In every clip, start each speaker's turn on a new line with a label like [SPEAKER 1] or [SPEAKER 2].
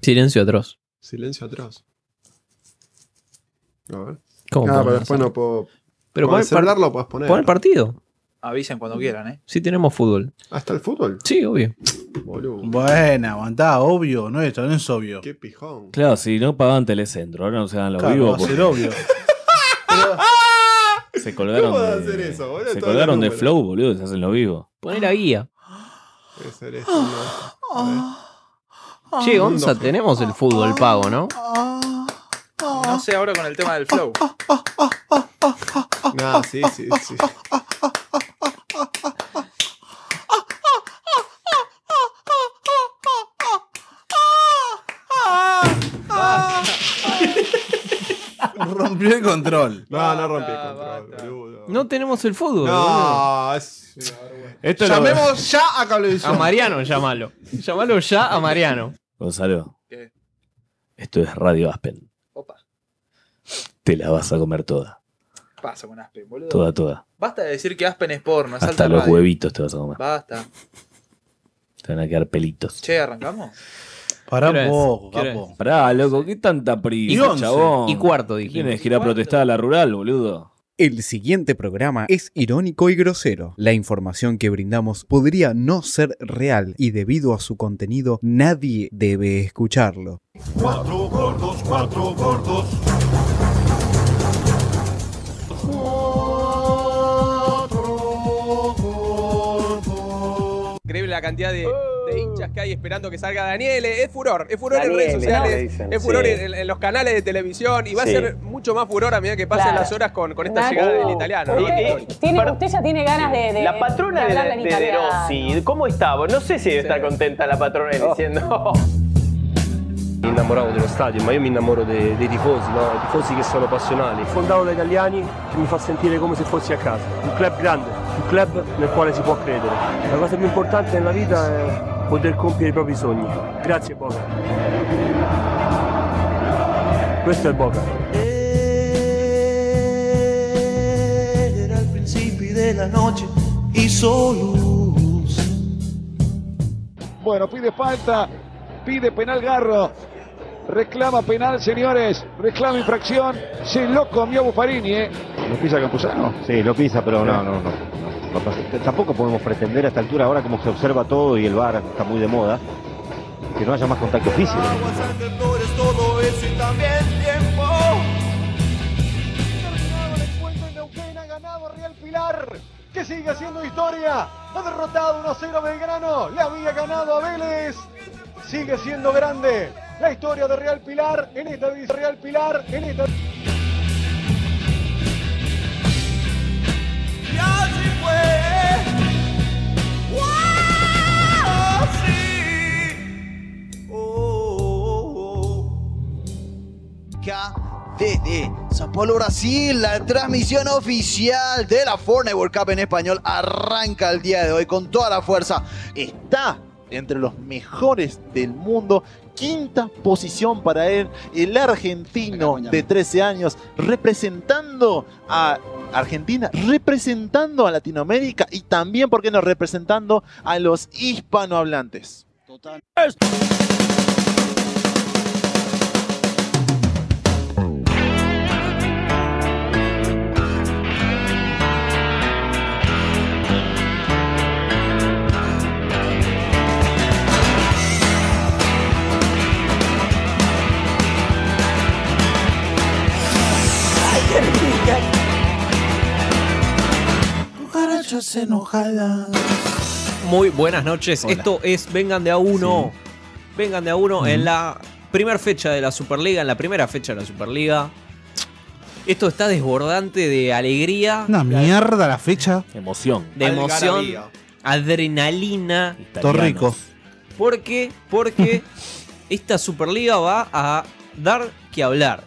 [SPEAKER 1] Silencio atroz.
[SPEAKER 2] Silencio atroz. A ver.
[SPEAKER 1] ¿Cómo
[SPEAKER 2] Ah,
[SPEAKER 1] podemos
[SPEAKER 2] pero después
[SPEAKER 1] hacer?
[SPEAKER 2] no puedo.
[SPEAKER 1] Pero
[SPEAKER 2] con
[SPEAKER 1] pon
[SPEAKER 2] el
[SPEAKER 1] el par-
[SPEAKER 2] celular lo puedes poner.
[SPEAKER 1] pon el partido.
[SPEAKER 3] Avisen cuando quieran, ¿eh?
[SPEAKER 1] Sí tenemos fútbol.
[SPEAKER 2] Mm. Hasta el fútbol.
[SPEAKER 1] Sí, obvio.
[SPEAKER 2] Boludo.
[SPEAKER 3] Bueno, aguantá, obvio, no es, no es obvio.
[SPEAKER 2] Qué pijón.
[SPEAKER 4] Claro, si no pagaban Telecentro, ahora no se dan los
[SPEAKER 3] Claro, va
[SPEAKER 4] vivos
[SPEAKER 3] a ser
[SPEAKER 4] porque
[SPEAKER 3] obvio.
[SPEAKER 4] se colgaron.
[SPEAKER 2] ¿Cómo va a
[SPEAKER 4] de-
[SPEAKER 2] hacer eso, boludo?
[SPEAKER 4] Se
[SPEAKER 2] Todos
[SPEAKER 4] colgaron
[SPEAKER 2] los
[SPEAKER 4] de
[SPEAKER 2] números.
[SPEAKER 4] Flow, boludo, y se hacen los vivos.
[SPEAKER 1] Poné la guía.
[SPEAKER 2] Debe ser esto, ¿no? A
[SPEAKER 1] Che,
[SPEAKER 2] mundo
[SPEAKER 1] Gonza,
[SPEAKER 2] feo.
[SPEAKER 1] tenemos el fútbol pago, ¿no?
[SPEAKER 5] Ah.
[SPEAKER 3] No sé ahora con el tema del flow.
[SPEAKER 2] ver. Nah, sí, sí, sí.
[SPEAKER 3] Rompió el control.
[SPEAKER 2] No, no
[SPEAKER 1] Ah,
[SPEAKER 2] rompí el
[SPEAKER 3] Basta,
[SPEAKER 2] control,
[SPEAKER 3] basta.
[SPEAKER 2] boludo.
[SPEAKER 1] No tenemos el fútbol. boludo.
[SPEAKER 2] No, es una vergüenza.
[SPEAKER 4] Esto
[SPEAKER 3] Llamemos ya a
[SPEAKER 1] A
[SPEAKER 3] Cablevisión.
[SPEAKER 1] Mariano, llámalo. Llámalo ya a Mariano.
[SPEAKER 4] Gonzalo.
[SPEAKER 3] ¿Qué?
[SPEAKER 4] Esto es Radio Aspen.
[SPEAKER 3] Opa,
[SPEAKER 4] Te la vas a comer toda.
[SPEAKER 3] pasa con Aspen, boludo.
[SPEAKER 4] Toda, toda.
[SPEAKER 3] Basta de decir que Aspen es porno, es
[SPEAKER 4] Hasta
[SPEAKER 3] alta
[SPEAKER 4] los
[SPEAKER 3] radio.
[SPEAKER 4] huevitos te vas a comer.
[SPEAKER 3] Basta.
[SPEAKER 4] Te van a quedar pelitos.
[SPEAKER 3] Che, ¿arrancamos?
[SPEAKER 6] Pará
[SPEAKER 1] ¿Qué hora
[SPEAKER 6] un
[SPEAKER 1] es?
[SPEAKER 6] poco,
[SPEAKER 1] ¿Qué hora
[SPEAKER 6] capo.
[SPEAKER 4] Pará, loco, qué tanta
[SPEAKER 6] Y
[SPEAKER 4] prisa,
[SPEAKER 6] once.
[SPEAKER 4] chabón.
[SPEAKER 1] Y cuarto, dijimos.
[SPEAKER 4] Tienes que ir a protestar a la rural, boludo.
[SPEAKER 5] El siguiente programa es irónico y grosero. La información que brindamos podría no ser real y debido a su contenido nadie debe escucharlo.
[SPEAKER 7] Increíble la cantidad de, de hinchas que hay esperando que salga Daniel. Es furor, es furor en redes sociales, es furor en, en los canales de televisión y va a ser mucho más furor a medida que pasen
[SPEAKER 8] Claro.
[SPEAKER 7] las horas con, con esta
[SPEAKER 8] Nacho,
[SPEAKER 7] llegada del italiano. ¿no?
[SPEAKER 8] Usted, tiene- usted ya tiene ganas de, de-
[SPEAKER 9] La patrona de,
[SPEAKER 8] hablar
[SPEAKER 9] la,
[SPEAKER 8] en
[SPEAKER 9] de
[SPEAKER 8] italiano.
[SPEAKER 9] Derossi, ¿cómo está? No sé si debe estar contenta la patrona diciendo. Mi innamoravo dello stadio, ma io mi innamoro dei, dei tifosi, no? I tifosi che sono passionali. Fondato da italiani che mi fa sentire come se fossi a casa. Un club grande, un club nel quale si può credere. La cosa più importante nella vita è poter compiere i propri sogni. Grazie Boca. Questo è Boca.
[SPEAKER 10] Era el principio de la noche y solo
[SPEAKER 6] Bueno, pide falta, pide penal Garro. Reclama penal, señores. Reclama infracción. Se lo comió Bufarini, ¿eh? ¿Lo pisa Campuzano?
[SPEAKER 10] Sí, lo pisa, pero no, no, no. no pasa. T- Tampoco podemos pretender a esta altura, ahora como se observa todo y el bar está muy de moda, que no haya más contacto físico.
[SPEAKER 6] todo eso y también tiempo. Terminado el encuentro en Neuquén, ha ganado Real Pilar, que sigue haciendo historia. Ha derrotado 1-0 Belgrano, le había ganado a Vélez. Sigue siendo grande la historia de Real Pilar en esta edición. Real Pilar en esta
[SPEAKER 10] Desde San Pablo, Brasil, la transmisión oficial de la Fortnite World Cup en español arranca el día de hoy con toda la fuerza. Está entre los mejores del mundo. Quinta posición para él, el argentino de 13 años, representando a Argentina, representando a Latinoamérica y también, ¿por qué no?, representando a los hispanohablantes.
[SPEAKER 6] Cucarachas enojadas.
[SPEAKER 1] Muy buenas noches.
[SPEAKER 5] Hola.
[SPEAKER 1] Esto es Vengan de a uno. Vengan de a uno en la primera fecha de la Superliga, en la primera fecha de la Superliga. Esto está desbordante de alegría,
[SPEAKER 6] Una mierda la fecha.
[SPEAKER 4] Emoción.
[SPEAKER 1] de emoción,
[SPEAKER 2] Algarabía.
[SPEAKER 1] adrenalina.
[SPEAKER 4] Italianos.
[SPEAKER 6] Torrico.
[SPEAKER 1] ¿Por qué? Porque esta Superliga va a dar que hablar.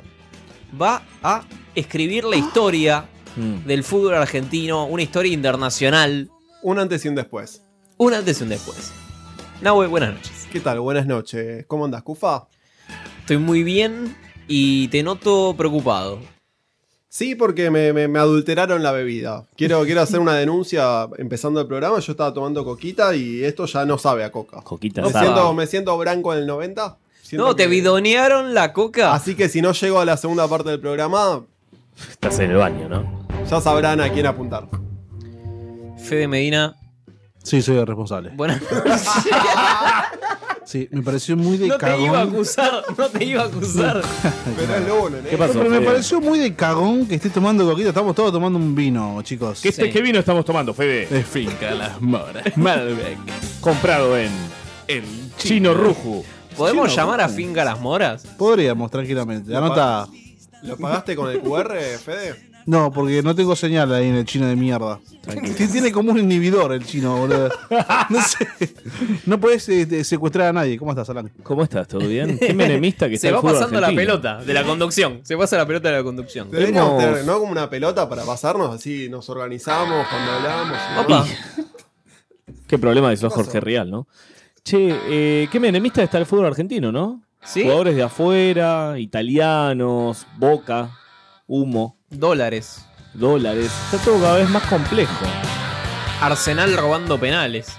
[SPEAKER 1] Va a escribir la historia
[SPEAKER 4] Mm.
[SPEAKER 1] del fútbol argentino, una historia internacional,
[SPEAKER 2] Un antes y un después.
[SPEAKER 1] un antes y un después. Nahue, buenas noches.
[SPEAKER 2] ¿Qué tal? Buenas noches. Eh, ¿Cómo andás, Cufa?
[SPEAKER 1] Estoy muy bien y te noto preocupado.
[SPEAKER 2] Sí, porque me, me- me adulteraron la bebida. Quiero, quiero hacer una denuncia empezando el programa. Yo estaba tomando coquita y esto ya no sabe a coca.
[SPEAKER 4] Coquita
[SPEAKER 2] Me
[SPEAKER 4] asada.
[SPEAKER 2] siento, me siento branco en el 90. Siento
[SPEAKER 1] No, te
[SPEAKER 2] que-
[SPEAKER 1] bidonearon la coca.
[SPEAKER 2] Así que si no llego a la segunda parte del programa,
[SPEAKER 4] Estás en el baño, ¿no?
[SPEAKER 2] ya sabrán a quién apuntar.
[SPEAKER 1] Fede Medina.
[SPEAKER 5] Sí, soy el responsable.
[SPEAKER 1] Bueno,
[SPEAKER 5] Sí, me pareció muy de
[SPEAKER 1] no te
[SPEAKER 5] cagón.
[SPEAKER 1] iba a acusar, no te iba a acusar.
[SPEAKER 2] Pero es ¿eh? lobo, nene.
[SPEAKER 5] No, Pero me pareció muy de cagón que estés tomando coquita. Estamos todos tomando un vino, chicos.
[SPEAKER 11] ¿Qué, este- qué vino estamos tomando, Fede?
[SPEAKER 5] De finca, las moras.
[SPEAKER 11] Malbec. Comprado en El Chino Ruju.
[SPEAKER 1] ¿Podemos
[SPEAKER 5] Chino,
[SPEAKER 1] llamar a
[SPEAKER 5] ¿cómo?
[SPEAKER 1] Finca Las Moras?
[SPEAKER 5] Podríamos, tranquilamente. Anota.
[SPEAKER 2] ¿Lo pagaste con el QR, Fede?
[SPEAKER 5] No, porque no tengo señal ahí en el chino de mierda. Que Tiene como un inhibidor el chino, boludo. No sé. No podés este, secuestrar a nadie. ¿Cómo estás, Alan?
[SPEAKER 4] ¿Cómo estás? ¿Todo bien? Qué menemista que está
[SPEAKER 1] Se
[SPEAKER 4] el
[SPEAKER 1] va
[SPEAKER 4] fútbol
[SPEAKER 1] pasando la
[SPEAKER 4] argentino.
[SPEAKER 1] pelota de la conducción. Se pasa la pelota de la conducción.
[SPEAKER 2] Deberíamos tener, ¿no? Como una pelota para pasarnos, así nos organizamos cuando hablamos. y demás.
[SPEAKER 1] Opa.
[SPEAKER 4] Qué problema que sos Jorge Rial, ¿no? Che, eh, qué menemista está el fútbol argentino, ¿no?
[SPEAKER 1] Sí.
[SPEAKER 4] Jugadores de afuera, italianos, boca, humo,
[SPEAKER 1] Dólares.
[SPEAKER 4] dólares. Está todo cada vez más complejo.
[SPEAKER 1] Arsenal robando penales.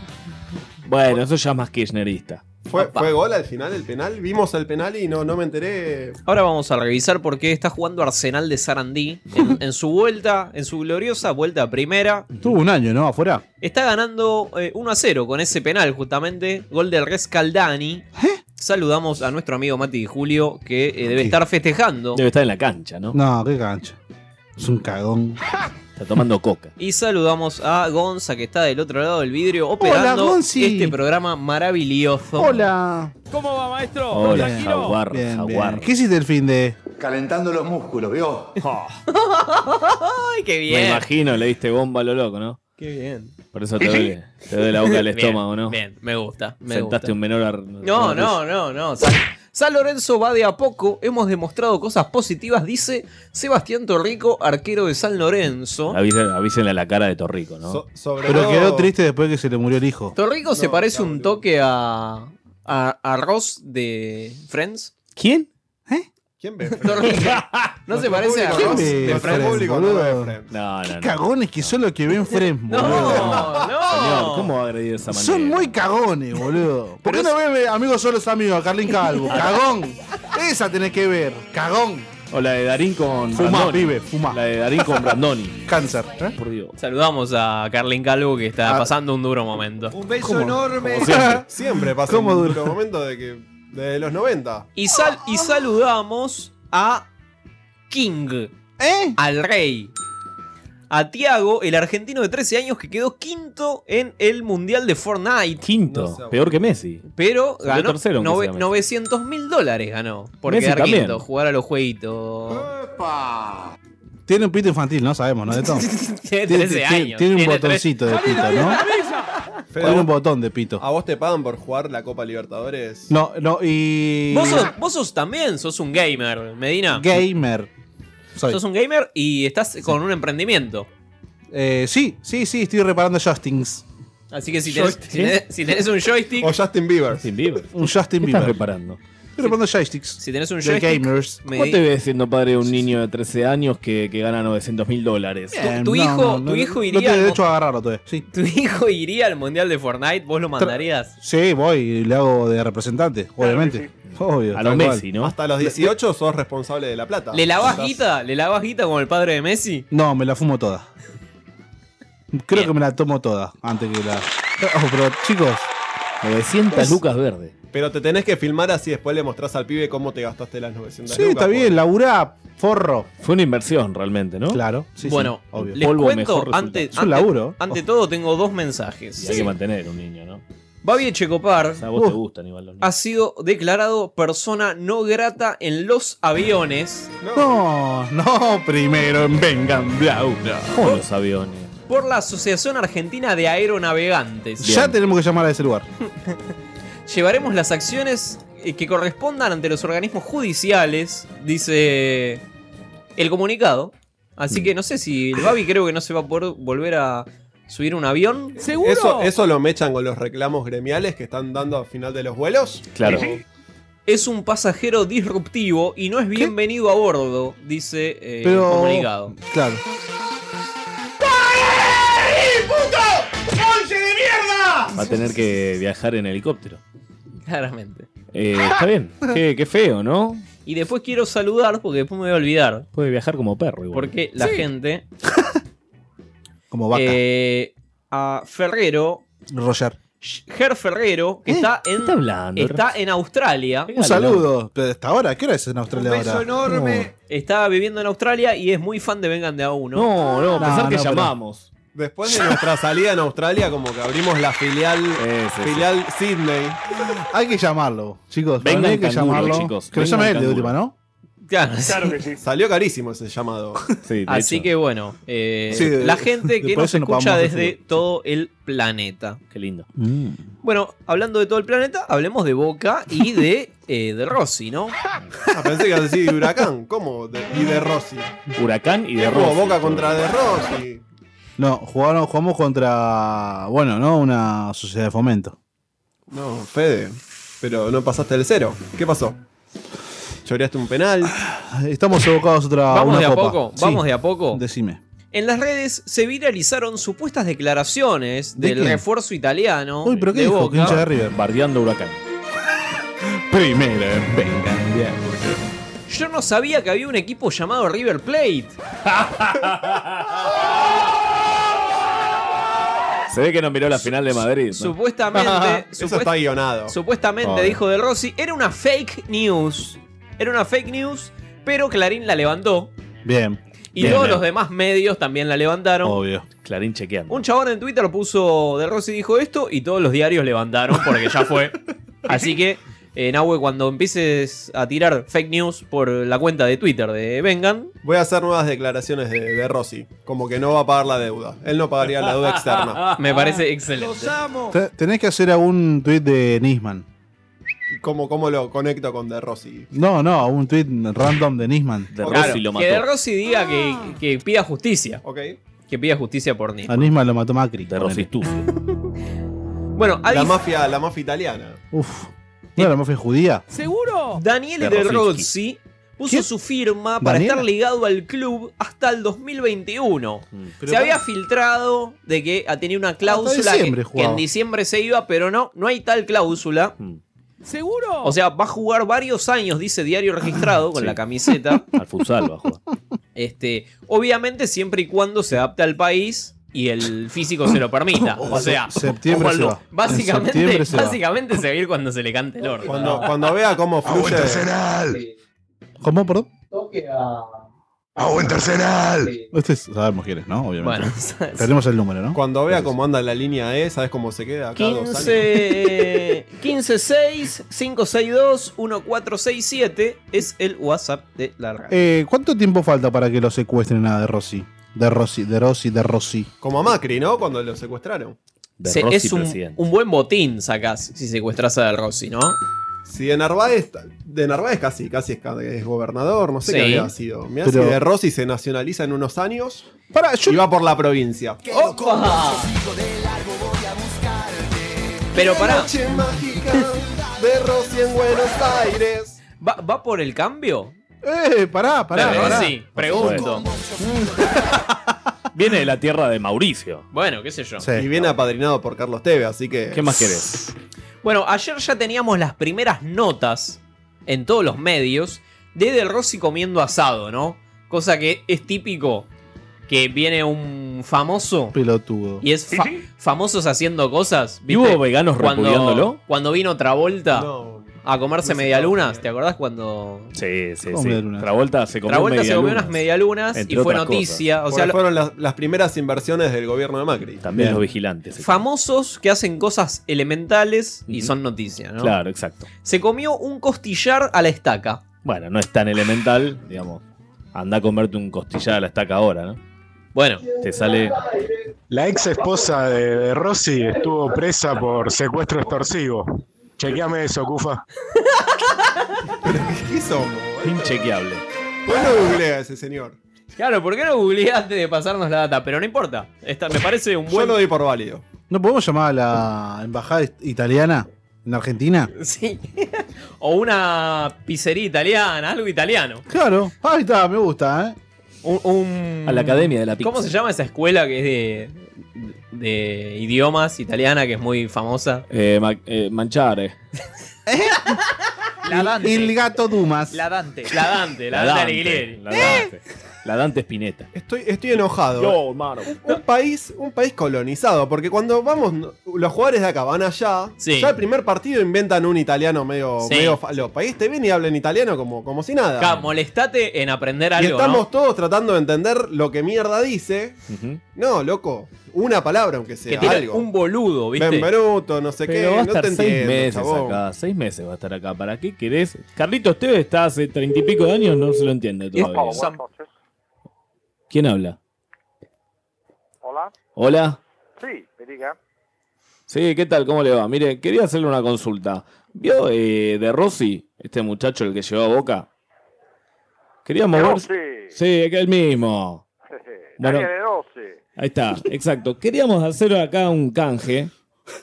[SPEAKER 4] Bueno, eso ya es más kirchnerista.
[SPEAKER 2] ¿Fue, fue gol al final el penal? Vimos el penal y no, no me enteré.
[SPEAKER 1] Ahora vamos a revisar por qué está jugando Arsenal de Sarandí en, en su vuelta, en su gloriosa vuelta a primera.
[SPEAKER 5] Tuvo un año, ¿no? Afuera.
[SPEAKER 1] Está ganando eh, 1 a 0 con ese penal, justamente. Gol del Rescaldani.
[SPEAKER 4] ¿Eh?
[SPEAKER 1] Saludamos a nuestro amigo Mati Di Julio, que eh, debe
[SPEAKER 5] Sí.
[SPEAKER 1] estar festejando.
[SPEAKER 4] Debe estar en la cancha, ¿no?
[SPEAKER 5] No, qué cancha. Es un cagón.
[SPEAKER 4] Está tomando coca.
[SPEAKER 1] Y saludamos a Gonza, que está del otro lado del vidrio, operando
[SPEAKER 5] Gonzi.
[SPEAKER 1] este programa maravilloso.
[SPEAKER 5] Hola.
[SPEAKER 1] ¿Cómo va, maestro?
[SPEAKER 4] Hola,
[SPEAKER 5] Bien,
[SPEAKER 4] jaguar,
[SPEAKER 5] bien, bien.
[SPEAKER 4] jaguar.
[SPEAKER 5] ¿Qué hiciste el fin de.?
[SPEAKER 12] Calentando los músculos, ¿vio?
[SPEAKER 4] Oh.
[SPEAKER 1] Ay, qué
[SPEAKER 4] Me
[SPEAKER 1] bien.
[SPEAKER 4] imagino, le diste bomba a lo loco, ¿no?
[SPEAKER 1] Qué bien.
[SPEAKER 4] Por eso te duele, te duele la boca del
[SPEAKER 1] Bien,
[SPEAKER 4] estómago, ¿no?
[SPEAKER 1] Bien, me gusta. Me
[SPEAKER 4] Sentaste
[SPEAKER 1] gusta.
[SPEAKER 4] un menor... ar-
[SPEAKER 1] No, no, no, no. San, San Lorenzo va de a poco. Hemos demostrado cosas positivas, dice Sebastián Torrico, arquero de San Lorenzo.
[SPEAKER 4] Avisen- Avísenle a la cara de Torrico, ¿no?
[SPEAKER 2] So- sobre
[SPEAKER 5] Pero
[SPEAKER 2] todo-
[SPEAKER 5] quedó triste después que se le murió el hijo.
[SPEAKER 1] Torrico se parece un toque a, a, a Ross de Friends.
[SPEAKER 4] ¿Quién?
[SPEAKER 2] ¿Quién ve?
[SPEAKER 1] Torrico. ¿No se parece a
[SPEAKER 2] público
[SPEAKER 1] Ross
[SPEAKER 2] no-
[SPEAKER 1] de
[SPEAKER 2] nuestro
[SPEAKER 1] Friends?
[SPEAKER 2] público no ve
[SPEAKER 5] boludo.
[SPEAKER 2] Friends.
[SPEAKER 4] No, no, no.
[SPEAKER 5] Cagones que son los que ven Friends, boludo.
[SPEAKER 1] No,
[SPEAKER 4] Señor,
[SPEAKER 1] no.
[SPEAKER 4] ¿cómo va a agredir de esa manera?
[SPEAKER 5] Son muy cagones, boludo. ¿Por qué no ven amigos son los amigos a Carlín Calvo? Cagón. Esa tenés que ver. Cagón.
[SPEAKER 4] O la de Darín con
[SPEAKER 5] Fumá,
[SPEAKER 4] Brandoni.
[SPEAKER 5] pibe, fumá.
[SPEAKER 4] La de Darín con Brandoni.
[SPEAKER 5] Cáncer. ¿eh?
[SPEAKER 4] Por Dios.
[SPEAKER 1] Saludamos a Carlin Calvo que está pasando un duro momento.
[SPEAKER 2] Ah. Un beso
[SPEAKER 5] ¿Cómo?
[SPEAKER 2] enorme.
[SPEAKER 4] Como siempre.
[SPEAKER 2] Siempre pasó
[SPEAKER 5] ¿Cómo
[SPEAKER 2] un
[SPEAKER 5] dura?
[SPEAKER 2] duro momento de que. De los 90.
[SPEAKER 1] Y, sal- y saludamos a King,
[SPEAKER 5] ¿Eh?
[SPEAKER 1] al rey. A Tiago, el argentino de 13 años que quedó quinto en el Mundial de Fortnite.
[SPEAKER 4] Quinto.
[SPEAKER 2] No sé,
[SPEAKER 4] peor que Messi.
[SPEAKER 1] Pero
[SPEAKER 4] Salió
[SPEAKER 1] ganó
[SPEAKER 4] tercero, aunque sea Messi.
[SPEAKER 1] 900 mil dólares ganó por
[SPEAKER 4] Messi
[SPEAKER 1] quedar
[SPEAKER 4] también.
[SPEAKER 1] quinto, jugar a los jueguitos.
[SPEAKER 5] Tiene un pito infantil, no sabemos, ¿no? De todo.
[SPEAKER 1] Tiene
[SPEAKER 5] Tiene,
[SPEAKER 1] 13
[SPEAKER 5] tiene-
[SPEAKER 1] años.
[SPEAKER 5] tiene un
[SPEAKER 1] tiene
[SPEAKER 5] botoncito de pito, ¿no?
[SPEAKER 2] Fede,
[SPEAKER 5] Tiene un botón de pito.
[SPEAKER 2] ¿A vos te pagan por jugar la Copa Libertadores?
[SPEAKER 5] No, no, y.
[SPEAKER 1] tres. Vos sos, vos sos también, sos un gamer, Medina.
[SPEAKER 5] Gamer. Soy.
[SPEAKER 1] Sos un gamer y estás con un emprendimiento.
[SPEAKER 5] Eh, sí, sí, sí, estoy reparando Justins.
[SPEAKER 1] Así que si tenés,
[SPEAKER 4] Joystick.
[SPEAKER 1] si tenés- si tenés un joystick,
[SPEAKER 2] O Justin Bieber.
[SPEAKER 4] Sin Bieber. ¿Qué
[SPEAKER 5] Un Justin
[SPEAKER 4] estás
[SPEAKER 5] Bieber.
[SPEAKER 4] reparando?
[SPEAKER 5] Estoy reparando joysticks.
[SPEAKER 1] si tenés un
[SPEAKER 5] de
[SPEAKER 1] joystick,
[SPEAKER 5] gamers.
[SPEAKER 1] me
[SPEAKER 4] ¿Cuánto te ves siendo padre de un niño de 13 años que, que gana 900 mil dólares?
[SPEAKER 5] Bien,
[SPEAKER 1] tu hijo- tu hijo iría
[SPEAKER 5] No tiene
[SPEAKER 1] al
[SPEAKER 5] derecho a agarrarlo todavía. Sí.
[SPEAKER 1] ¿Tu hijo iría al mundial de Fortnite? ¿Vos lo mandarías?
[SPEAKER 5] Sí, voy y le hago de representante, obviamente. Obvio.
[SPEAKER 4] A
[SPEAKER 5] tal cual.
[SPEAKER 4] los Messi, ¿no?
[SPEAKER 2] Hasta los 18 sos responsable de la plata.
[SPEAKER 1] ¿Le lavás
[SPEAKER 2] Estás-
[SPEAKER 1] guita? ¿Le lavás guita como el padre de Messi?
[SPEAKER 5] No, me la fumo toda. Creo
[SPEAKER 1] Bien.
[SPEAKER 5] que me la tomo toda antes que la. Oh, pero chicos,
[SPEAKER 4] 900 lucas verde.
[SPEAKER 2] Pero te tenés que filmar así después le mostrás al pibe cómo te gastaste las 900
[SPEAKER 5] sí,
[SPEAKER 2] lucas,
[SPEAKER 5] está
[SPEAKER 2] por-
[SPEAKER 5] bien, laburá, forro.
[SPEAKER 4] Fue una inversión realmente, ¿no?
[SPEAKER 5] Claro, sí, sí,
[SPEAKER 1] bueno,
[SPEAKER 5] obvio.
[SPEAKER 1] les
[SPEAKER 4] Polvo,
[SPEAKER 1] cuento,
[SPEAKER 4] mejor resultado.
[SPEAKER 1] ante,
[SPEAKER 5] Es un
[SPEAKER 1] ante-
[SPEAKER 5] laburo.
[SPEAKER 1] ante todo tengo dos
[SPEAKER 4] Y
[SPEAKER 1] mensajes.
[SPEAKER 4] hay que mantener un niño, ¿no?
[SPEAKER 1] Babi Checopar
[SPEAKER 4] O sea, a vos
[SPEAKER 5] Uh.
[SPEAKER 4] te gustan igual los niños.
[SPEAKER 1] ha sido declarado persona no grata en los aviones
[SPEAKER 5] No, no, primero en Vengan Blau.
[SPEAKER 4] ¿Cómo los aviones?
[SPEAKER 1] por la Asociación Argentina de Aeronavegantes.
[SPEAKER 5] Ya tenemos que llamar a ese lugar.
[SPEAKER 1] Llevaremos las acciones eh, que correspondan ante los organismos judiciales, dice el comunicado.
[SPEAKER 5] Mm.
[SPEAKER 1] Así que no sé si el Babi creo que no se va a poder volver a subir un avión.
[SPEAKER 10] ¿Seguro?
[SPEAKER 2] Eso, eso lo mechan con los reclamos gremiales que están dando al final de los vuelos.
[SPEAKER 4] Claro.
[SPEAKER 1] Es un pasajero disruptivo y no es bienvenido a bordo, dice eh,
[SPEAKER 5] Pero-
[SPEAKER 1] el comunicado.
[SPEAKER 5] Claro.
[SPEAKER 4] Va a tener que viajar en helicóptero.
[SPEAKER 1] Claramente.
[SPEAKER 4] Eh, está bien. Qué, qué feo, ¿no?
[SPEAKER 1] Y después quiero saludar porque después me voy a olvidar.
[SPEAKER 4] Puede viajar como perro igual.
[SPEAKER 1] Porque la gente.
[SPEAKER 5] Como vaca.
[SPEAKER 1] eh, a Ferrero.
[SPEAKER 5] Roger.
[SPEAKER 1] Ger Ferrero, que está en.
[SPEAKER 5] Eh, está hablando,
[SPEAKER 1] está en Australia.
[SPEAKER 5] Un saludo. Pero hasta ahora, ¿qué hora es en Australia
[SPEAKER 1] Un beso
[SPEAKER 5] ahora?
[SPEAKER 1] enorme. Está viviendo en Australia y es muy fan de Vengan de a uno.
[SPEAKER 4] No, no, pensar que
[SPEAKER 2] pero-
[SPEAKER 4] llamamos.
[SPEAKER 2] Después de nuestra salida en Australia, como que abrimos la filial, filial Sydney.
[SPEAKER 5] Uh, Hay que llamarlo, chicos.
[SPEAKER 2] Venga
[SPEAKER 5] Para mí
[SPEAKER 2] el
[SPEAKER 5] hay que
[SPEAKER 2] canguro,
[SPEAKER 5] llamarlo.
[SPEAKER 2] chicos.
[SPEAKER 5] Que lo
[SPEAKER 2] Venga
[SPEAKER 5] llame
[SPEAKER 2] el
[SPEAKER 5] él de
[SPEAKER 2] canguro.
[SPEAKER 5] última, ¿no?
[SPEAKER 1] Claro,
[SPEAKER 2] que sí. Salió carísimo ese llamado.
[SPEAKER 1] Así que bueno, eh,
[SPEAKER 2] Sí, de-
[SPEAKER 1] la gente que
[SPEAKER 2] después
[SPEAKER 1] nos
[SPEAKER 2] se nos
[SPEAKER 1] escucha
[SPEAKER 2] vamos de
[SPEAKER 1] desde todo el planeta.
[SPEAKER 4] Qué lindo.
[SPEAKER 1] Bueno, hablando de todo el planeta, hablemos de Boca y de, eh, de Rossi, ¿no?
[SPEAKER 2] Ah, pensé que ibas a decir de Huracán. ¿Cómo? De- y de Rossi.
[SPEAKER 4] Huracán y de
[SPEAKER 2] Jugó
[SPEAKER 4] Rossi.
[SPEAKER 2] Boca contra de Rossi.
[SPEAKER 5] No, jugaron, jugamos contra, bueno, ¿no? Una sociedad de fomento.
[SPEAKER 2] No, Fede. Pero no pasaste el cero. ¿Qué pasó? Lloreaste un penal. Ah,
[SPEAKER 5] Estamos evocados a otra
[SPEAKER 1] Vamos
[SPEAKER 5] una
[SPEAKER 1] de a
[SPEAKER 5] copa.
[SPEAKER 1] poco, vamos de a poco.
[SPEAKER 5] Decime.
[SPEAKER 1] En las redes se viralizaron supuestas declaraciones
[SPEAKER 5] ¿De
[SPEAKER 1] del
[SPEAKER 5] quién?
[SPEAKER 1] refuerzo italiano
[SPEAKER 5] Uy, pero ¿qué
[SPEAKER 1] de
[SPEAKER 5] dijo? Que
[SPEAKER 1] Boca.
[SPEAKER 5] hincha de River.
[SPEAKER 4] Bardeando Huracán. Primero, vengan bien.
[SPEAKER 1] Yo no sabía que había un equipo llamado River Plate.
[SPEAKER 4] Se ve que no miró la final de Madrid. ¿no?
[SPEAKER 1] Supuestamente.
[SPEAKER 4] Eso
[SPEAKER 1] supuest-
[SPEAKER 4] está guionado.
[SPEAKER 1] Supuestamente,
[SPEAKER 4] Obvio.
[SPEAKER 1] dijo De Rossi, era una fake news. Era una fake news, pero Clarín la levantó.
[SPEAKER 5] Bien.
[SPEAKER 1] Y
[SPEAKER 4] Bien,
[SPEAKER 1] todos
[SPEAKER 4] bien.
[SPEAKER 1] los demás medios también la levantaron.
[SPEAKER 5] Obvio.
[SPEAKER 4] Clarín chequeando.
[SPEAKER 1] Un chabón en Twitter puso De Rossi dijo esto y todos los diarios levantaron porque ya fue. Así que, eh, Nahue, cuando empieces a tirar fake news por la cuenta de Twitter de Vengan,
[SPEAKER 2] Voy a hacer nuevas declaraciones de, de Rossi. Como que no va a pagar la deuda. Él no pagaría la deuda externa.
[SPEAKER 1] me parece excelente.
[SPEAKER 5] Te- Tenés que hacer algún tweet de Nisman.
[SPEAKER 2] ¿Cómo, cómo lo conecto con De Rossi?
[SPEAKER 5] No, no, un tweet random de Nisman.
[SPEAKER 1] Claro, Que De Rossi diga que, que pida justicia. Que pida justicia por
[SPEAKER 4] Ah.
[SPEAKER 1] Nick.
[SPEAKER 5] A Nisman lo mató Macri. De
[SPEAKER 4] Rossi
[SPEAKER 1] Bueno, a
[SPEAKER 2] La
[SPEAKER 1] dif-
[SPEAKER 2] mafia, la mafia italiana.
[SPEAKER 5] Uf. No, la mafia judía.
[SPEAKER 1] ¿Seguro? Daniele
[SPEAKER 5] De
[SPEAKER 1] De
[SPEAKER 5] Rosicky.
[SPEAKER 1] Rossi puso su firma para
[SPEAKER 5] ¿Daniela?
[SPEAKER 1] estar ligado al club hasta el 2021.
[SPEAKER 4] Mm,
[SPEAKER 5] Pero
[SPEAKER 1] se
[SPEAKER 5] para-
[SPEAKER 1] había filtrado de que ah, tenía una cláusula que,
[SPEAKER 5] diciembre
[SPEAKER 1] que
[SPEAKER 5] jugaba.
[SPEAKER 1] en diciembre se iba, pero no, no hay tal cláusula.
[SPEAKER 4] Mm.
[SPEAKER 10] ¿Seguro?
[SPEAKER 1] O sea, va a jugar varios años, dice diario registrado, con
[SPEAKER 4] Sí.
[SPEAKER 1] la camiseta.
[SPEAKER 4] Al futsal va a jugar.
[SPEAKER 1] Este, obviamente, siempre y cuando se adapte al país y el físico se lo permita. O sea,
[SPEAKER 5] septiembre se va.
[SPEAKER 1] básicamente,
[SPEAKER 5] En septiembre se va.
[SPEAKER 1] básicamente se va a ir cuando se le cante el orto.
[SPEAKER 2] Cuando, cuando vea cómo
[SPEAKER 5] Ah,
[SPEAKER 2] fluye.
[SPEAKER 5] ¿Cómo, perdón?
[SPEAKER 1] Toque a-
[SPEAKER 5] Aguanta Arsenal. Este sabemos quién es, ¿no? Obviamente.
[SPEAKER 1] Bueno,
[SPEAKER 5] Tenemos el número, ¿no?
[SPEAKER 2] Cuando vea cómo anda la línea E, ¿sabes cómo se queda? Cada dos años.
[SPEAKER 1] 15 6 562 1467 es el WhatsApp de la radio.
[SPEAKER 5] Eh, ¿Cuánto tiempo falta para que lo secuestren a De Rossi? De Rossi, De Rossi, De Rossi.
[SPEAKER 2] Como a Macri, ¿no? Cuando lo secuestraron.
[SPEAKER 1] Se- es un, un buen botín sacás si secuestras a Del Rossi, ¿no?
[SPEAKER 2] Si de Narváez, de Narváez casi, casi es, ca- es gobernador, no sé
[SPEAKER 1] Sí.
[SPEAKER 2] qué había sido. Mirá
[SPEAKER 5] Pero-
[SPEAKER 2] si de Rossi se nacionaliza en unos años y va por la provincia.
[SPEAKER 1] ¡Opa! Pero pará,
[SPEAKER 2] Noche mágica de Rossi en Buenos Aires.
[SPEAKER 1] ¿va, va por el cambio?
[SPEAKER 5] ¡Eh! Pará, pará.
[SPEAKER 1] De
[SPEAKER 5] pará.
[SPEAKER 1] Rossi, pregunto.
[SPEAKER 4] Viene de la tierra de Mauricio.
[SPEAKER 1] Bueno, qué sé yo.
[SPEAKER 2] Y viene apadrinado por Carlos Teve, así que.
[SPEAKER 4] ¿Qué más querés?
[SPEAKER 1] Bueno, ayer ya teníamos las primeras notas en todos los medios de Del Rossi comiendo asado, ¿no? Cosa que es típico que viene un famoso
[SPEAKER 5] Pelotudo.
[SPEAKER 1] y es fa- famosos haciendo cosas.
[SPEAKER 4] ¿Y hubo veganos repudiándolo?
[SPEAKER 1] cuando, cuando vino otra vuelta
[SPEAKER 2] No.
[SPEAKER 1] a comerse medialunas, ¿te acordás cuando
[SPEAKER 4] Sí, sí,
[SPEAKER 5] ¿Cómo
[SPEAKER 4] sí.
[SPEAKER 5] medialunas?
[SPEAKER 4] Travolta se comió
[SPEAKER 1] Travolta se comió
[SPEAKER 4] medialunas.
[SPEAKER 1] unas medialunas
[SPEAKER 4] Entre
[SPEAKER 1] y fue
[SPEAKER 4] otras
[SPEAKER 1] noticia?
[SPEAKER 2] Porque
[SPEAKER 1] O sea, lo-
[SPEAKER 2] fueron las, las primeras inversiones del gobierno de Macri.
[SPEAKER 4] También
[SPEAKER 2] Bien.
[SPEAKER 4] los vigilantes.
[SPEAKER 1] famosos que hacen cosas elementales y
[SPEAKER 4] Ujú.
[SPEAKER 1] son noticia, ¿no?
[SPEAKER 4] Claro, exacto.
[SPEAKER 1] Se comió un costillar a la estaca.
[SPEAKER 4] Bueno, no es tan elemental, digamos. Anda a comerte un costillar a la estaca ahora, ¿no?
[SPEAKER 1] Bueno.
[SPEAKER 4] Te sale.
[SPEAKER 13] La ex esposa de, de Rossi estuvo presa por secuestro extorsivo. Chequeame eso, Cufa.
[SPEAKER 2] ¿Qué somos?
[SPEAKER 4] Inchequeable.
[SPEAKER 2] Vos no googleás a ese señor.
[SPEAKER 1] Claro, ¿por qué no googleaste de pasarnos la data? Pero no importa. Esta, me parece un buen.
[SPEAKER 2] Yo lo doy por válido.
[SPEAKER 5] ¿No podemos llamar a la embajada it- italiana en Argentina?
[SPEAKER 1] Sí. o una pizzería italiana, algo italiano.
[SPEAKER 5] Claro. Ah, Ahí está, me gusta, ¿eh?
[SPEAKER 1] Un, un-
[SPEAKER 4] A la Academia de la Pizza.
[SPEAKER 1] Mm. ¿Cómo se llama esa escuela que es de, de idiomas italiana, que es muy famosa?
[SPEAKER 4] Eh, ma- eh, manchare.
[SPEAKER 5] La Dante. El gato Dumas.
[SPEAKER 14] La Dante.
[SPEAKER 1] La Dante, la, Dante Alighieri.
[SPEAKER 4] La Dante. La Dante Spinetta.
[SPEAKER 2] Estoy, estoy enojado.
[SPEAKER 4] ¿Eh?
[SPEAKER 2] eh.
[SPEAKER 4] Yo, hermano.
[SPEAKER 2] Un- Un país, un país colonizado, porque cuando vamos, no- los jugadores de acá van allá,
[SPEAKER 1] Sí.
[SPEAKER 2] ya el primer partido inventan un italiano medio,
[SPEAKER 1] Sí.
[SPEAKER 2] medio falopa. Y este viene y habla en italiano como, como si nada.
[SPEAKER 1] Acá, molestate en aprender algo.
[SPEAKER 2] y estamos
[SPEAKER 1] ¿no?
[SPEAKER 2] todos tratando de entender lo que mierda dice.
[SPEAKER 4] Ujú.
[SPEAKER 2] No, loco, una palabra aunque sea,
[SPEAKER 1] Que tiene
[SPEAKER 2] algo.
[SPEAKER 1] un boludo, ¿viste?
[SPEAKER 2] Benvenuto, no sé
[SPEAKER 4] Pero
[SPEAKER 2] qué,
[SPEAKER 4] va a
[SPEAKER 2] no
[SPEAKER 4] estar
[SPEAKER 2] te
[SPEAKER 4] seis
[SPEAKER 2] entiendo,
[SPEAKER 4] meses
[SPEAKER 2] chabón.
[SPEAKER 4] acá. Seis meses va a estar acá. ¿Para qué querés? Carlitos Tevez está hace treinta y pico de años, no se lo entiende todavía.
[SPEAKER 14] San-
[SPEAKER 4] ¿Quién habla?
[SPEAKER 15] Hola.
[SPEAKER 4] Hola.
[SPEAKER 15] Sí, me diga.
[SPEAKER 4] Sí, ¿qué tal? ¿Cómo le va? Mire, quería hacerle una consulta. ¿Vio eh, de Rossi, este muchacho el que llegó a Boca? Quería
[SPEAKER 15] De
[SPEAKER 4] mover...
[SPEAKER 15] Rossi.
[SPEAKER 4] Sí, que el mismo. Bueno.
[SPEAKER 15] Daniel de 12.
[SPEAKER 4] Ahí está, exacto. Queríamos hacer acá un canje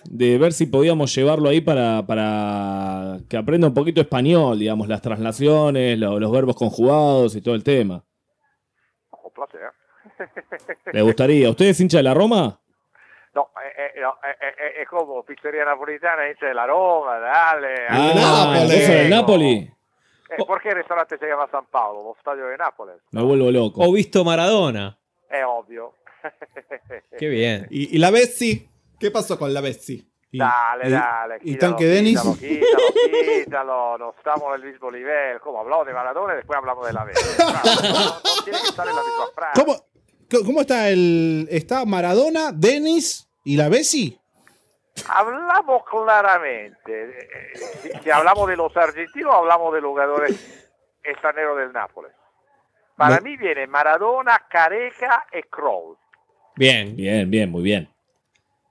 [SPEAKER 4] de ver si podíamos llevarlo ahí para, para que aprenda un poquito español, digamos, las traslaciones, lo- los verbos conjugados y todo el tema.
[SPEAKER 15] Con placer.
[SPEAKER 4] ¿Le gustaría? ¿Usted es hincha de la Roma?
[SPEAKER 15] ¿eh? No, eh, eh, no, eh, eh, eh, es como pizzería napolitana, dice la Roma,
[SPEAKER 2] Ah,
[SPEAKER 15] dale.
[SPEAKER 4] ¿Eso del Napoli?
[SPEAKER 15] Eh, ¿Por qué el restaurante se llama San Paolo, lo estadio de Nápoles?
[SPEAKER 4] Me vuelvo loco.
[SPEAKER 1] O visto Maradona.
[SPEAKER 15] Es obvio.
[SPEAKER 1] Qué bien.
[SPEAKER 2] Y, y la Betsy, ¿qué pasó con la Betsy? Y-
[SPEAKER 15] Dale,
[SPEAKER 2] y-
[SPEAKER 15] dale.
[SPEAKER 2] Y
[SPEAKER 15] quítalo,
[SPEAKER 2] Tanque Denis.
[SPEAKER 15] Quítalo, quítalo, quítalo. No estamos en el mismo nivel. Como hablamos de Maradona y después hablamos de la vez.
[SPEAKER 16] ¿Cómo, co- cómo está el. Está Maradona, Denis y la Bessi?
[SPEAKER 15] Hablamos claramente. Eh, eh, Si, si hablamos de los argentinos, hablamos de los jugadores extranjeros del Nápoles. Para mí viene Maradona, Careca y Kroll.
[SPEAKER 1] Bien.
[SPEAKER 4] Bien, bien, muy bien.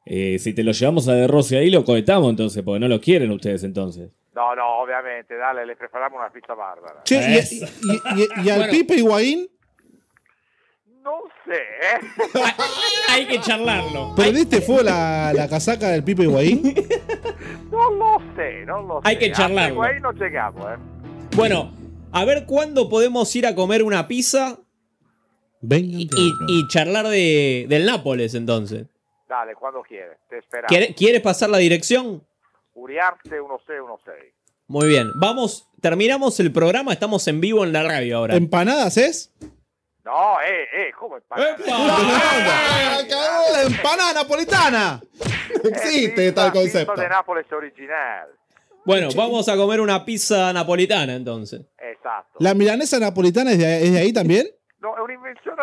[SPEAKER 4] Eh, si te lo llevamos a De Rossi ahí, lo cohetamos entonces, porque no lo quieren ustedes entonces.
[SPEAKER 15] No, no, obviamente, dale, le preparamos una pizza bárbara.
[SPEAKER 16] Che, y, y- y- y al Pipe Higuaín,
[SPEAKER 15] No sé, ¿eh?
[SPEAKER 4] Hay que charlarlo.
[SPEAKER 16] ¿perdiste fue la, la casaca del Pipe Higuaín?
[SPEAKER 15] No lo sé, no lo sé.
[SPEAKER 1] Hay que
[SPEAKER 15] Hasta
[SPEAKER 1] charlarlo.
[SPEAKER 15] Ahí no llegamos, ¿eh?
[SPEAKER 1] Bueno, a ver cuándo podemos ir a comer una pizza y, y charlar de, del Nápoles entonces.
[SPEAKER 15] Dale, cuando quieres, te esperamos.
[SPEAKER 1] ¿Quiere- ¿Quieres pasar la dirección?
[SPEAKER 15] Uriarte 1616.
[SPEAKER 1] Muy bien. Vamos, terminamos el programa, estamos en vivo en la radio ahora.
[SPEAKER 16] ¿Empanadas es?
[SPEAKER 15] No, eh, eh, ¿cómo empanadas?
[SPEAKER 16] ¡La empanada napolitana!
[SPEAKER 2] Existe tal
[SPEAKER 15] Esto
[SPEAKER 2] concepto.
[SPEAKER 15] de Nápoles original.
[SPEAKER 1] Bueno, vamos a comer una pizza napolitana entonces.
[SPEAKER 15] Exacto.
[SPEAKER 16] ¿La milanesa napolitana es de, es de ahí también?
[SPEAKER 15] No, è un'invenzione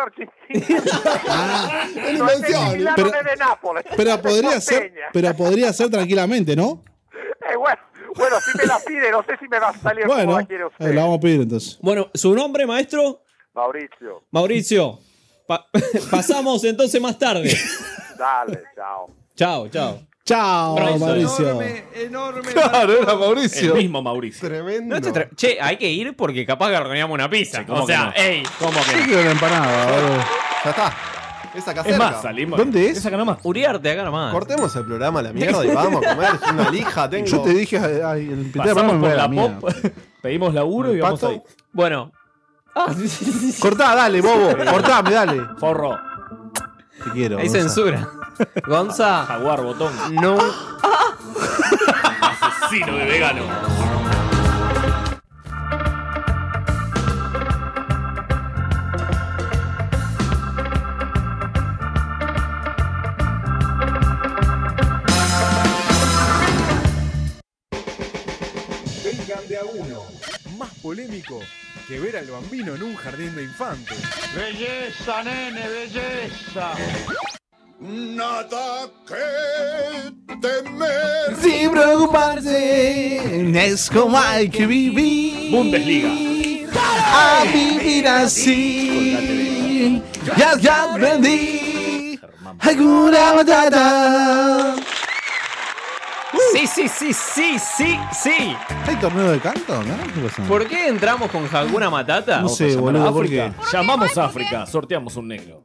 [SPEAKER 15] argentina.
[SPEAKER 16] è
[SPEAKER 15] un'invenzione. Milano
[SPEAKER 16] Però-
[SPEAKER 15] deve Napoli.
[SPEAKER 16] Pero podría ser,
[SPEAKER 15] Sardegna.
[SPEAKER 16] pero podría ser tranquilamente, ¿no?
[SPEAKER 15] Eh, bueno, bueno, si me la pide, no sé si me va a salir
[SPEAKER 16] Bueno,
[SPEAKER 15] como la quiere
[SPEAKER 16] eh,
[SPEAKER 15] usted.
[SPEAKER 16] la vamos a pedir entonces.
[SPEAKER 1] Bueno, ¿su nombre, maestro?
[SPEAKER 15] Maurizio,
[SPEAKER 1] Mauricio. Pa- pasamos entonces más tarde.
[SPEAKER 15] dale, ciao.
[SPEAKER 1] Chao, chao.
[SPEAKER 16] Chao,
[SPEAKER 1] Abrazo
[SPEAKER 16] Mauricio.
[SPEAKER 1] enorme.
[SPEAKER 14] Enorme.
[SPEAKER 1] Claro,
[SPEAKER 5] era Mauricio.
[SPEAKER 4] El mismo Mauricio.
[SPEAKER 2] Tremendo.
[SPEAKER 1] No, esto es tra- che, hay que ir porque capaz que arruinamos una pizza.
[SPEAKER 4] ¿cómo
[SPEAKER 1] o sea,
[SPEAKER 4] que no?
[SPEAKER 1] ey.
[SPEAKER 4] ¿Cómo que
[SPEAKER 5] Yo
[SPEAKER 4] no?
[SPEAKER 5] quiero la empanada, boludo.
[SPEAKER 2] Ya está. Es acá
[SPEAKER 4] Es
[SPEAKER 2] cerca.
[SPEAKER 4] más, salimos.
[SPEAKER 5] ¿Dónde es?
[SPEAKER 4] acá nomás.
[SPEAKER 1] Uriarte, acá nomás.
[SPEAKER 2] Cortemos el programa a la mierda y vamos a comer es una lija. Tengo...
[SPEAKER 5] Yo te dije, ay, ay, el primer
[SPEAKER 4] Pasamos
[SPEAKER 5] programa me
[SPEAKER 4] por
[SPEAKER 5] da
[SPEAKER 4] la
[SPEAKER 5] mierda.
[SPEAKER 4] pop, pedimos laburo y vamos
[SPEAKER 5] Pato.
[SPEAKER 4] ahí.
[SPEAKER 1] Bueno. Ah,
[SPEAKER 5] Cortá, dale, bobo. Cortame, dale.
[SPEAKER 4] Forro.
[SPEAKER 5] Te quiero.
[SPEAKER 1] Hay
[SPEAKER 5] Gonza.
[SPEAKER 1] censura. Gonza.
[SPEAKER 4] Jaguar, botón.
[SPEAKER 1] No.
[SPEAKER 4] Asesino de vegano.
[SPEAKER 12] Vengan de a uno. Más polémico que ver al bambino en un jardín de infantes.
[SPEAKER 17] Belleza, nene, belleza.
[SPEAKER 12] Nada que temer.
[SPEAKER 5] Sin preocuparse, es como hay que vivir.
[SPEAKER 4] Bundesliga.
[SPEAKER 5] A vivir así. Ya, ya aprendí. Alguna batata.
[SPEAKER 1] Sí, sí, sí, sí, sí, sí.
[SPEAKER 5] ¿Hay torneo de canto? ¿no? ¿Qué pasa?
[SPEAKER 1] ¿Por qué entramos con Hakuna Matata?
[SPEAKER 5] No sé,
[SPEAKER 1] Vamos a llamar a
[SPEAKER 5] boludo, ¿por
[SPEAKER 1] África.
[SPEAKER 4] Llamamos a África, sorteamos un negro.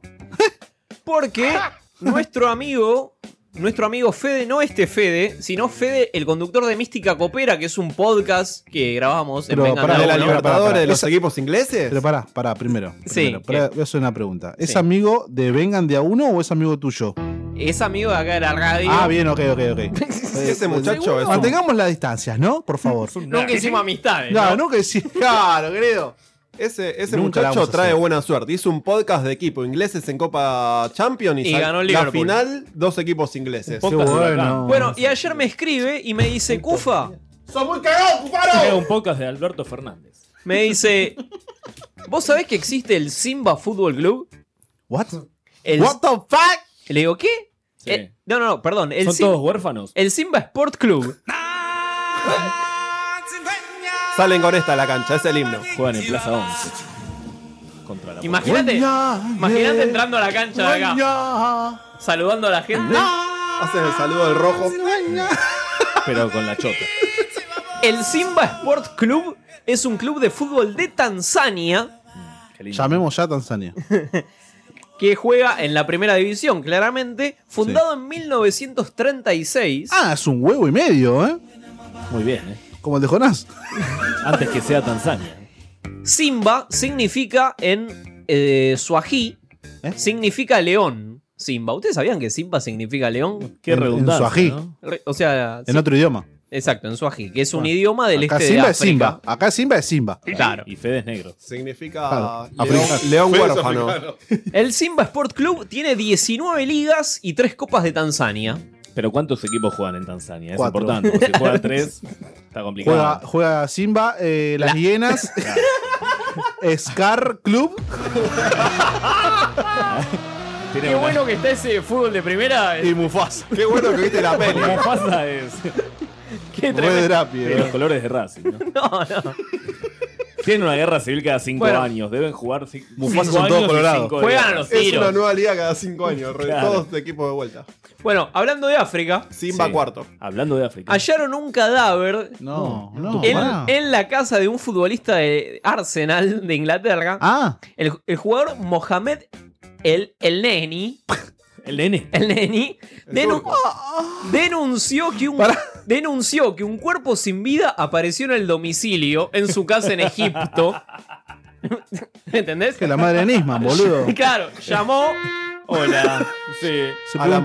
[SPEAKER 1] Porque nuestro amigo, nuestro amigo Fede, no este Fede, sino Fede, el conductor de Mística Copera, que es un podcast que grabamos
[SPEAKER 5] Pero
[SPEAKER 1] en
[SPEAKER 5] pará,
[SPEAKER 1] Vengan
[SPEAKER 5] de la
[SPEAKER 1] Uno.
[SPEAKER 5] Libertadores, Pará, pará. de los
[SPEAKER 2] equipos ingleses?
[SPEAKER 5] Pero pará, pará, primero.
[SPEAKER 1] Sí,
[SPEAKER 5] primero, pará,
[SPEAKER 1] ¿qué?
[SPEAKER 5] voy a hacer una pregunta. ¿Es
[SPEAKER 1] Sí.
[SPEAKER 5] amigo de Vengan de a uno o es amigo tuyo?
[SPEAKER 1] Es amigo de acá de la radio.
[SPEAKER 5] Ah, bien, ok, ok, ok.
[SPEAKER 1] Ese muchacho ¿Seguro? es un-
[SPEAKER 5] Eh, Mantengamos las distancias, ¿no? Por favor.
[SPEAKER 1] Nunca hicimos amistades.
[SPEAKER 5] No, nunca sí. Claro, querido.
[SPEAKER 2] Ese, ese
[SPEAKER 5] Nunca
[SPEAKER 2] muchacho
[SPEAKER 5] la vamos a
[SPEAKER 2] trae
[SPEAKER 5] hacer.
[SPEAKER 2] buena suerte. Hizo un podcast de equipo ingleses en Copa Champions y,
[SPEAKER 1] Y
[SPEAKER 2] sal-
[SPEAKER 1] ganó el
[SPEAKER 2] la
[SPEAKER 1] Liverpool.
[SPEAKER 2] final, dos equipos ingleses.
[SPEAKER 1] Podcast de Huracán. Bueno, y ayer me escribe y me dice, Cufa,
[SPEAKER 5] ¡Sos muy cagado,
[SPEAKER 4] Era
[SPEAKER 5] Cufaro!
[SPEAKER 4] un podcast de Alberto Fernández.
[SPEAKER 1] me dice, ¿vos sabés que existe el Simba Fútbol Club?
[SPEAKER 5] What?
[SPEAKER 1] What the fuck? Le digo, ¿qué? Eh, no, no, no, perdón. El
[SPEAKER 4] ¿Son
[SPEAKER 1] Sim-
[SPEAKER 4] todos huérfanos?
[SPEAKER 1] El Simba Sport Club.
[SPEAKER 2] Salen con esta a la cancha, es el himno.
[SPEAKER 4] Juegan en Plaza 11. Contra la
[SPEAKER 1] Imagínate, imagínate entrando a la cancha de acá, saludando a la gente.
[SPEAKER 2] Hacen el saludo del rojo.
[SPEAKER 4] Pero con la chota.
[SPEAKER 1] El Simba Sport Club es un club de fútbol de Tanzania
[SPEAKER 5] Llamemos ya a Tanzania.
[SPEAKER 1] que juega en la primera división, claramente, fundado en 1936.
[SPEAKER 5] Ah, es un huevo y medio, ¿eh?
[SPEAKER 4] Muy bien, ¿eh?
[SPEAKER 5] Como el de Jonás.
[SPEAKER 4] Antes que sea Tanzania.
[SPEAKER 1] Simba significa en eh, suají,
[SPEAKER 5] ¿Eh?
[SPEAKER 1] significa león. Simba. ¿Ustedes sabían que Simba significa león?
[SPEAKER 5] Qué En- en redundancia, suají. ¿no?
[SPEAKER 1] Re- O sea,
[SPEAKER 5] En
[SPEAKER 1] sí.
[SPEAKER 5] otro idioma.
[SPEAKER 1] Exacto, en suají, que es un idioma del
[SPEAKER 5] Acá
[SPEAKER 1] este
[SPEAKER 5] Simba
[SPEAKER 1] de
[SPEAKER 5] es
[SPEAKER 1] África.
[SPEAKER 5] Simba. Acá Simba es Simba.
[SPEAKER 1] Claro.
[SPEAKER 4] Y Fede es negro.
[SPEAKER 2] Significa
[SPEAKER 5] Claro.
[SPEAKER 2] León,
[SPEAKER 5] Africano.
[SPEAKER 2] León
[SPEAKER 5] Fue
[SPEAKER 2] huérfano.
[SPEAKER 5] africano.
[SPEAKER 1] El Simba Sport Club tiene 19 ligas y 3 copas de Tanzania.
[SPEAKER 4] Pero ¿cuántos equipos juegan en Tanzania? Es
[SPEAKER 1] Cuatro.
[SPEAKER 4] importante. porque Si juega tres, está complicado.
[SPEAKER 5] Juega, juega Simba, eh, las hienas, Scar Club.
[SPEAKER 4] Tiene
[SPEAKER 1] Qué
[SPEAKER 4] una-
[SPEAKER 1] bueno que está ese fútbol de primera. eh.
[SPEAKER 5] Y Mufasa.
[SPEAKER 2] Qué bueno que viste la peli.
[SPEAKER 4] Mufasa es.
[SPEAKER 1] Qué
[SPEAKER 4] tremendo.
[SPEAKER 5] Red Rapid,
[SPEAKER 4] De
[SPEAKER 5] ¿no?
[SPEAKER 4] los colores de Racing, ¿no?
[SPEAKER 1] No, no.
[SPEAKER 4] Tienen una guerra civil cada cinco
[SPEAKER 1] Bueno.
[SPEAKER 4] años. Deben jugar ci- cinco,
[SPEAKER 5] Mufasa son todos
[SPEAKER 4] años y
[SPEAKER 5] colorados.
[SPEAKER 4] cinco de
[SPEAKER 1] Juegan a
[SPEAKER 4] guerra.
[SPEAKER 1] los
[SPEAKER 2] Es una
[SPEAKER 1] tiros.
[SPEAKER 2] nueva liga cada cinco años. re-
[SPEAKER 4] Claro.
[SPEAKER 2] Todos de equipo de vuelta.
[SPEAKER 1] Bueno, hablando de África,
[SPEAKER 2] Simba
[SPEAKER 4] Sí.
[SPEAKER 2] cuarto.
[SPEAKER 4] Hablando de África.
[SPEAKER 1] hallaron un cadáver
[SPEAKER 5] No, no.
[SPEAKER 1] en,
[SPEAKER 5] pará.
[SPEAKER 1] en la casa de un futbolista de Arsenal de Inglaterra.
[SPEAKER 5] Ah.
[SPEAKER 1] El, el jugador Mohamed El, el Neni.
[SPEAKER 4] El nene.
[SPEAKER 1] El Neni denu- denunció, que un, denunció que un cuerpo sin vida apareció en el domicilio, en su casa en Egipto. ¿Me entendés?
[SPEAKER 5] Que la madre de Nisman, boludo.
[SPEAKER 1] Claro, llamó.
[SPEAKER 4] Hola. Sí.
[SPEAKER 5] Se
[SPEAKER 2] A la
[SPEAKER 5] pegó un tiro,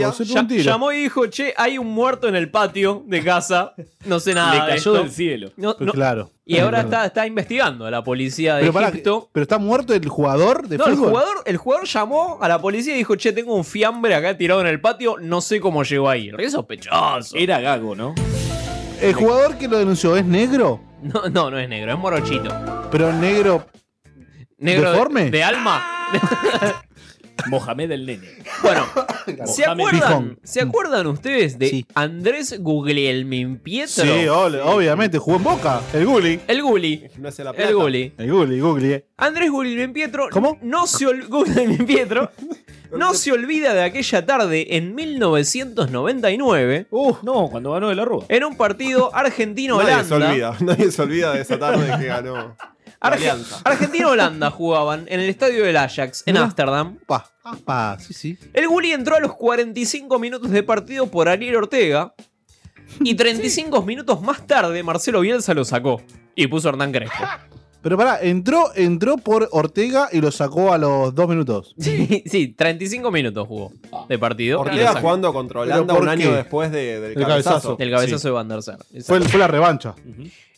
[SPEAKER 2] ambulancia,
[SPEAKER 5] dijo, se pegó
[SPEAKER 1] Ya-
[SPEAKER 5] un tiro.
[SPEAKER 1] llamó y dijo, che, hay un muerto en el patio de casa. No sé nada.
[SPEAKER 4] Le
[SPEAKER 1] de
[SPEAKER 4] cayó
[SPEAKER 1] esto".
[SPEAKER 4] del cielo.
[SPEAKER 1] No,
[SPEAKER 5] Pues
[SPEAKER 1] no.
[SPEAKER 5] claro.
[SPEAKER 1] Y ahora está, está investigando a la policía de
[SPEAKER 5] Pero, pará,
[SPEAKER 1] Egipto.
[SPEAKER 5] pero está muerto el jugador de
[SPEAKER 1] No, el
[SPEAKER 5] fútbol.
[SPEAKER 1] jugador, el jugador llamó a la policía y dijo, che, tengo un fiambre acá tirado en el patio, no sé cómo llegó ahí. Re sospechoso.
[SPEAKER 4] Era gago, ¿no?
[SPEAKER 5] El jugador que lo denunció es negro,
[SPEAKER 1] No, no, no es negro, es morochito.
[SPEAKER 5] pero negro.
[SPEAKER 1] Negro de-
[SPEAKER 5] ¿Deforme?
[SPEAKER 1] De, alma.
[SPEAKER 4] Mohamed el nene.
[SPEAKER 1] Bueno, ¿se
[SPEAKER 4] Mohamed
[SPEAKER 1] acuerdan,
[SPEAKER 5] Fijón.
[SPEAKER 1] ¿se acuerdan ustedes de Andrés Guglielmin Pietro?
[SPEAKER 5] Sí, ole, obviamente, jugó en Boca. El Gulli.
[SPEAKER 1] El Guli.
[SPEAKER 2] No es la plata.
[SPEAKER 1] El Guli.
[SPEAKER 5] El Gulli, Gulli. eh.
[SPEAKER 1] Andrés Guglielmin Pietro no se ol- Guglielmin Pietro no se olvida de aquella tarde en 1999
[SPEAKER 4] No, cuando ganó de la Rúa.
[SPEAKER 1] en un partido
[SPEAKER 2] Nadie se
[SPEAKER 1] Argentino-Holanda.
[SPEAKER 2] olvida. Nadie se olvida de esa tarde que ganó. la
[SPEAKER 1] Arge-
[SPEAKER 2] Alianza.
[SPEAKER 1] Argentina-Holanda jugaban en el estadio del Ajax en
[SPEAKER 5] Mirá.
[SPEAKER 1] Ámsterdam.
[SPEAKER 5] Pa, ah, pa, sí, sí.
[SPEAKER 1] El Gulli entró a los 45 minutos de partido por Ariel Ortega. Y 35 minutos más tarde, Marcelo Bielsa lo sacó. Y puso a Hernán Crespo.
[SPEAKER 5] Pero pará, entró, entró por Ortega y lo sacó a los dos minutos.
[SPEAKER 1] Sí, sí, 35 minutos jugó de partido. y lo
[SPEAKER 2] Ortega
[SPEAKER 1] sacó.
[SPEAKER 2] Ah. jugando contra Holanda
[SPEAKER 5] ¿Pero por
[SPEAKER 2] un año
[SPEAKER 5] qué?
[SPEAKER 2] después de- del
[SPEAKER 5] El
[SPEAKER 2] cabezazo.
[SPEAKER 5] cabezazo.
[SPEAKER 1] Del cabezazo
[SPEAKER 5] Sí.
[SPEAKER 1] de Van der Sar.
[SPEAKER 5] Fue,
[SPEAKER 1] Exacto.
[SPEAKER 5] fue la revancha.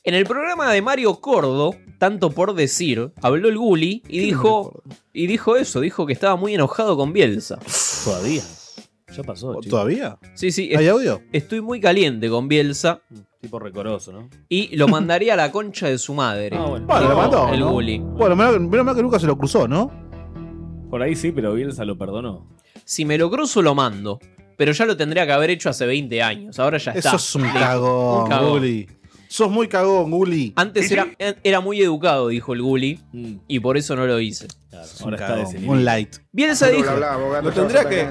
[SPEAKER 1] En el programa de Mario Cordo, tanto por decir, habló el Gulli y dijo, y dijo eso. Dijo que estaba muy enojado con Bielsa.
[SPEAKER 4] Todavía. Ya pasó. chico.
[SPEAKER 5] ¿Todavía?
[SPEAKER 1] Sí, sí.
[SPEAKER 5] ¿Hay
[SPEAKER 1] est-
[SPEAKER 5] audio?
[SPEAKER 1] Estoy muy caliente con Bielsa
[SPEAKER 4] Tipo recoroso, ¿no?
[SPEAKER 1] y lo mandaría a la concha de su madre.
[SPEAKER 4] Ah, bueno.
[SPEAKER 5] Bueno, lo mandó.
[SPEAKER 1] El
[SPEAKER 5] ¿no?
[SPEAKER 1] Gulli.
[SPEAKER 5] Bueno, menos, menos mal que nunca se lo cruzó, ¿no?
[SPEAKER 4] Por ahí sí, pero Bielsa lo perdonó.
[SPEAKER 1] Si me lo cruzo, lo mando. Pero ya lo tendría que haber hecho hace 20 años. Ahora ya está.
[SPEAKER 5] Eso es un
[SPEAKER 1] Listo.
[SPEAKER 5] cagón,
[SPEAKER 1] Un cagón.
[SPEAKER 5] Gulli. Sos muy cagón, Gulli.
[SPEAKER 1] Antes era, era muy educado, dijo el Gulli,
[SPEAKER 4] Mm,
[SPEAKER 1] y por eso no lo hice.
[SPEAKER 4] claro,
[SPEAKER 5] Es un
[SPEAKER 4] ahora está
[SPEAKER 5] cagón,
[SPEAKER 4] desinhibido.
[SPEAKER 5] Un light.
[SPEAKER 1] Bielsa dijo.
[SPEAKER 2] Lo tendría que,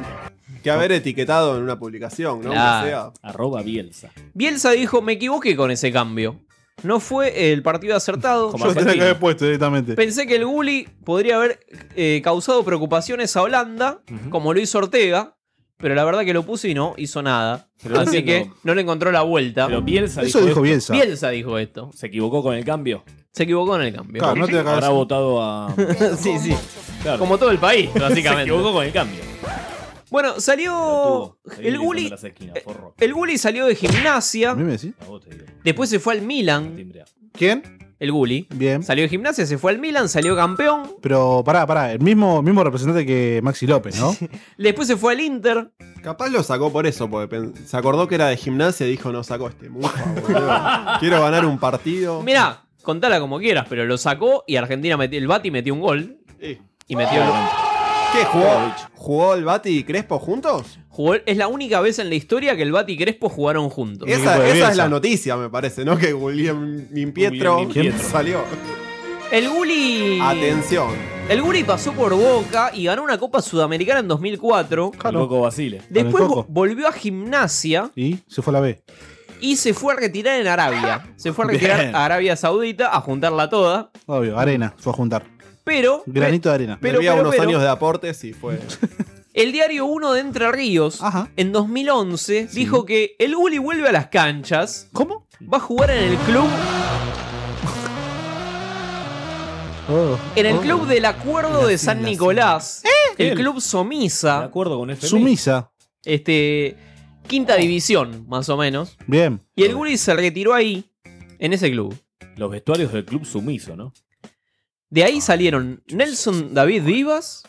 [SPEAKER 2] que haber etiquetado en una publicación, ¿no?
[SPEAKER 1] Claro.
[SPEAKER 2] O sea,
[SPEAKER 4] Arroba Bielsa.
[SPEAKER 1] Bielsa dijo, me equivoqué con ese cambio. No fue el partido acertado.
[SPEAKER 4] Como
[SPEAKER 5] Yo lo tendría que
[SPEAKER 4] Argentina.
[SPEAKER 5] haber puesto directamente.
[SPEAKER 1] Pensé que el Gulli podría haber eh, causado preocupaciones a Holanda, como lo hizo Ortega, pero la verdad que lo puse y no hizo nada.
[SPEAKER 4] Pero no
[SPEAKER 1] Así que
[SPEAKER 4] entiendo.
[SPEAKER 1] no le encontró la vuelta.
[SPEAKER 4] Pero Bielsa
[SPEAKER 5] Eso
[SPEAKER 4] dijo
[SPEAKER 5] dijo Bielsa.
[SPEAKER 1] Bielsa dijo esto.
[SPEAKER 4] Se equivocó con el cambio.
[SPEAKER 1] Se equivocó en el cambio.
[SPEAKER 5] Claro, no te
[SPEAKER 4] Habrá
[SPEAKER 5] acabas.
[SPEAKER 4] votado a.
[SPEAKER 1] sí, sí.
[SPEAKER 4] Claro.
[SPEAKER 1] Como todo el país,
[SPEAKER 4] Se
[SPEAKER 1] básicamente.
[SPEAKER 4] equivocó con el cambio.
[SPEAKER 1] Bueno, salió el Guli. El Guli salió de gimnasia. Después se fue al Milan.
[SPEAKER 5] ¿Quién?
[SPEAKER 1] El Guli.
[SPEAKER 5] Bien.
[SPEAKER 1] Salió de gimnasia, se fue al Milan, salió campeón.
[SPEAKER 5] Pero pará, pará, el mismo, mismo representante que Maxi López, ¿no?
[SPEAKER 1] Después se fue al Inter.
[SPEAKER 2] Capaz lo sacó por eso, porque pen- se acordó que era de gimnasia y dijo, no sacó este mufa, boludo. Quiero ganar un partido.
[SPEAKER 1] Mirá, contala como quieras, pero lo sacó y Argentina metió el Bati metió un gol. Y metió
[SPEAKER 4] Ah.
[SPEAKER 1] el
[SPEAKER 2] ¿Qué jugó? ¿Jugó el Bati y Crespo juntos?
[SPEAKER 1] Jugó- es la única vez en la historia que el Bati y Crespo jugaron juntos.
[SPEAKER 2] Esa, esa es la noticia, me parece, ¿no? Que William Impietro
[SPEAKER 1] William Impietro.
[SPEAKER 2] salió.
[SPEAKER 1] El Guli.
[SPEAKER 2] Atención.
[SPEAKER 1] El Guli pasó por Boca y ganó una Copa Sudamericana en 2004.
[SPEAKER 4] Coco Basile.
[SPEAKER 1] Después vo- volvió a gimnasia
[SPEAKER 5] Y se fue a la B.
[SPEAKER 1] y se fue a retirar en Arabia. Se fue a retirar
[SPEAKER 5] Bien.
[SPEAKER 1] a Arabia Saudita a juntarla toda.
[SPEAKER 5] Obvio, arena, fue a juntar.
[SPEAKER 1] Pero.
[SPEAKER 5] Granito de arena.
[SPEAKER 1] Pero, Debía pero, unos pero- años de
[SPEAKER 2] aportes y fue.
[SPEAKER 1] El diario 1 de Entre Ríos, en 2011, dijo que el Uli vuelve a las canchas.
[SPEAKER 5] ¿Cómo?
[SPEAKER 1] Va a jugar en el club, en
[SPEAKER 4] Oh,
[SPEAKER 1] el club del Acuerdo de San Nicolás, el
[SPEAKER 4] ¿Eh? Bien.
[SPEAKER 1] club Somisa. De
[SPEAKER 4] acuerdo con
[SPEAKER 5] Sumisa.
[SPEAKER 1] Este, quinta división, más o menos.
[SPEAKER 5] Bien.
[SPEAKER 1] Y el Guri se retiró ahí, en ese club.
[SPEAKER 4] Los vestuarios del club sumiso, ¿no?
[SPEAKER 1] De ahí salieron Nelson David Vivas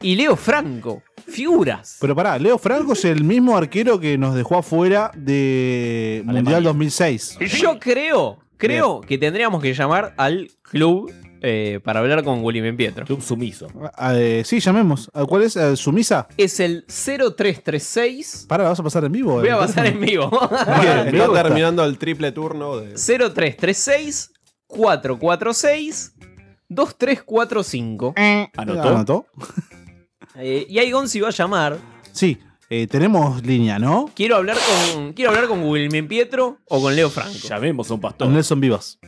[SPEAKER 1] y Leo Franco. Figuras.
[SPEAKER 5] Pero pará, Leo Franco es el mismo arquero que nos dejó afuera de Mundial 2006.
[SPEAKER 1] Yo creo, creo que tendríamos que llamar al club eh, para hablar con William Pietro.
[SPEAKER 4] Club sumiso.
[SPEAKER 5] Ah, eh, sí, llamemos. Ah, ¿Cuál es? Eh, ¿Sumisa?
[SPEAKER 1] Es el 0336.
[SPEAKER 5] Pará, ¿la vas a pasar en vivo?
[SPEAKER 1] Voy a
[SPEAKER 5] El
[SPEAKER 1] pasar en
[SPEAKER 5] teléfono.
[SPEAKER 1] vivo.
[SPEAKER 5] Bien, me
[SPEAKER 2] Está
[SPEAKER 5] gusta.
[SPEAKER 2] terminando el triple turno de.
[SPEAKER 1] 0336 446 2345.
[SPEAKER 5] ¿Anotó? ¿Anotó?
[SPEAKER 1] Eh, y ahí Gonzi va a llamar.
[SPEAKER 5] Sí, eh, tenemos línea, ¿no?
[SPEAKER 1] Quiero hablar con quiero hablar con William Pietro o con Leo Franco.
[SPEAKER 4] Llamemos a un pastor.
[SPEAKER 5] Con Nelson Vivas.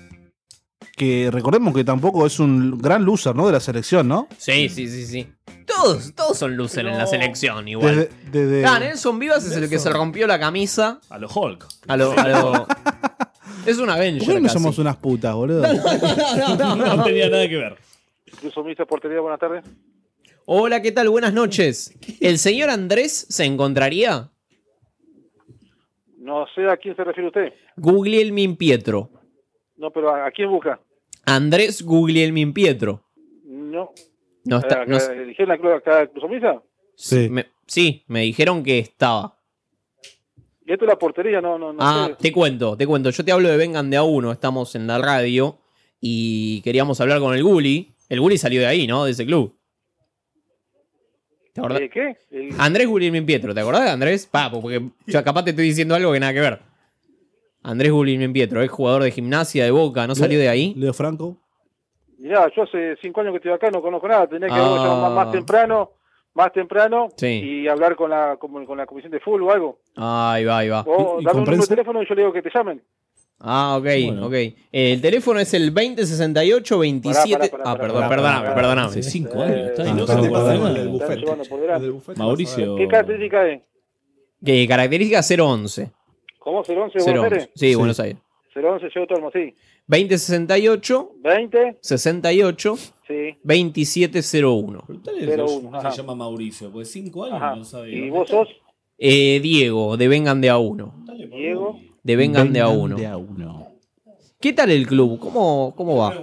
[SPEAKER 5] Que recordemos que tampoco es un gran loser, ¿no? De la selección, ¿no?
[SPEAKER 1] Sí, sí, sí, sí. Todos, todos son loser en la selección igual.
[SPEAKER 5] Desde- desde-
[SPEAKER 1] Ah, Nelson Vivas es el que se rompió la camisa.
[SPEAKER 4] A lo Hulk.
[SPEAKER 1] A lo. a lo- es un Avenger.
[SPEAKER 5] ¿Por qué no
[SPEAKER 1] casi.
[SPEAKER 5] somos unas putas, boludo?
[SPEAKER 1] No, no, no, no.
[SPEAKER 4] tenía nada que ver.
[SPEAKER 15] Club Somisa Portería, buenas tardes.
[SPEAKER 1] Hola, ¿qué tal? Buenas noches. ¿El señor Andrés se encontraría?
[SPEAKER 15] No sé a quién se refiere usted.
[SPEAKER 1] Guglielmin Pietro.
[SPEAKER 15] No, pero ¿a, a quién busca?
[SPEAKER 1] Andrés Guglielmin Pietro.
[SPEAKER 15] No.
[SPEAKER 1] No está-
[SPEAKER 15] Eh,
[SPEAKER 1] no
[SPEAKER 15] eh,
[SPEAKER 1] sé.
[SPEAKER 15] ¿Eligieron la club acá de Club Somisa?
[SPEAKER 5] Sí.
[SPEAKER 1] Me, sí, me dijeron que estaba.
[SPEAKER 15] Y esto es la portería, no, no, no
[SPEAKER 1] Ah,
[SPEAKER 15] sé.
[SPEAKER 1] te cuento, te cuento. Yo te hablo de Vengan de a uno. Estamos en la radio y queríamos hablar con el Guli. El Guli salió de ahí, ¿no? De ese club. ¿Te acordás?
[SPEAKER 15] ¿De Eh, qué? El-
[SPEAKER 1] Andrés Guglielmin Pietro, ¿te acordás de Andrés? Pa, porque yo capaz te estoy diciendo algo que nada que ver. Andrés Guglielmin Pietro, es jugador de gimnasia de Boca, ¿no salió de ahí?
[SPEAKER 5] Leo Franco.
[SPEAKER 15] Mirá, yo hace cinco años que estoy acá, no conozco nada. Tenía que
[SPEAKER 1] Ah.
[SPEAKER 15] haber llamado más, más temprano, más temprano
[SPEAKER 1] Sí.
[SPEAKER 15] y hablar con la, con, con la comisión de fútbol o algo.
[SPEAKER 1] Ahí va, ahí va.
[SPEAKER 15] O dame un número de teléfono y yo le digo que te llamen.
[SPEAKER 1] Ah, ok, ok. El teléfono es el 2068-27.
[SPEAKER 15] Pará, pará, pará,
[SPEAKER 1] Ah,
[SPEAKER 15] pará,
[SPEAKER 1] perdón,
[SPEAKER 15] pará,
[SPEAKER 1] perdóname,
[SPEAKER 15] pará. Eh,
[SPEAKER 1] perdóname.
[SPEAKER 4] Hace cinco años. Está ahí,
[SPEAKER 1] Ah,
[SPEAKER 4] no se acuerda
[SPEAKER 1] está bien,
[SPEAKER 4] nada.
[SPEAKER 1] el
[SPEAKER 15] Están llevando por delante.
[SPEAKER 4] Mauricio.
[SPEAKER 15] ¿Qué característica es?
[SPEAKER 1] Que característica 011.
[SPEAKER 15] ¿Cómo? ¿011 de Buenos
[SPEAKER 1] 011.
[SPEAKER 15] Aires?
[SPEAKER 1] Sí, Buenos Aires.
[SPEAKER 15] 011 yo tomo, sí.
[SPEAKER 1] 2068
[SPEAKER 15] 20,
[SPEAKER 1] 68
[SPEAKER 15] sí,
[SPEAKER 1] 2701.
[SPEAKER 15] 01.
[SPEAKER 4] Se llama Mauricio, pues cinco años no sabe.
[SPEAKER 15] ¿Y vos sos?
[SPEAKER 1] Eh, Diego, de Vengan de a uno.
[SPEAKER 15] Diego.
[SPEAKER 1] De Vengan de a uno.
[SPEAKER 5] De a uno.
[SPEAKER 1] ¿Qué tal el club? ¿Cómo, cómo va?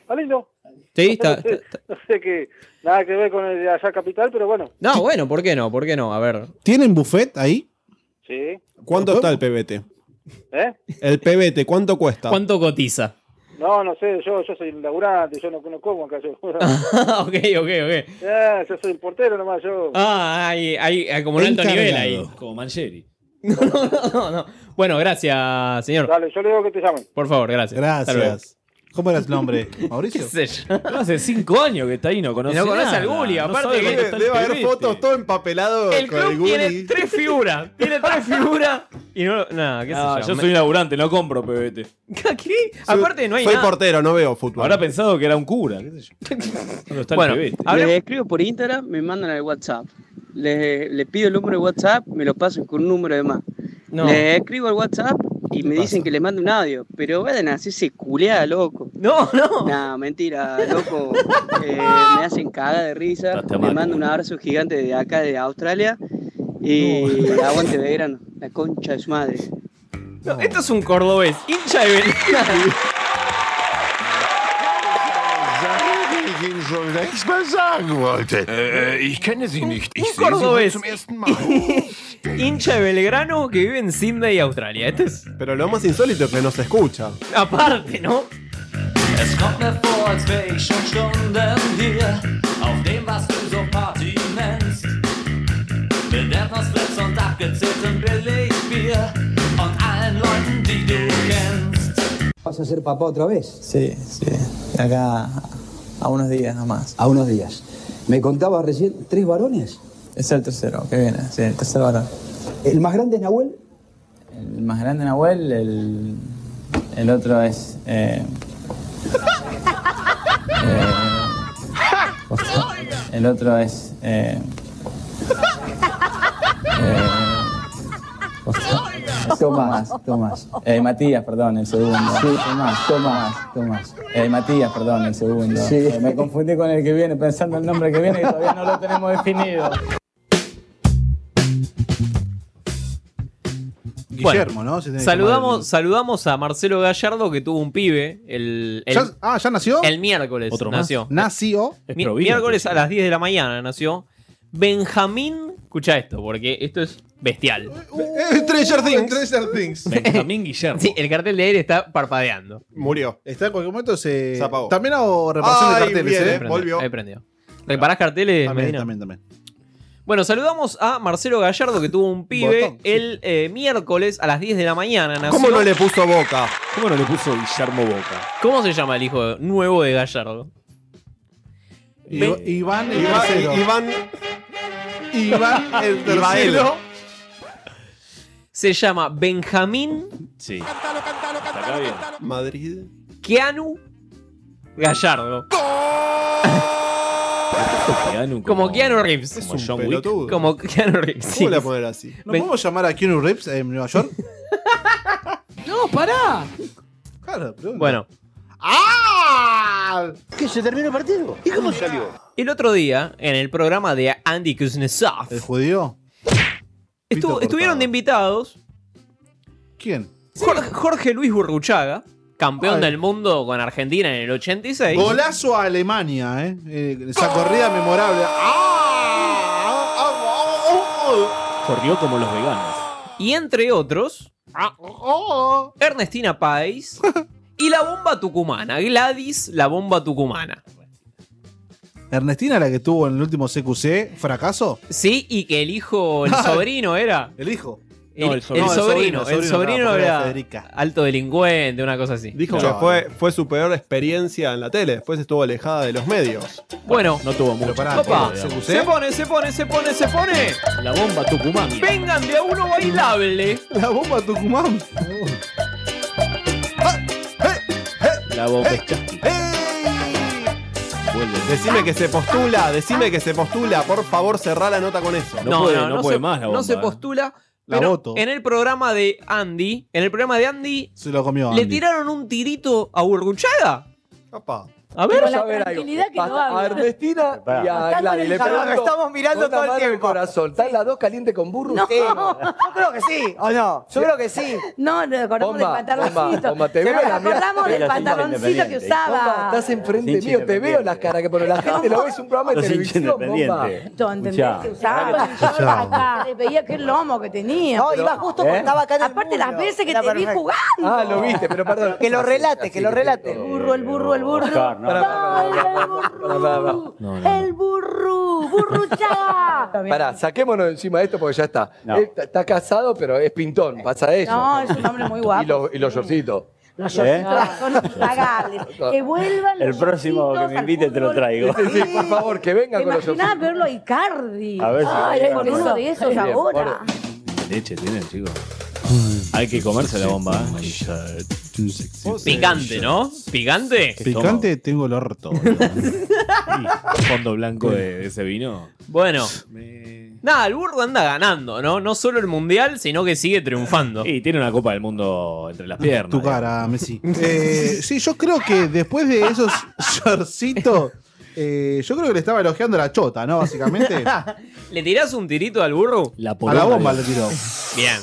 [SPEAKER 15] Está lindo.
[SPEAKER 1] Sí, está-
[SPEAKER 15] No sé, no sé qué, nada que ver con el de allá capital, pero bueno.
[SPEAKER 1] No, bueno, ¿por qué no? ¿Por qué no? A ver.
[SPEAKER 5] ¿Tienen buffet ahí?
[SPEAKER 15] Sí.
[SPEAKER 2] ¿Cuánto está el PBT?
[SPEAKER 15] ¿Eh?
[SPEAKER 2] El PBT, ¿cuánto cuesta?
[SPEAKER 1] ¿Cuánto cotiza?
[SPEAKER 15] No, no sé, yo, yo soy un laburante, yo no, no como acá. Yo,
[SPEAKER 1] Ah. ok, ok, ok.
[SPEAKER 15] Eh, yo soy un portero nomás, yo.
[SPEAKER 1] Ah, hay, hay- hay como un alto
[SPEAKER 4] Encargado.
[SPEAKER 1] nivel ahí.
[SPEAKER 4] Como Mancheri.
[SPEAKER 1] Bueno, gracias, señor.
[SPEAKER 15] Dale, yo le digo que te llamen.
[SPEAKER 1] Por favor, gracias. Hasta luego.
[SPEAKER 5] Gracias. ¿Cómo era el nombre? ¿Mauricio?
[SPEAKER 1] ¿Qué sé yo?
[SPEAKER 4] No, hace cinco años que está ahí, no conoce.
[SPEAKER 1] No conoce
[SPEAKER 4] nada.
[SPEAKER 1] al Guli,
[SPEAKER 4] No
[SPEAKER 1] aparte
[SPEAKER 4] sabe
[SPEAKER 1] que-
[SPEAKER 4] dónde está el
[SPEAKER 2] Debe haber
[SPEAKER 4] pibete.
[SPEAKER 2] fotos todo empapelado
[SPEAKER 1] El
[SPEAKER 2] con el
[SPEAKER 1] club
[SPEAKER 2] Guni.
[SPEAKER 1] tiene tres figuras. Tiene tres figuras. Y no, nada, qué
[SPEAKER 4] Ah,
[SPEAKER 1] sé
[SPEAKER 4] yo
[SPEAKER 1] Me-
[SPEAKER 4] soy un laburante, no compro PBT.
[SPEAKER 1] ¿Qué? Aparte, no hay
[SPEAKER 2] Soy
[SPEAKER 1] nada.
[SPEAKER 2] portero, no veo fútbol.
[SPEAKER 4] Habrá pensado que era un cura, qué sé yo. ¿Dónde está el
[SPEAKER 1] Bueno,
[SPEAKER 4] PBT?
[SPEAKER 18] Les escribo por Instagram, me mandan al WhatsApp. Les, les pido el número de WhatsApp, me lo pasan con un número de más.
[SPEAKER 1] No.
[SPEAKER 18] Les escribo al WhatsApp, y me dicen que les mande un audio, pero vayan a hacerse culeada, loco.
[SPEAKER 1] No, no.
[SPEAKER 18] Nah, mentira, loco. Eh, me hacen caga de risa.
[SPEAKER 4] Trate
[SPEAKER 18] Me
[SPEAKER 4] mal.
[SPEAKER 18] mando un abrazo gigante de acá, de Australia. Y aguante Belgrano, la concha de su madre.
[SPEAKER 1] No, esto es un cordobés, hincha de Belén.
[SPEAKER 3] Sage ich Ihnen schon längst mal sagen wollte. Äh, äh, ich kenne Sie nicht. Ich
[SPEAKER 1] Un
[SPEAKER 3] sehe Sie heute
[SPEAKER 1] cordobés.
[SPEAKER 3] zum ersten
[SPEAKER 1] hincha de Belgrano que vive en Sydney, Australia. Este es.
[SPEAKER 2] Pero lo más insólito es que no se escucha.
[SPEAKER 1] Aparte, ¿no?
[SPEAKER 9] Es kommt mir vor, als wär ich schon Stunden hier, auf dem, was du so Party nennst. Mit Erdnussflips und abgezähltem Billigbier und allen Leuten, die du kennst.
[SPEAKER 19] ¿Vas a ser papá otra vez?
[SPEAKER 20] Sí, sí. Acá a unos días nomás.
[SPEAKER 19] A unos días. Me contabas recién, ¿tres varones?
[SPEAKER 20] Es el tercero que viene, sí, el tercer varón.
[SPEAKER 19] ¿El más grande es Nahuel?
[SPEAKER 20] El más grande Nahuel, el, el otro es... eh, eh, el otro es... eh, eh, Tomás, Tomás. Eh, Matías, perdón, el segundo. Sí, Tomás, Tomás, Tomás. Eh, Matías, perdón, el segundo.
[SPEAKER 19] Sí.
[SPEAKER 20] Eh, me confundí con el que viene, pensando el nombre que viene y todavía no lo tenemos definido.
[SPEAKER 5] Guillermo,
[SPEAKER 1] Bueno,
[SPEAKER 5] ¿no? Se tiene que
[SPEAKER 1] saludamos, saludamos a Marcelo Gallardo que tuvo un pibe. El, el-
[SPEAKER 5] llamar el- ¿Ya? Ah, ¿ya nació?
[SPEAKER 1] el miércoles
[SPEAKER 5] Otro más.
[SPEAKER 1] nació.
[SPEAKER 5] Nació.
[SPEAKER 1] Mi- miércoles a las 10 de la mañana nació Benjamín. Escucha esto, porque esto es bestial.
[SPEAKER 5] Eh, Treasure Things.
[SPEAKER 1] Benjamín Guillermo. Sí, el cartel de aire está parpadeando.
[SPEAKER 5] Murió. Está en cualquier momento se.
[SPEAKER 1] Se apagó.
[SPEAKER 5] También hago reparación
[SPEAKER 1] Ay,
[SPEAKER 5] de carteles,
[SPEAKER 1] bien,
[SPEAKER 5] ¿eh?
[SPEAKER 1] eh, Ahí prendió. ¿Reparás carteles,
[SPEAKER 5] También,
[SPEAKER 1] Medina?
[SPEAKER 5] también, también.
[SPEAKER 1] Bueno, saludamos a Marcelo Gallardo que tuvo un pibe
[SPEAKER 5] Botón,
[SPEAKER 1] el eh, miércoles a las 10 de la mañana. nació.
[SPEAKER 2] ¿Cómo no le puso boca?
[SPEAKER 4] ¿Cómo no le puso Guillermo Boca?
[SPEAKER 1] ¿Cómo se llama el hijo nuevo de Gallardo?
[SPEAKER 5] Iv- Eh, Iván, el
[SPEAKER 2] Iván-
[SPEAKER 5] tercero.
[SPEAKER 2] Iván-
[SPEAKER 5] Iván, el
[SPEAKER 1] Ivael.
[SPEAKER 5] tercero.
[SPEAKER 1] Se llama Benjamín
[SPEAKER 4] Sí.
[SPEAKER 2] Madrid.
[SPEAKER 1] Keanu Gallardo.
[SPEAKER 4] Keanu
[SPEAKER 1] como, Keanu Reeves.
[SPEAKER 5] Es Como un John Wick. pelotudo.
[SPEAKER 1] Como Keanu Reeves. sí.
[SPEAKER 5] ¿Cómo le voy a poner así? ¿No
[SPEAKER 1] Ven-
[SPEAKER 5] podemos llamar a Keanu Reeves en Nueva York?
[SPEAKER 18] No, pará.
[SPEAKER 5] Claro, pero-
[SPEAKER 1] Bueno,
[SPEAKER 5] ¡Ah!
[SPEAKER 6] ¿Qué? ¿Se terminó el partido? ¿Y cómo salió?
[SPEAKER 1] el otro día, en el programa de Andy Kuznetsov,
[SPEAKER 5] ¿El judío?
[SPEAKER 1] estuvo- estuvieron de invitados
[SPEAKER 5] ¿Quién?
[SPEAKER 1] Jor- Jorge Luis Burruchaga, campeón
[SPEAKER 5] Ay.
[SPEAKER 1] del mundo con Argentina en el 86.
[SPEAKER 5] Golazo a Alemania, ¿eh? Eh, Esa corrida memorable. ¡Ah!
[SPEAKER 4] Corrió como los veganos.
[SPEAKER 1] Y entre otros,
[SPEAKER 5] Ah, oh,
[SPEAKER 1] Ernestina Pais y la bomba tucumana, Gladys, la bomba tucumana.
[SPEAKER 5] Ernestina, la que tuvo en el último CQC, fracaso.
[SPEAKER 1] Sí, y que el hijo, el sobrino era.
[SPEAKER 5] El hijo.
[SPEAKER 1] El,
[SPEAKER 5] No, el
[SPEAKER 1] el
[SPEAKER 5] sobrino. No,
[SPEAKER 1] sobrino,
[SPEAKER 5] el sobrino,
[SPEAKER 1] el sobrino,
[SPEAKER 5] el sobrino, no, porque era
[SPEAKER 1] era alto delincuente, una cosa así.
[SPEAKER 2] Dijo que fue, fue su peor experiencia en la tele. Después estuvo alejada de los medios.
[SPEAKER 1] Bueno,
[SPEAKER 4] no tuvo
[SPEAKER 2] mucho.
[SPEAKER 1] Opa, se pone, se pone, se pone, se pone.
[SPEAKER 4] ¿eh? La bomba Tucumán.
[SPEAKER 1] Vengan de a uno bailable.
[SPEAKER 5] La bomba Tucumán.
[SPEAKER 4] La bomba es
[SPEAKER 2] Decime que se postula, decime que se postula. Por favor, cerrá la nota con eso.
[SPEAKER 1] No, no, no, se, no se
[SPEAKER 4] ¿eh?
[SPEAKER 1] postula.
[SPEAKER 2] La
[SPEAKER 1] pero
[SPEAKER 2] voto.
[SPEAKER 1] en el programa de Andy, en el programa de Andy,
[SPEAKER 5] Se lo comió
[SPEAKER 1] le tiraron un tirito a Burruchaga. A ver,
[SPEAKER 21] Vamos a ver algo. Hasta a Ernestina y a Gladys. Le pregunto, con una mano en corazón. ¿Están las dos calientes con burro?
[SPEAKER 8] No.
[SPEAKER 21] Sí.
[SPEAKER 8] Yo creo que sí, ¿o no? Yo creo que sí.
[SPEAKER 21] No, nos acordamos
[SPEAKER 8] Bomba,
[SPEAKER 21] del pantaloncito.
[SPEAKER 8] bomba, bomba, te veo
[SPEAKER 21] nos
[SPEAKER 8] la mía-
[SPEAKER 21] acordamos del
[SPEAKER 8] Pero sí,
[SPEAKER 21] pantaloncito que
[SPEAKER 8] independiente.
[SPEAKER 21] usaba.
[SPEAKER 8] Bomba,
[SPEAKER 21] estás
[SPEAKER 8] enfrente mío, te veo las caras que pone la gente, lo ves un programa de Los hinchas televisión, bomba. independientes.
[SPEAKER 21] ¿Tú entendés
[SPEAKER 8] Escuchá.
[SPEAKER 21] que usaba? Yo
[SPEAKER 8] Escuchá. ¿Eh?
[SPEAKER 21] acá te veía qué lomo que tenía.
[SPEAKER 8] No, iba justo cuando estaba acá en el
[SPEAKER 21] Aparte las
[SPEAKER 8] muro.
[SPEAKER 21] veces que
[SPEAKER 8] Era
[SPEAKER 21] te vi
[SPEAKER 8] perfecto.
[SPEAKER 21] jugando.
[SPEAKER 8] Ah, lo viste, pero perdón. Ah, Que lo relate, que lo relate.
[SPEAKER 21] El burro, el burro, el burro.
[SPEAKER 8] Oscar, no.
[SPEAKER 21] El burro, burruchaga.
[SPEAKER 8] Pará, saquémonos de encima de esto porque ya está. Eh, Está está casado, pero es pintón, pasa eso.
[SPEAKER 21] No, es un hombre muy guapo.
[SPEAKER 8] Y los, y los shortcitos.
[SPEAKER 21] Los shortcitos son pagables. Que vuelvan los
[SPEAKER 8] ¿Eh? El próximo que me invite te lo traigo. Sí, sí, por favor, que venga
[SPEAKER 21] ¿Te
[SPEAKER 8] con los
[SPEAKER 21] imaginás
[SPEAKER 8] shortcitos.
[SPEAKER 21] verlo a Icardi?
[SPEAKER 8] A ver si-
[SPEAKER 21] Ay,
[SPEAKER 8] Ay,
[SPEAKER 21] con
[SPEAKER 8] no.
[SPEAKER 21] uno de esos
[SPEAKER 8] Bien,
[SPEAKER 21] ahora.
[SPEAKER 4] Leche tiene, chicos. Hay que comerse la bomba. ¿eh?
[SPEAKER 21] este-
[SPEAKER 1] Picante, ¿no? Picante.
[SPEAKER 5] Picante tengo el orto. boludo.
[SPEAKER 4] Fondo blanco de, de ese vino.
[SPEAKER 1] Bueno, Nada, el burro anda ganando, ¿no? No solo el mundial, sino que sigue triunfando.
[SPEAKER 4] Y tiene una Copa del Mundo entre las piernas.
[SPEAKER 5] Tu cara, Messi. Eh, sí, yo creo que después de esos shortcitos, eh, yo creo que le estaba elogiando la chota, ¿no? Básicamente.
[SPEAKER 1] ¿Le tirás un tirito al burro?
[SPEAKER 5] A la bomba le tiró.
[SPEAKER 1] Bien.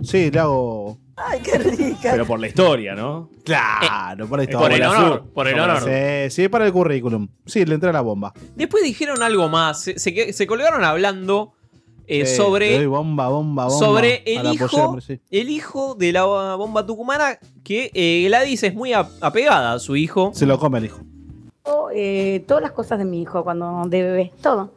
[SPEAKER 5] Sí, le hago.
[SPEAKER 22] Ay, qué rica.
[SPEAKER 4] Pero por la historia, ¿no?
[SPEAKER 5] Claro, por la
[SPEAKER 1] Eh, por
[SPEAKER 5] historia.
[SPEAKER 1] el honor, por el
[SPEAKER 5] Como la
[SPEAKER 1] honor.
[SPEAKER 5] Sí, sí, para el currículum. Sí, le entré a la bomba.
[SPEAKER 1] Después dijeron algo más. Se, se que- se colgaron hablando eh,
[SPEAKER 5] Sí,
[SPEAKER 1] sobre.
[SPEAKER 5] le doy bomba, bomba, bomba.
[SPEAKER 1] sobre
[SPEAKER 5] a
[SPEAKER 1] el
[SPEAKER 5] la
[SPEAKER 1] hijo,
[SPEAKER 5] pollera, sí.
[SPEAKER 1] el hijo de la bomba tucumana, que eh, Gladys es muy a- apegada a su hijo.
[SPEAKER 5] Se lo come el hijo.
[SPEAKER 22] Eh, todas las cosas de mi hijo cuando de bebé, todo.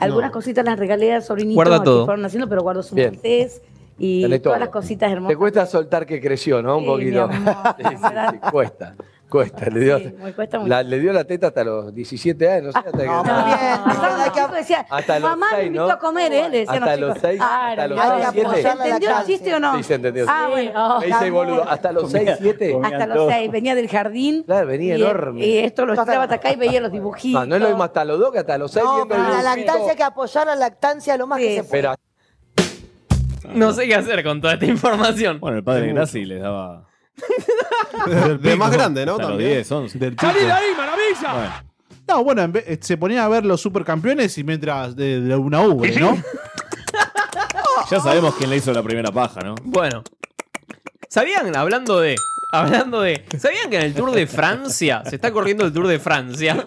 [SPEAKER 22] Algunas cositas las regalé a sobrinitos
[SPEAKER 8] Ah. Guarda
[SPEAKER 22] que
[SPEAKER 8] todo.
[SPEAKER 22] fueron haciendo, pero guardo su
[SPEAKER 8] Bien.
[SPEAKER 22] merced y
[SPEAKER 8] Tenés
[SPEAKER 22] todas
[SPEAKER 8] todo.
[SPEAKER 22] las cositas
[SPEAKER 8] Te
[SPEAKER 22] hermosas.
[SPEAKER 8] cuesta soltar que creció, ¿no? Un
[SPEAKER 22] Sí, mi
[SPEAKER 8] poquito.
[SPEAKER 22] amor,
[SPEAKER 8] Sí, sí, sí, cuesta, cuesta. Le dio,
[SPEAKER 22] Me cuesta mucho.
[SPEAKER 8] la, le dio la teta hasta los 17 años, no sé, hasta que-
[SPEAKER 22] Ah, Pasaron los chicos y decían,
[SPEAKER 8] Hasta los
[SPEAKER 22] mamá me
[SPEAKER 8] seis,
[SPEAKER 22] invitó
[SPEAKER 8] ¿no?
[SPEAKER 22] a comer, ¿eh? Le decían
[SPEAKER 8] Hasta
[SPEAKER 22] los
[SPEAKER 8] los
[SPEAKER 22] chicos. Ah,
[SPEAKER 8] seis,
[SPEAKER 22] Claro,
[SPEAKER 8] hasta los
[SPEAKER 22] claro.
[SPEAKER 8] seis, siete.
[SPEAKER 22] ¿Se entendió el chiste o no?
[SPEAKER 8] Sí, se entendió.
[SPEAKER 22] Ah, bueno.
[SPEAKER 8] Me hice el boludo. Hasta los 6, 7.
[SPEAKER 22] Hasta los seis, venía del jardín.
[SPEAKER 8] Claro, venía
[SPEAKER 22] y-
[SPEAKER 8] enorme.
[SPEAKER 22] Y esto lo estiraba hasta acá y veía los dibujitos.
[SPEAKER 8] Ah, No, no es lo mismo hasta los 2 que hasta los 6.
[SPEAKER 22] No,
[SPEAKER 8] viendo
[SPEAKER 22] pero
[SPEAKER 8] el
[SPEAKER 22] la
[SPEAKER 8] dibujito.
[SPEAKER 22] lactancia
[SPEAKER 19] que apoyar la lactancia lo más
[SPEAKER 22] que se
[SPEAKER 8] Pero
[SPEAKER 1] No sé qué hacer con toda esta información.
[SPEAKER 4] Bueno, el padre de Graci les daba.
[SPEAKER 2] De más grande, ¿no?
[SPEAKER 4] Hasta los
[SPEAKER 2] También.
[SPEAKER 4] 10, 11.
[SPEAKER 5] Del
[SPEAKER 4] ¡Salí
[SPEAKER 5] pico.
[SPEAKER 4] de ahí, maravilla!
[SPEAKER 5] No, bueno, en vez- se ponía a ver los supercampeones y mientras de, de una ubre, ¿no?
[SPEAKER 4] Ya sabemos quién le hizo la primera paja, ¿no?
[SPEAKER 1] Bueno, ¿sabían? Hablando de. Hablando de. ¿Sabían que en el Tour de Francia se está corriendo el Tour de Francia?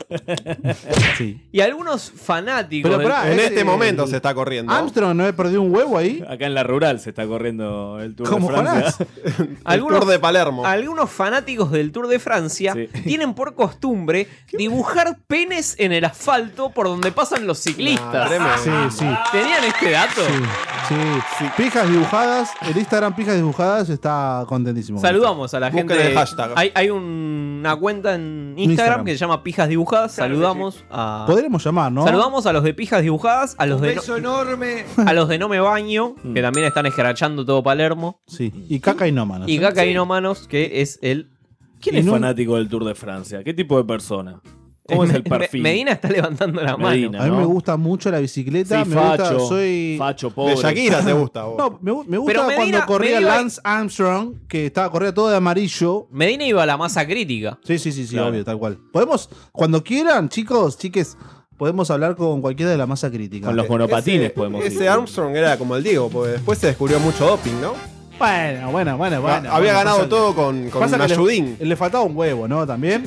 [SPEAKER 5] Sí.
[SPEAKER 1] Y algunos fanáticos.
[SPEAKER 5] Pero
[SPEAKER 1] del-
[SPEAKER 5] pará, En es este el- momento se
[SPEAKER 2] está corriendo.
[SPEAKER 5] Armstrong no he perdido un huevo ahí.
[SPEAKER 4] Acá en la rural se está corriendo el Tour
[SPEAKER 5] ¿Cómo
[SPEAKER 4] de Francia.
[SPEAKER 5] Jonás?
[SPEAKER 1] Algunos,
[SPEAKER 2] Tour de Palermo.
[SPEAKER 1] Algunos fanáticos del Tour de Francia tienen por costumbre dibujar penes en el asfalto por donde pasan los ciclistas.
[SPEAKER 5] Sí, sí.
[SPEAKER 1] ¿Tenían este dato?
[SPEAKER 5] Sí, sí. Pijas dibujadas. El Instagram Pijas dibujadas está contentísimo.
[SPEAKER 1] Saludamos a la
[SPEAKER 5] Busquen
[SPEAKER 1] gente.
[SPEAKER 5] el hashtag.
[SPEAKER 1] Hay, hay un- una cuenta en Instagram,
[SPEAKER 5] Instagram.
[SPEAKER 1] que se llama Pijas Dibujadas. Saludamos a.
[SPEAKER 5] Podremos llamar, ¿no?
[SPEAKER 1] Saludamos a los de Pijas Dibujadas, a los
[SPEAKER 12] Un
[SPEAKER 1] de.
[SPEAKER 12] beso
[SPEAKER 1] No-
[SPEAKER 12] enorme.
[SPEAKER 1] a los de No Me Baño, que también están escrachando todo Palermo.
[SPEAKER 5] Mm. Sí. Y caca y no manos.
[SPEAKER 1] Y Gaca y No Manos, que es el.
[SPEAKER 4] ¿Quién es fanático del Tour de Francia? ¿Qué tipo de persona? ¿Cómo es el
[SPEAKER 1] Me-
[SPEAKER 4] perfil?
[SPEAKER 1] Medina está levantando la mano.
[SPEAKER 4] Medina,
[SPEAKER 5] a mí
[SPEAKER 4] ¿no?
[SPEAKER 5] me gusta mucho la bicicleta.
[SPEAKER 4] Sí,
[SPEAKER 5] me gusta,
[SPEAKER 4] facho,
[SPEAKER 5] soy.
[SPEAKER 4] facho, pobre. De Shakira te gusta, vos.
[SPEAKER 5] No, me, gu- me gusta
[SPEAKER 1] Pero Medina-
[SPEAKER 5] cuando corría
[SPEAKER 1] Medina-
[SPEAKER 5] Lance Armstrong, que estaba corría todo de amarillo.
[SPEAKER 1] Medina iba a la masa crítica.
[SPEAKER 5] Sí, sí, sí, sí,
[SPEAKER 1] Claro.
[SPEAKER 5] obvio, tal cual. Podemos, cuando quieran, chicos, chiques, podemos hablar con cualquiera de la masa crítica.
[SPEAKER 2] Eh, Ese- Ese Armstrong era como el Diego, porque después se descubrió mucho doping, ¿no?
[SPEAKER 5] Bueno, bueno, bueno, bueno.
[SPEAKER 2] Había
[SPEAKER 5] bueno,
[SPEAKER 2] ganado
[SPEAKER 5] pasa-
[SPEAKER 2] todo con, con
[SPEAKER 5] pasa que le-
[SPEAKER 2] Nayudín.
[SPEAKER 5] Le, faltaba un huevo, ¿no? También.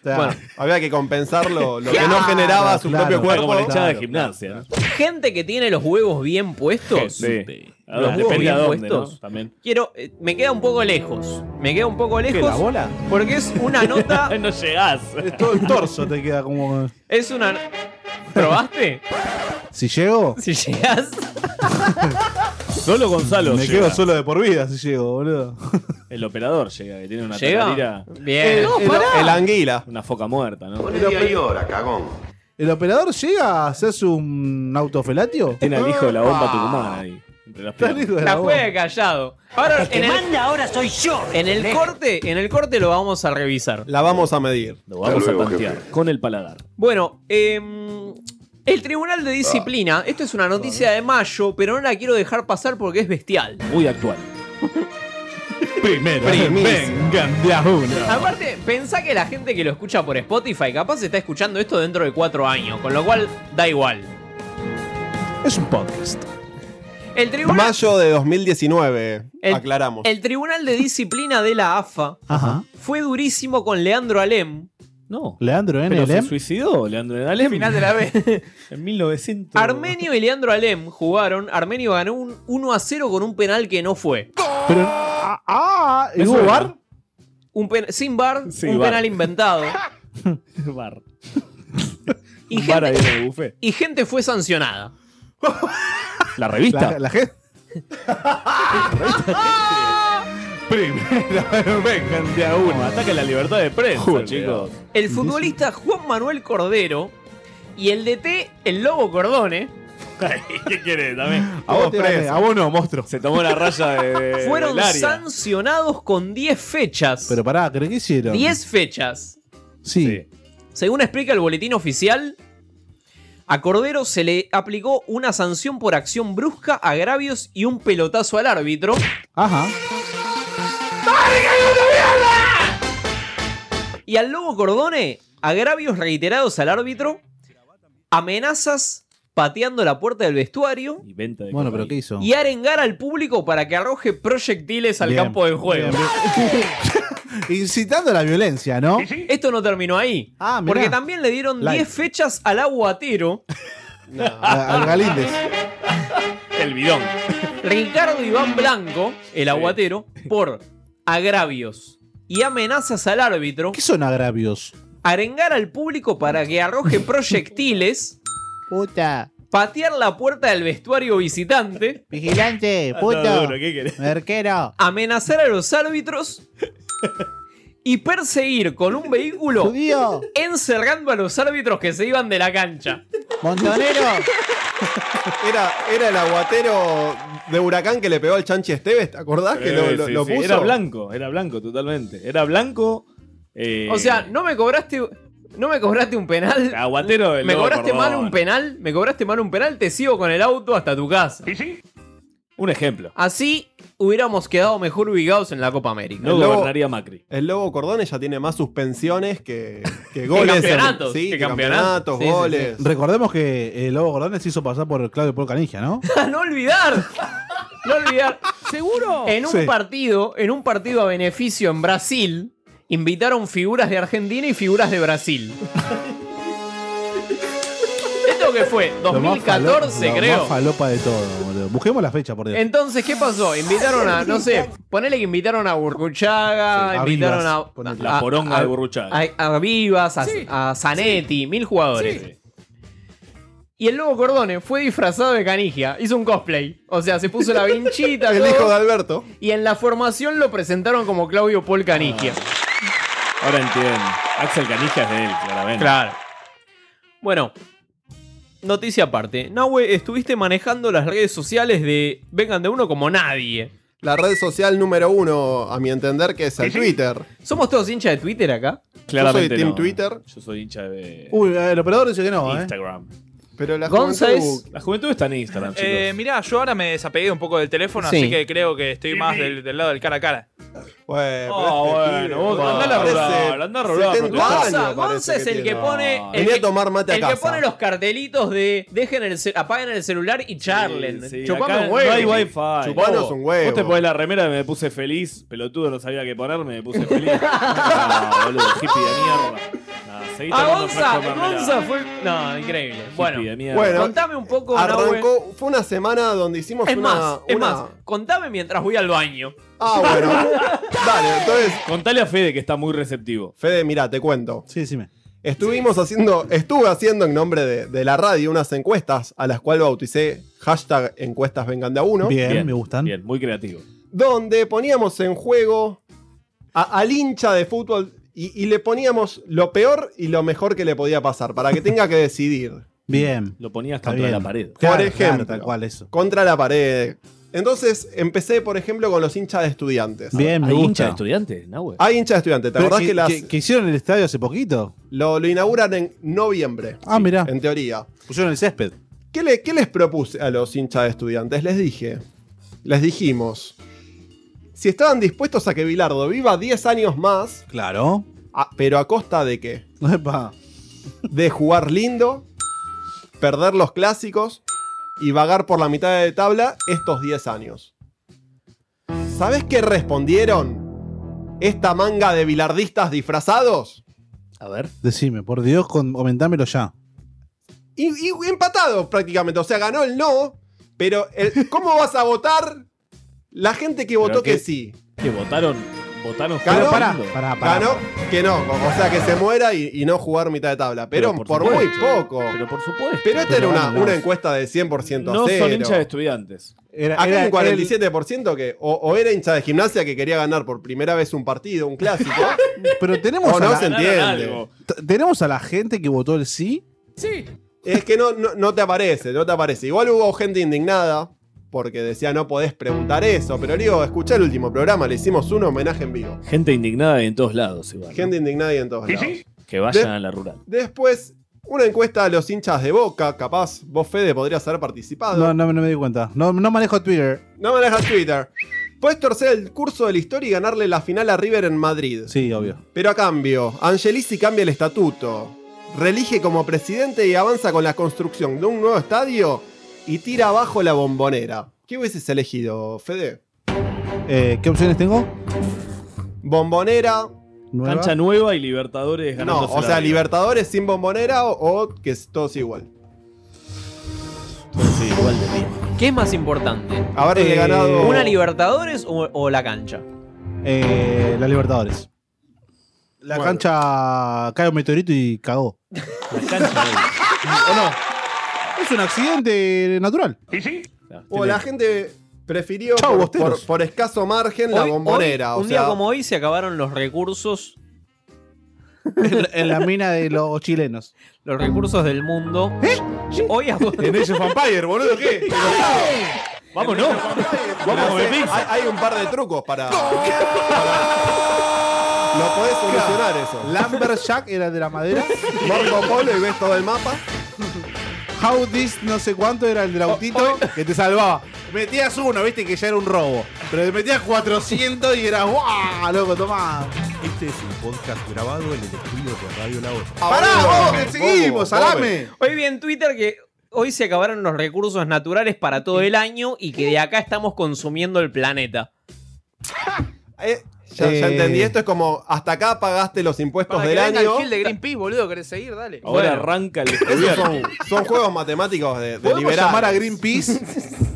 [SPEAKER 5] O sea,
[SPEAKER 2] Bueno, había que compensar lo, lo que no
[SPEAKER 5] Claro,
[SPEAKER 2] generaba su
[SPEAKER 5] claro,
[SPEAKER 2] propio cuerpo.
[SPEAKER 4] Como la hinchada de
[SPEAKER 2] Claro.
[SPEAKER 4] gimnasia. ¿no?
[SPEAKER 1] Gente que tiene los huevos bien puestos.
[SPEAKER 4] Sí. A ver,
[SPEAKER 1] Los huevos
[SPEAKER 4] Depende
[SPEAKER 1] bien
[SPEAKER 4] a dónde, ¿no?
[SPEAKER 1] puestos.
[SPEAKER 4] También.
[SPEAKER 1] Quiero. eh, me queda un poco lejos. Me queda un poco lejos.
[SPEAKER 5] la bola?
[SPEAKER 1] Porque es una nota.
[SPEAKER 4] no llegás.
[SPEAKER 5] Todo el torso te queda como.
[SPEAKER 1] Es una. ¿Probaste?
[SPEAKER 5] Si llego.
[SPEAKER 1] Si llegas.
[SPEAKER 4] Solo Gonzalo.
[SPEAKER 5] Me
[SPEAKER 4] llega.
[SPEAKER 5] quedo solo de por vida si llego, boludo.
[SPEAKER 4] El operador llega, que tiene una
[SPEAKER 5] ¿Llega?
[SPEAKER 4] tacarira.
[SPEAKER 1] Bien.
[SPEAKER 5] El- No, el- pará. el
[SPEAKER 2] anguila.
[SPEAKER 4] Una foca muerta, ¿no?
[SPEAKER 2] cagón.
[SPEAKER 5] ¿El operador llega a hacerse un autofelatio?
[SPEAKER 4] Tiene al hijo de la bomba
[SPEAKER 5] Ah.
[SPEAKER 4] tucumana ahí. entre las
[SPEAKER 5] Está
[SPEAKER 4] piernas.
[SPEAKER 5] el hijo de
[SPEAKER 1] La
[SPEAKER 5] la bomba.
[SPEAKER 1] juega callado. Ahora,
[SPEAKER 5] El que
[SPEAKER 1] manda ahora soy yo. En el
[SPEAKER 5] pendejo.
[SPEAKER 1] corte, en el corte lo vamos a revisar.
[SPEAKER 2] La vamos a medir.
[SPEAKER 4] Lo vamos a tantear con el paladar.
[SPEAKER 1] Bueno, em, el Tribunal de Disciplina, esto es una noticia de mayo, pero no la quiero dejar pasar porque es bestial.
[SPEAKER 4] Muy actual. Primero,
[SPEAKER 5] vengan de a uno.
[SPEAKER 1] Aparte, pensá que la gente que lo escucha por Spotify capaz está escuchando esto dentro de cuatro años, con lo cual da igual.
[SPEAKER 5] Es un podcast.
[SPEAKER 1] El tribunal,
[SPEAKER 2] Mayo de 2019,
[SPEAKER 1] el-
[SPEAKER 2] aclaramos.
[SPEAKER 1] el Tribunal de Disciplina de la AFA
[SPEAKER 5] Ajá.
[SPEAKER 1] fue durísimo con Leandro Alem.
[SPEAKER 4] No.
[SPEAKER 5] Leandro
[SPEAKER 4] Pero se
[SPEAKER 5] NLM.
[SPEAKER 4] suicidó Leandro Alem.
[SPEAKER 1] Final de la B.
[SPEAKER 4] En 1900.
[SPEAKER 1] Armenio y Leandro Alem jugaron. Armenio ganó un 1 a 0 con un penal que no fue.
[SPEAKER 5] Pero. Ah, ah, ¿y
[SPEAKER 1] Eso
[SPEAKER 5] hubo
[SPEAKER 1] era.
[SPEAKER 5] bar?
[SPEAKER 1] Un pen- sin bar,
[SPEAKER 4] Sí,
[SPEAKER 1] un
[SPEAKER 4] bar.
[SPEAKER 1] penal inventado.
[SPEAKER 4] Bar.
[SPEAKER 1] Y
[SPEAKER 4] Bar ahí en
[SPEAKER 1] gente,
[SPEAKER 4] el buffet.
[SPEAKER 1] y gente fue sancionada.
[SPEAKER 4] La revista.
[SPEAKER 5] La, la gente.
[SPEAKER 4] Primero, vengan de a uno. Ataca la libertad de prensa, chicos.
[SPEAKER 1] El futbolista Juan Manuel Cordero y el DT, el Lobo Cordone,
[SPEAKER 4] ¿Qué querés también?
[SPEAKER 5] A vos, preso. a vos no, monstruo.
[SPEAKER 4] Se tomó la raya de. de-
[SPEAKER 1] fueron
[SPEAKER 4] Eh, del área.
[SPEAKER 1] sancionados con 10 fechas.
[SPEAKER 5] Pero pará, ¿qué hicieron?
[SPEAKER 1] 10 fechas.
[SPEAKER 5] Sí.
[SPEAKER 1] Según explica el boletín oficial, A Cordero se le aplicó una sanción por acción brusca, agravios y un pelotazo al árbitro.
[SPEAKER 5] Ajá.
[SPEAKER 1] Y al Lobo Cordone, agravios reiterados al árbitro, amenazas pateando la puerta del vestuario
[SPEAKER 5] Bueno, pero ¿qué hizo?
[SPEAKER 1] y arengar al público para que arroje proyectiles al
[SPEAKER 5] Bien,
[SPEAKER 1] campo de juego.
[SPEAKER 5] Incitando a la violencia, ¿no?
[SPEAKER 1] Esto no terminó ahí.
[SPEAKER 5] Ah, mirá.
[SPEAKER 1] porque también le dieron
[SPEAKER 5] Light.
[SPEAKER 1] 10 fechas al aguatero.
[SPEAKER 5] A- Al Galíndez.
[SPEAKER 1] El bidón. Ricardo Iván Blanco, el aguatero, por agravios y amenazas al árbitro,
[SPEAKER 5] ¿Qué son agravios?
[SPEAKER 1] arengar al público para que arroje proyectiles,
[SPEAKER 5] Puta.
[SPEAKER 1] patear la puerta del vestuario visitante,
[SPEAKER 5] Vigilante,
[SPEAKER 1] Ah,
[SPEAKER 5] puto. Merquero.
[SPEAKER 1] amenazar a los árbitros y perseguir con un vehículo
[SPEAKER 5] Judío.
[SPEAKER 1] encerrando a los árbitros que se iban de la cancha.
[SPEAKER 5] Montonero.
[SPEAKER 2] Era, era el aguatero de Huracán que le pegó al Chanchi Esteves, ¿te acordás que lo,
[SPEAKER 4] Eh,
[SPEAKER 2] lo-
[SPEAKER 4] sí,
[SPEAKER 2] lo
[SPEAKER 4] sí,
[SPEAKER 2] puso?
[SPEAKER 4] Era blanco, era blanco totalmente. Era blanco. eh,
[SPEAKER 1] O sea, no me cobraste. No me cobraste un penal.
[SPEAKER 4] Aguatero del
[SPEAKER 1] Me
[SPEAKER 4] Lobo
[SPEAKER 1] cobraste
[SPEAKER 4] Cordón.
[SPEAKER 1] mal un penal. Me cobraste mal un penal. Te sigo con el auto hasta tu casa.
[SPEAKER 4] un ejemplo.
[SPEAKER 1] Así hubiéramos quedado mejor ubicados en la Copa América.
[SPEAKER 2] El Lobo-
[SPEAKER 4] Macri.
[SPEAKER 2] El Lobo Cordones ya tiene más suspensiones que, que goles. en-
[SPEAKER 1] campeonatos,
[SPEAKER 2] sí,
[SPEAKER 1] que
[SPEAKER 2] que campeonatos,
[SPEAKER 1] campeonatos. Sí, sí, sí.
[SPEAKER 2] goles.
[SPEAKER 5] Recordemos que el Lobo Gordón se hizo pasar por Claudio Paul Canija, ¿no?
[SPEAKER 1] no olvidar. No olvidar.
[SPEAKER 4] ¿Seguro?
[SPEAKER 1] En un
[SPEAKER 5] Sí.
[SPEAKER 1] partido, en un partido a beneficio en Brasil, invitaron figuras de Argentina y figuras de Brasil. ¿Esto qué fue?
[SPEAKER 5] Lo más falo-
[SPEAKER 1] 2014,
[SPEAKER 5] lo
[SPEAKER 1] creo.
[SPEAKER 5] Más falopa de todo, boludo. Busquemos la fecha, por Dios.
[SPEAKER 1] Entonces, ¿qué pasó? Invitaron a, no sé, ponele que invitaron a Burruchaga,
[SPEAKER 5] Sí, a
[SPEAKER 1] invitaron
[SPEAKER 5] Vivas,
[SPEAKER 1] a,
[SPEAKER 5] ponele.
[SPEAKER 4] La poronga de Burruchaga.
[SPEAKER 1] A, a Vivas, a, a Zanetti, mil jugadores. Y el Lobo Cordone fue disfrazado de canigia, hizo un cosplay. O sea, se puso la vinchita.
[SPEAKER 2] El
[SPEAKER 1] todo,
[SPEAKER 2] hijo de Alberto.
[SPEAKER 1] Y en la formación lo presentaron como Claudio Paul Canigia.
[SPEAKER 4] Ah. Ahora entiendo. Axel Canija es de él, claramente.
[SPEAKER 1] Claro. Bueno, noticia aparte. Nahue, estuviste manejando las redes sociales de Vengan de Uno como nadie.
[SPEAKER 2] La red social número uno, a mi entender, que es el Twitter.
[SPEAKER 1] ¿Somos todos hinchas de Twitter acá?
[SPEAKER 2] Yo soy Team Twitter.
[SPEAKER 4] Yo soy hincha de
[SPEAKER 5] Uy, el operador dice que no, ¿eh?
[SPEAKER 4] Instagram.
[SPEAKER 2] Pero la
[SPEAKER 5] Gonza
[SPEAKER 2] juventud-
[SPEAKER 4] La juventud está en Instagram, chicos.
[SPEAKER 23] Eh, mirá, yo ahora me desapegué un poco del teléfono,
[SPEAKER 4] Sí.
[SPEAKER 23] así que creo que estoy más del, del lado del cara a cara.
[SPEAKER 2] Bueno, este
[SPEAKER 4] Oh, bueno, vos andá a rural, andá a rural.
[SPEAKER 1] Gonza, Gonza es el que pone. el
[SPEAKER 2] Venía
[SPEAKER 1] que-
[SPEAKER 2] a tomar mate a
[SPEAKER 1] El que
[SPEAKER 2] casa.
[SPEAKER 1] pone los cartelitos de. Dejen el cel- apaguen el celular y charlen.
[SPEAKER 4] Sí,
[SPEAKER 1] Chupame
[SPEAKER 4] acá
[SPEAKER 1] un huevo.
[SPEAKER 4] No hay wifi.
[SPEAKER 2] Chupanos un huevo.
[SPEAKER 4] Vos te pones la remera que me puse feliz, pelotudo, no sabía qué ponerme, me puse feliz. no, boludo, hippie de mierda. No,
[SPEAKER 23] Ah,
[SPEAKER 4] seguí
[SPEAKER 1] A
[SPEAKER 4] tomando
[SPEAKER 1] Gonza,
[SPEAKER 4] fresco mermelada.
[SPEAKER 1] Gonza fue. No, increíble. Bueno,
[SPEAKER 4] de mierda.
[SPEAKER 2] Bueno,
[SPEAKER 1] contame un poco, Nahue.
[SPEAKER 2] Arrancó, fue una semana donde hicimos
[SPEAKER 1] Es
[SPEAKER 2] una.
[SPEAKER 1] más, es
[SPEAKER 2] una-
[SPEAKER 1] más, contame mientras voy al baño.
[SPEAKER 2] Ah, bueno. Dale, entonces.
[SPEAKER 4] Contale a Fede que está muy receptivo.
[SPEAKER 2] Fede, mirá, te cuento.
[SPEAKER 5] Sí, decime.
[SPEAKER 2] Estuvimos haciendo, estuve haciendo en nombre de, de la radio unas encuestas a las cuales bauticé hashtag encuestas vengan de a uno.
[SPEAKER 5] Bien, me gustan.
[SPEAKER 4] Bien, muy creativo.
[SPEAKER 2] Donde poníamos en juego a- al hincha de fútbol y, y le poníamos lo peor y lo mejor que le podía pasar para que tenga que decidir.
[SPEAKER 5] Bien.
[SPEAKER 4] Lo ponías
[SPEAKER 5] Está
[SPEAKER 4] contra
[SPEAKER 5] bien.
[SPEAKER 4] la pared.
[SPEAKER 5] Claro,
[SPEAKER 2] por
[SPEAKER 5] claro,
[SPEAKER 2] ejemplo,
[SPEAKER 5] tal cual eso.
[SPEAKER 2] contra la pared. Entonces empecé, por ejemplo, con los hinchas de estudiantes.
[SPEAKER 5] Bien, me
[SPEAKER 2] ¿Hay
[SPEAKER 5] gusta.
[SPEAKER 2] hincha de
[SPEAKER 4] estudiantes? No, güey.
[SPEAKER 2] Hay hinchas de estudiantes. ¿Te
[SPEAKER 5] Pero
[SPEAKER 2] acordás
[SPEAKER 5] que,
[SPEAKER 2] que las-
[SPEAKER 5] que- que hicieron el estadio hace poquito?
[SPEAKER 2] lo, lo inauguran en noviembre?
[SPEAKER 5] Ah, mirá.
[SPEAKER 2] En teoría.
[SPEAKER 5] Pusieron el césped.
[SPEAKER 2] ¿Qué, le- qué les propuse a los hinchas de estudiantes? Les dije, les dijimos, si estaban dispuestos a que Bilardo viva 10 años más,
[SPEAKER 5] Claro.
[SPEAKER 2] a- Ah, pero a costa de qué?
[SPEAKER 5] Epa.
[SPEAKER 2] De jugar lindo, perder los clásicos y vagar por la mitad de tabla estos 10 años. ¿Sabés qué respondieron esta manga de bilardistas disfrazados?
[SPEAKER 4] A ver.
[SPEAKER 5] Decime, por Dios, con- comentámelo ya.
[SPEAKER 2] Y, y empatado prácticamente. O sea, ganó el no, pero el- ¿cómo vas a votar la gente que votó que,
[SPEAKER 4] qué-
[SPEAKER 2] sí?
[SPEAKER 4] Que votaron, votaron
[SPEAKER 2] Ganó,
[SPEAKER 4] jugando.
[SPEAKER 2] ganó que no. O sea, que se muera y, y no jugar mitad de tabla. Pero,
[SPEAKER 4] Pero por
[SPEAKER 2] por, muy
[SPEAKER 4] supuesto.
[SPEAKER 2] poco.
[SPEAKER 4] Pero por supuesto.
[SPEAKER 2] Pero esta
[SPEAKER 4] Pero
[SPEAKER 2] era una,
[SPEAKER 4] vamos.
[SPEAKER 2] una encuesta de 100% a
[SPEAKER 4] No
[SPEAKER 2] cero.
[SPEAKER 4] son hinchas de estudiantes.
[SPEAKER 5] Era,
[SPEAKER 2] Acá hay un 47% que o, o era hincha de gimnasia que quería ganar por primera vez un partido, un clásico.
[SPEAKER 5] Pero tenemos,
[SPEAKER 2] o
[SPEAKER 5] a
[SPEAKER 2] no
[SPEAKER 5] la,
[SPEAKER 2] se entiende.
[SPEAKER 5] t- tenemos a la gente que votó el sí.
[SPEAKER 2] Sí. Es que no, no, no te aparece, no te aparece. Igual hubo gente indignada porque decía no podés preguntar eso. Pero digo, escuchá el último programa, le hicimos un homenaje en vivo.
[SPEAKER 4] Gente indignada y en todos lados, igual.
[SPEAKER 2] Gente indignada y en todos lados.
[SPEAKER 4] Que vayan
[SPEAKER 2] De-
[SPEAKER 4] a la rural.
[SPEAKER 2] Después Una encuesta a los hinchas de Boca, capaz vos, Fede, podrías haber participado.
[SPEAKER 5] No, no, no me di cuenta. No, no manejo Twitter.
[SPEAKER 2] No manejas Twitter. Puedes torcer el curso de la historia y ganarle la final a River en Madrid.
[SPEAKER 5] Sí, obvio.
[SPEAKER 2] Pero a cambio, Angelici cambia el estatuto, reelige como presidente y avanza con la construcción de un nuevo estadio y tira abajo la bombonera. ¿Qué hubieses elegido, Fede?
[SPEAKER 5] Eh, ¿Qué opciones tengo?
[SPEAKER 2] Bombonera.
[SPEAKER 4] Cancha nueva y Libertadores
[SPEAKER 2] No,
[SPEAKER 4] ganándose
[SPEAKER 2] o
[SPEAKER 4] la
[SPEAKER 2] sea,
[SPEAKER 4] liga.
[SPEAKER 2] Libertadores sin bombonera o, o que es- todo sea igual.
[SPEAKER 1] igual de ¿Qué es más importante?
[SPEAKER 2] Haberle
[SPEAKER 1] Eh,
[SPEAKER 2] ganado-
[SPEAKER 1] ¿Una Libertadores o, o la cancha?
[SPEAKER 5] Eh, la Libertadores. La cancha cae un meteorito y cagó. ¿O no? Es un accidente natural.
[SPEAKER 2] ¿Y sí? O la gente prefirió
[SPEAKER 5] Chau,
[SPEAKER 2] por,
[SPEAKER 5] bosteros.
[SPEAKER 2] por- por escaso margen la
[SPEAKER 1] Hoy-
[SPEAKER 2] bombonera.
[SPEAKER 1] hoy-
[SPEAKER 2] o
[SPEAKER 1] un
[SPEAKER 2] sea,
[SPEAKER 1] día como hoy se acabaron los recursos
[SPEAKER 5] En la mina de los chilenos.
[SPEAKER 1] Los recursos del mundo. Hoy a
[SPEAKER 5] ¿Eh? En Age of Empire, boludo, ¿qué?
[SPEAKER 1] Vámonos.
[SPEAKER 2] Vamos a comer pizza. Hay, hay un par de trucos para. para- Lo podés solucionar eso.
[SPEAKER 5] Lumberjack era de la madera.
[SPEAKER 2] Marco Polo y ves todo el mapa.
[SPEAKER 5] How this no sé cuánto era el del autito que te salvaba. Metías uno, viste que ya era un robo. Pero te metías 400 y era ¡guau! Loco, tomá.
[SPEAKER 10] Este es un podcast grabado en el estudio de
[SPEAKER 2] Ah,
[SPEAKER 10] Radio La Otra.
[SPEAKER 5] ¡Pará, vos, que seguimos, salame!
[SPEAKER 1] Hoy vi en Twitter que hoy se acabaron los recursos naturales para todo el año y que de acá estamos consumiendo el planeta.
[SPEAKER 2] Ya, ya
[SPEAKER 1] Eh.
[SPEAKER 2] entendí, esto es como hasta acá pagaste los impuestos
[SPEAKER 14] Para que
[SPEAKER 2] del
[SPEAKER 14] venga el
[SPEAKER 2] año.
[SPEAKER 14] Gil de Greenpeace, boludo, querés seguir, dale.
[SPEAKER 4] arranca el
[SPEAKER 2] Esos son, son juegos matemáticos de, de
[SPEAKER 5] ¿Podemos
[SPEAKER 2] liberales.
[SPEAKER 5] llamar a Greenpeace?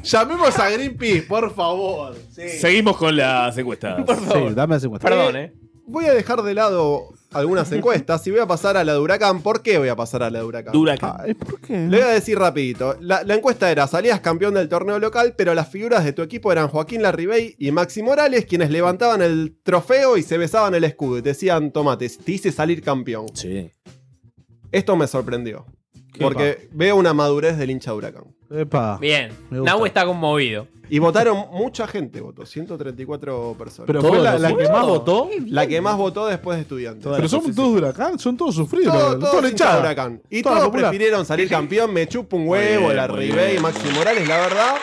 [SPEAKER 5] Llamemos a Greenpeace, por favor.
[SPEAKER 4] Seguimos con las encuestas.
[SPEAKER 5] Sí, dame las encuestas.
[SPEAKER 4] Perdón, eh.
[SPEAKER 2] Voy a dejar de lado algunas encuestas y voy a pasar a la de Huracán. ¿Por qué voy a pasar a la de Huracán?
[SPEAKER 4] Huracán.
[SPEAKER 2] Le voy a decir rapidito. La, la encuesta era, salías campeón del torneo local, pero las figuras de tu equipo eran Joaquín Larribey y Maxi Morales, quienes levantaban el trofeo y se besaban el escudo y te decían, tomate, te hice salir campeón.
[SPEAKER 4] Sí.
[SPEAKER 2] Esto me sorprendió. Porque veo una madurez del hincha de Huracán.
[SPEAKER 5] Epa.
[SPEAKER 1] Bien.
[SPEAKER 2] Me gusta.
[SPEAKER 1] Nahu está conmovido.
[SPEAKER 2] Y votaron mucha gente, votó, 134 personas.
[SPEAKER 5] Pero fue la, la que más votó.
[SPEAKER 2] La que más votó después de estudiantes.
[SPEAKER 5] Pero son todos huracán, son todos sufridos.
[SPEAKER 2] Todo- todos
[SPEAKER 5] todos
[SPEAKER 2] hinchas de
[SPEAKER 5] hinchados.
[SPEAKER 2] Huracán. Y
[SPEAKER 5] Toda
[SPEAKER 2] todos
[SPEAKER 5] popular.
[SPEAKER 2] prefirieron salir campeón. Me chupa un huevo,
[SPEAKER 4] bien,
[SPEAKER 2] la
[SPEAKER 4] muy
[SPEAKER 2] Ribey,
[SPEAKER 4] bien.
[SPEAKER 2] Maxi Morales, la verdad.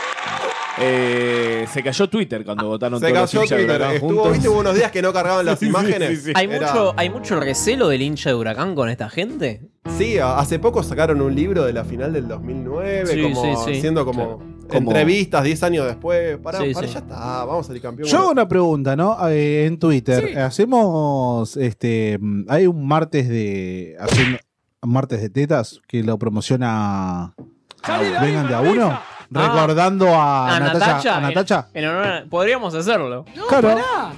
[SPEAKER 4] Eh, se cayó Twitter cuando votaron
[SPEAKER 2] Se
[SPEAKER 4] todos
[SPEAKER 2] cayó
[SPEAKER 4] los hinchas de
[SPEAKER 2] Twitter.
[SPEAKER 4] Huracán
[SPEAKER 2] Estuvo,
[SPEAKER 4] juntos.
[SPEAKER 2] ¿Viste? Hubo unos días que no cargaban las
[SPEAKER 4] Sí, sí,
[SPEAKER 2] imágenes.
[SPEAKER 4] sí, sí.
[SPEAKER 1] ¿Hay,
[SPEAKER 2] Era-
[SPEAKER 1] mucho, ¿Hay mucho recelo del hincha de Huracán con esta gente?
[SPEAKER 2] Sí, a- hace poco sacaron un libro de la final del 2009,
[SPEAKER 1] Sí,
[SPEAKER 2] como,
[SPEAKER 1] sí, sí.
[SPEAKER 2] haciendo como
[SPEAKER 5] Como-
[SPEAKER 2] entrevistas 10 años después. Pará,
[SPEAKER 1] Sí,
[SPEAKER 2] pará,
[SPEAKER 1] sí.
[SPEAKER 2] ya está, vamos a salir campeón.
[SPEAKER 5] Yo hago una pregunta, ¿no? Eh, en Twitter. Hacemos. este mm, Hay un martes de. haciendo- martes de tetas que lo promociona. Vengan de a uno. Recordando a,
[SPEAKER 1] ¿A
[SPEAKER 5] Ah, Natacha. a
[SPEAKER 1] Ah, Natacha? eh. en-
[SPEAKER 5] Natacha.
[SPEAKER 1] en honor a- podríamos hacerlo.
[SPEAKER 5] claro.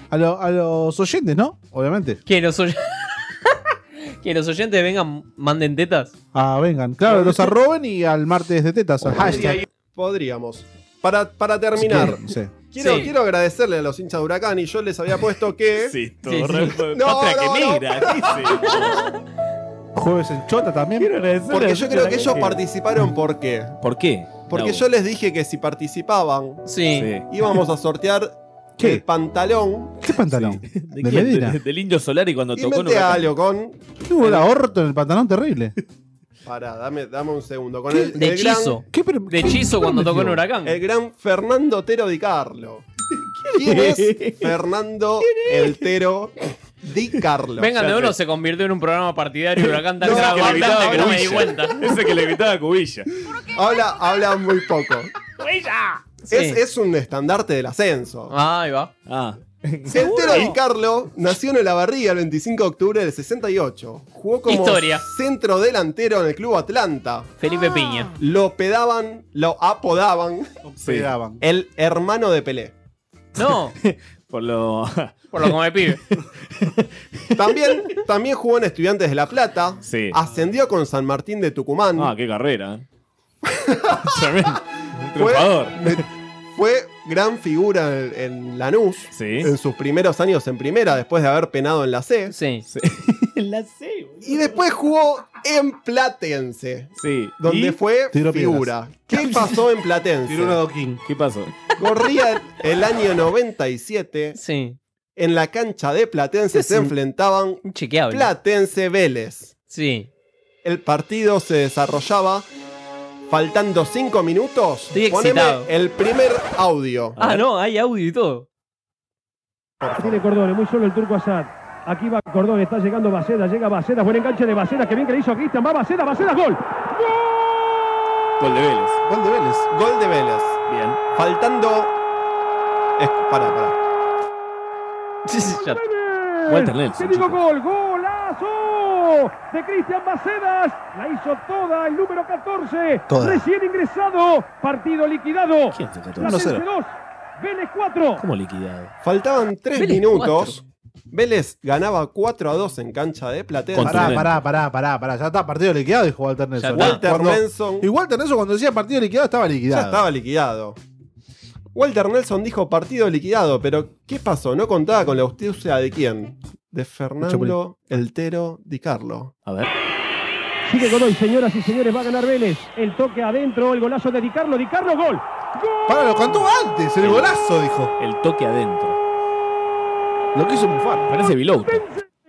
[SPEAKER 5] A, lo- a los oyentes, ¿no? Obviamente.
[SPEAKER 1] Que los, oy- que los oyentes vengan, manden tetas.
[SPEAKER 5] Ah, vengan. Claro, los arroben y al martes de tetas. al hashtag.
[SPEAKER 2] Podríamos. Para, para terminar,
[SPEAKER 5] Sí, sí.
[SPEAKER 2] quiero,
[SPEAKER 5] Sí.
[SPEAKER 2] quiero agradecerle a los hinchas de Huracán y yo les había puesto que.
[SPEAKER 4] Sí,
[SPEAKER 5] todo re-
[SPEAKER 4] patria que migra,
[SPEAKER 5] Jueves en Chota también.
[SPEAKER 2] Porque yo creo que ellos participaron por qué.
[SPEAKER 4] ¿Por qué?
[SPEAKER 2] Porque
[SPEAKER 4] No.
[SPEAKER 2] yo les dije que si participaban,
[SPEAKER 4] Sí.
[SPEAKER 2] íbamos a sortear el pantalón.
[SPEAKER 5] ¿Qué pantalón?
[SPEAKER 4] ¿De
[SPEAKER 5] ¿De
[SPEAKER 4] quién?
[SPEAKER 5] Medina?
[SPEAKER 4] De- del Indio Solari cuando
[SPEAKER 2] Y
[SPEAKER 4] tocó en
[SPEAKER 2] mete
[SPEAKER 4] Huracán.
[SPEAKER 2] algo con.
[SPEAKER 5] Tuvo el ahorto en el pantalón terrible.
[SPEAKER 2] Pará, dame, dame un segundo. Con
[SPEAKER 5] ¿Qué?
[SPEAKER 2] el,
[SPEAKER 5] De
[SPEAKER 2] el gran-
[SPEAKER 5] hechizo. ¿Qué pre-
[SPEAKER 1] De hechizo cuando tocó en Huracán.
[SPEAKER 2] El gran Fernando Otero Di Carlo. ¿Quién es Fernando El Tero Di Carlo?
[SPEAKER 1] Vengan de uno se convirtió en un programa partidario de Huracán tan
[SPEAKER 2] No,
[SPEAKER 1] grave
[SPEAKER 2] que le gritaba
[SPEAKER 1] que no me di
[SPEAKER 2] Cubilla.
[SPEAKER 1] cuenta.
[SPEAKER 4] Ese que le gritaba Cubilla.
[SPEAKER 2] Habla, habla muy poco. Es, es un estandarte del ascenso.
[SPEAKER 1] Ah, ahí va.
[SPEAKER 4] Ah.
[SPEAKER 2] El Tero Di Carlo nació en Olavarría el 25 de octubre del 68. Jugó como
[SPEAKER 1] Historia.
[SPEAKER 2] centro delantero en el Club Atlanta.
[SPEAKER 1] Felipe Piña.
[SPEAKER 2] Ah. Lo pedaban, lo apodaban.
[SPEAKER 4] Sí. pedaban.
[SPEAKER 2] El hermano de Pelé.
[SPEAKER 1] No.
[SPEAKER 4] Por lo.
[SPEAKER 1] Por lo come pibe.
[SPEAKER 2] También, también jugó en Estudiantes de La Plata.
[SPEAKER 4] Sí.
[SPEAKER 2] Ascendió con San Martín de Tucumán.
[SPEAKER 4] Ah, qué carrera. ¿eh? Tremendo. Un
[SPEAKER 2] Fue-
[SPEAKER 4] triunfador.
[SPEAKER 2] Fue gran figura en, en Lanús. En sus primeros años en primera, después de haber penado en la C.
[SPEAKER 1] Sí.
[SPEAKER 4] La
[SPEAKER 2] Y después jugó en Platense.
[SPEAKER 4] Sí.
[SPEAKER 2] Donde
[SPEAKER 4] ¿Y?
[SPEAKER 2] fue
[SPEAKER 4] Tiró piedras.
[SPEAKER 2] figura. ¿Qué pasó en Platense?
[SPEAKER 4] ¿Qué pasó?
[SPEAKER 2] Corría el año 97.
[SPEAKER 1] Sí.
[SPEAKER 2] En la cancha de Platense
[SPEAKER 1] Es
[SPEAKER 2] se
[SPEAKER 1] un-
[SPEAKER 2] enfrentaban
[SPEAKER 1] Chequeable.
[SPEAKER 2] Platense Vélez.
[SPEAKER 1] Sí.
[SPEAKER 2] el partido se desarrollaba faltando 5 minutos.
[SPEAKER 1] Estoy excitado.
[SPEAKER 2] el primer audio.
[SPEAKER 1] Ah, no, hay audio y todo.
[SPEAKER 6] Tiene cordones, muy solo el turco Assad. Aquí va Cordón, está llegando Baceda, llega Baceda, buen enganche de Baceda, que bien que le hizo a Cristian, va Baceda, Baceda, gol.
[SPEAKER 4] Gol de Vélez.
[SPEAKER 2] Gol de Vélez. Gol de Vélez.
[SPEAKER 4] Bien.
[SPEAKER 2] Faltando. Es... Pará, pará.
[SPEAKER 4] Walter
[SPEAKER 6] Te
[SPEAKER 4] Nelson,
[SPEAKER 6] digo gol, golazo de Cristian Bacedas. La hizo toda el número 14.
[SPEAKER 4] Toda.
[SPEAKER 6] Recién ingresado, partido liquidado.
[SPEAKER 4] ¿Quién sacó todo?
[SPEAKER 6] 2, Vélez 4.
[SPEAKER 4] ¿Cómo liquidado?
[SPEAKER 2] Faltaban 3
[SPEAKER 6] Vélez
[SPEAKER 2] minutos. Vélez ganaba 4 a 2 en cancha de platea.
[SPEAKER 5] Pará, pará, pará, pará, pará. Ya está partido liquidado, dijo Walter Nelson.
[SPEAKER 2] está. Walter
[SPEAKER 5] Cuando-
[SPEAKER 2] Nelson.
[SPEAKER 5] Y Walter Nelson cuando decía partido liquidado estaba liquidado.
[SPEAKER 2] Ya estaba liquidado. Walter Nelson dijo partido liquidado, pero ¿qué pasó? No contaba con la auspicia de quién? De Fernando Eltero Di Carlo.
[SPEAKER 4] A ver.
[SPEAKER 6] Sigue Godoy, señoras y señores, va a ganar Vélez. El toque adentro, el golazo de Di Carlo, Di Carlo, gol.
[SPEAKER 5] Para, lo cantó
[SPEAKER 2] Ah,
[SPEAKER 5] antes, el golazo, dijo.
[SPEAKER 4] El toque adentro.
[SPEAKER 5] Lo quiso bufar.
[SPEAKER 4] Parece Bilou.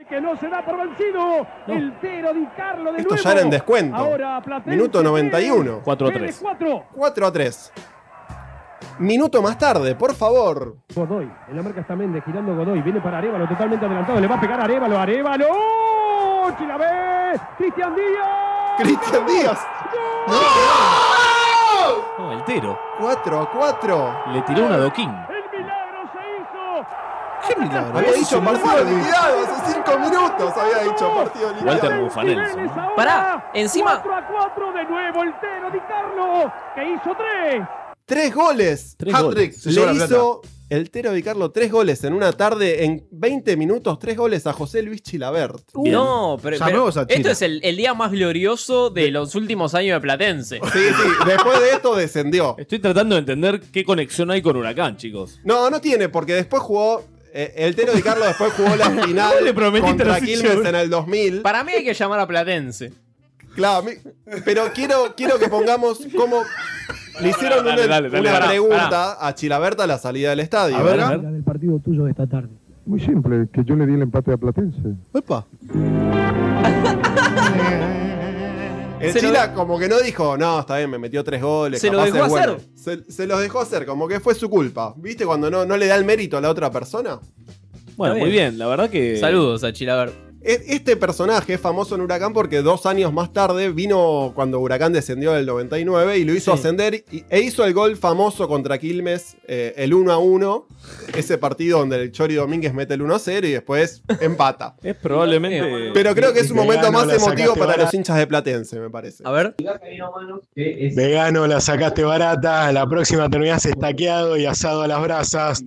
[SPEAKER 6] Que no se da por vencido. El Tero Di Carlo de
[SPEAKER 2] Esto
[SPEAKER 6] nuevo.
[SPEAKER 2] ya era en descuento.
[SPEAKER 6] Ahora Platense
[SPEAKER 2] Minuto 91.
[SPEAKER 4] 4 a
[SPEAKER 6] 3. 4.
[SPEAKER 2] 4 a 3. Minuto más tarde, por favor.
[SPEAKER 6] Godoy, en la marca está Méndez, girando Godoy, viene para Arevalo, totalmente adelantado, le va a pegar a Arevalo, Arevalo, ¡Si la ve! ¡Cristian Díaz!
[SPEAKER 2] ¡Cristian Díaz!
[SPEAKER 4] No, el Tero.
[SPEAKER 2] 4 a 4.
[SPEAKER 4] Le tiró una doquín.
[SPEAKER 2] ¿Qué milagro? Había dicho partido liquidado hace 5 minutos. Había dicho partido
[SPEAKER 4] Walter
[SPEAKER 2] liquidado.
[SPEAKER 4] Bufanelson.
[SPEAKER 1] Pará, encima-
[SPEAKER 6] 4 a 4 de nuevo el Tero Di Carlo, que hizo 3.
[SPEAKER 2] Tres goles.
[SPEAKER 4] Tres
[SPEAKER 2] Hat-trick.
[SPEAKER 4] goles. Se lleva
[SPEAKER 2] Le
[SPEAKER 4] la
[SPEAKER 2] hizo el Tero Di Carlo tres goles en una tarde, en 20 minutos, tres goles a José Luis Chilabert.
[SPEAKER 1] Uh. No, pero, pero
[SPEAKER 2] Llamemos a Chile.
[SPEAKER 1] esto es el, el día más glorioso de los últimos años de Platense.
[SPEAKER 2] Sí, sí, después de esto descendió.
[SPEAKER 4] Estoy tratando de entender qué conexión hay con Huracán, chicos.
[SPEAKER 2] No, no tiene, porque después jugó. eh, el Tero Di Carlo después jugó la final
[SPEAKER 4] le prometiste
[SPEAKER 2] contra
[SPEAKER 4] los
[SPEAKER 2] Quilmes
[SPEAKER 4] hinchas?
[SPEAKER 2] en el 2000.
[SPEAKER 1] Para mí hay que llamar a Platense.
[SPEAKER 2] Claro, a mí- pero quiero, quiero que pongamos cómo. Le hicieron
[SPEAKER 4] dale,
[SPEAKER 2] una,
[SPEAKER 4] dale, dale,
[SPEAKER 2] una
[SPEAKER 4] pará,
[SPEAKER 2] pregunta a Chilaberta a la salida del estadio.
[SPEAKER 5] A ver, a ver.
[SPEAKER 15] del partido tuyo de esta tarde? Muy simple, que yo le di el empate a Platense.
[SPEAKER 5] Epa.
[SPEAKER 2] El
[SPEAKER 15] Se lo
[SPEAKER 2] Chila como que no dijo, no, está bien, me metió tres goles.
[SPEAKER 1] Se lo
[SPEAKER 2] capaz
[SPEAKER 1] dejó
[SPEAKER 2] es bueno".
[SPEAKER 1] hacer.
[SPEAKER 2] Se, se los dejó hacer, como que fue su culpa. ¿Viste cuando no, no le da el mérito a la otra persona?
[SPEAKER 4] Bueno,
[SPEAKER 2] Está
[SPEAKER 4] muy
[SPEAKER 2] bien.
[SPEAKER 4] bien, la verdad que.
[SPEAKER 1] Saludos a Chilabert.
[SPEAKER 2] E- Este personaje es famoso en Huracán porque dos años más tarde vino cuando Huracán descendió del 99 y lo hizo ascender y- e hizo el gol famoso contra Quilmes, eh, el 1 a 1. Ese partido donde el Chori Domínguez mete el 1 a 0 y después empata.
[SPEAKER 4] Es probablemente.
[SPEAKER 2] Pero creo que es un momento más
[SPEAKER 4] Vegano, la
[SPEAKER 2] emotivo
[SPEAKER 4] sacaste
[SPEAKER 2] para
[SPEAKER 4] barata.
[SPEAKER 2] los hinchas de Platense, me parece.
[SPEAKER 1] A ver.
[SPEAKER 24] Vegano, la sacaste barata, la próxima terminás estaqueado y asado a las brasas.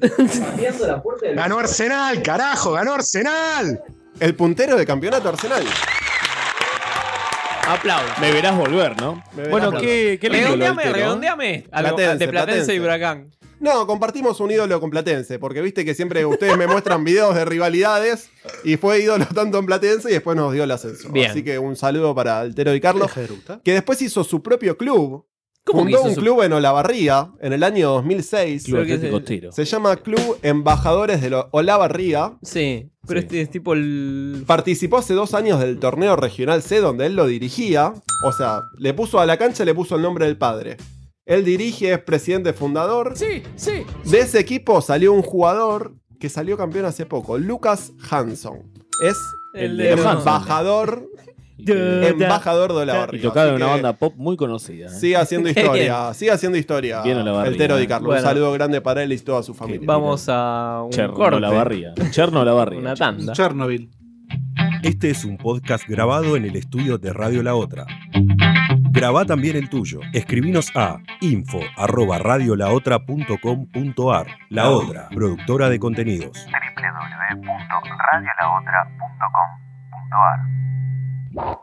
[SPEAKER 24] Ganó Arsenal, carajo, ganó Arsenal.
[SPEAKER 2] El puntero de campeonato Arsenal.
[SPEAKER 1] Aplauso.
[SPEAKER 4] Me verás volver, ¿no?
[SPEAKER 2] verás
[SPEAKER 4] Bueno,
[SPEAKER 2] volver.
[SPEAKER 4] qué, qué lindo.
[SPEAKER 1] redondeame,
[SPEAKER 4] lo del Tero, ¿eh?
[SPEAKER 1] redondeame. A lo-
[SPEAKER 2] Platense,
[SPEAKER 1] de Platense
[SPEAKER 2] Platense.
[SPEAKER 1] y Huracán.
[SPEAKER 2] No, compartimos un ídolo con Platense, porque viste que siempre ustedes me muestran videos de rivalidades y fue ídolo tanto en Platense y después nos dio el ascenso.
[SPEAKER 1] Bien.
[SPEAKER 2] Así que un saludo para Altero y Carlos,
[SPEAKER 5] Deja de eructar.
[SPEAKER 2] que después hizo su propio club.
[SPEAKER 1] ¿Cómo que
[SPEAKER 2] Fundó
[SPEAKER 1] hizo
[SPEAKER 2] un
[SPEAKER 1] su-
[SPEAKER 2] club en Olavarría en el año 2006.
[SPEAKER 4] Club Creo que Atlético es el- Tiro.
[SPEAKER 2] Se llama Club Embajadores de lo- Olavarría.
[SPEAKER 1] Sí, pero este es tipo el.
[SPEAKER 2] Participó hace dos años del torneo regional C donde él lo dirigía. O sea, le puso a la cancha, le puso el nombre del padre. Él dirige, es presidente fundador.
[SPEAKER 6] Sí, sí.
[SPEAKER 2] De ese equipo salió un jugador que salió campeón hace poco, Lucas Hanson. Es
[SPEAKER 4] El
[SPEAKER 2] el,
[SPEAKER 4] de los Hanson.
[SPEAKER 2] embajador, embajador de la
[SPEAKER 4] Y
[SPEAKER 2] barriga.
[SPEAKER 4] tocaba en
[SPEAKER 2] Así
[SPEAKER 4] una
[SPEAKER 2] que
[SPEAKER 4] banda pop muy conocida. ¿eh?
[SPEAKER 2] Sigue haciendo historia, sigue haciendo historia.
[SPEAKER 4] Bien Olavarría.
[SPEAKER 2] el Tero Di Carlo.
[SPEAKER 4] Bueno.
[SPEAKER 2] Un saludo grande para él y toda su familia.
[SPEAKER 1] Vamos a un
[SPEAKER 4] Cherno
[SPEAKER 1] corte.
[SPEAKER 4] la barriga. Cherno la barriga.
[SPEAKER 1] Una tanda.
[SPEAKER 5] Chernobyl.
[SPEAKER 10] Este es un podcast grabado en el estudio de Radio La Otra. Graba también el tuyo. Escribinos a info@radiolaotra.com.ar. La Otra, productora de contenidos.
[SPEAKER 15] www.radiolaotra.com.ar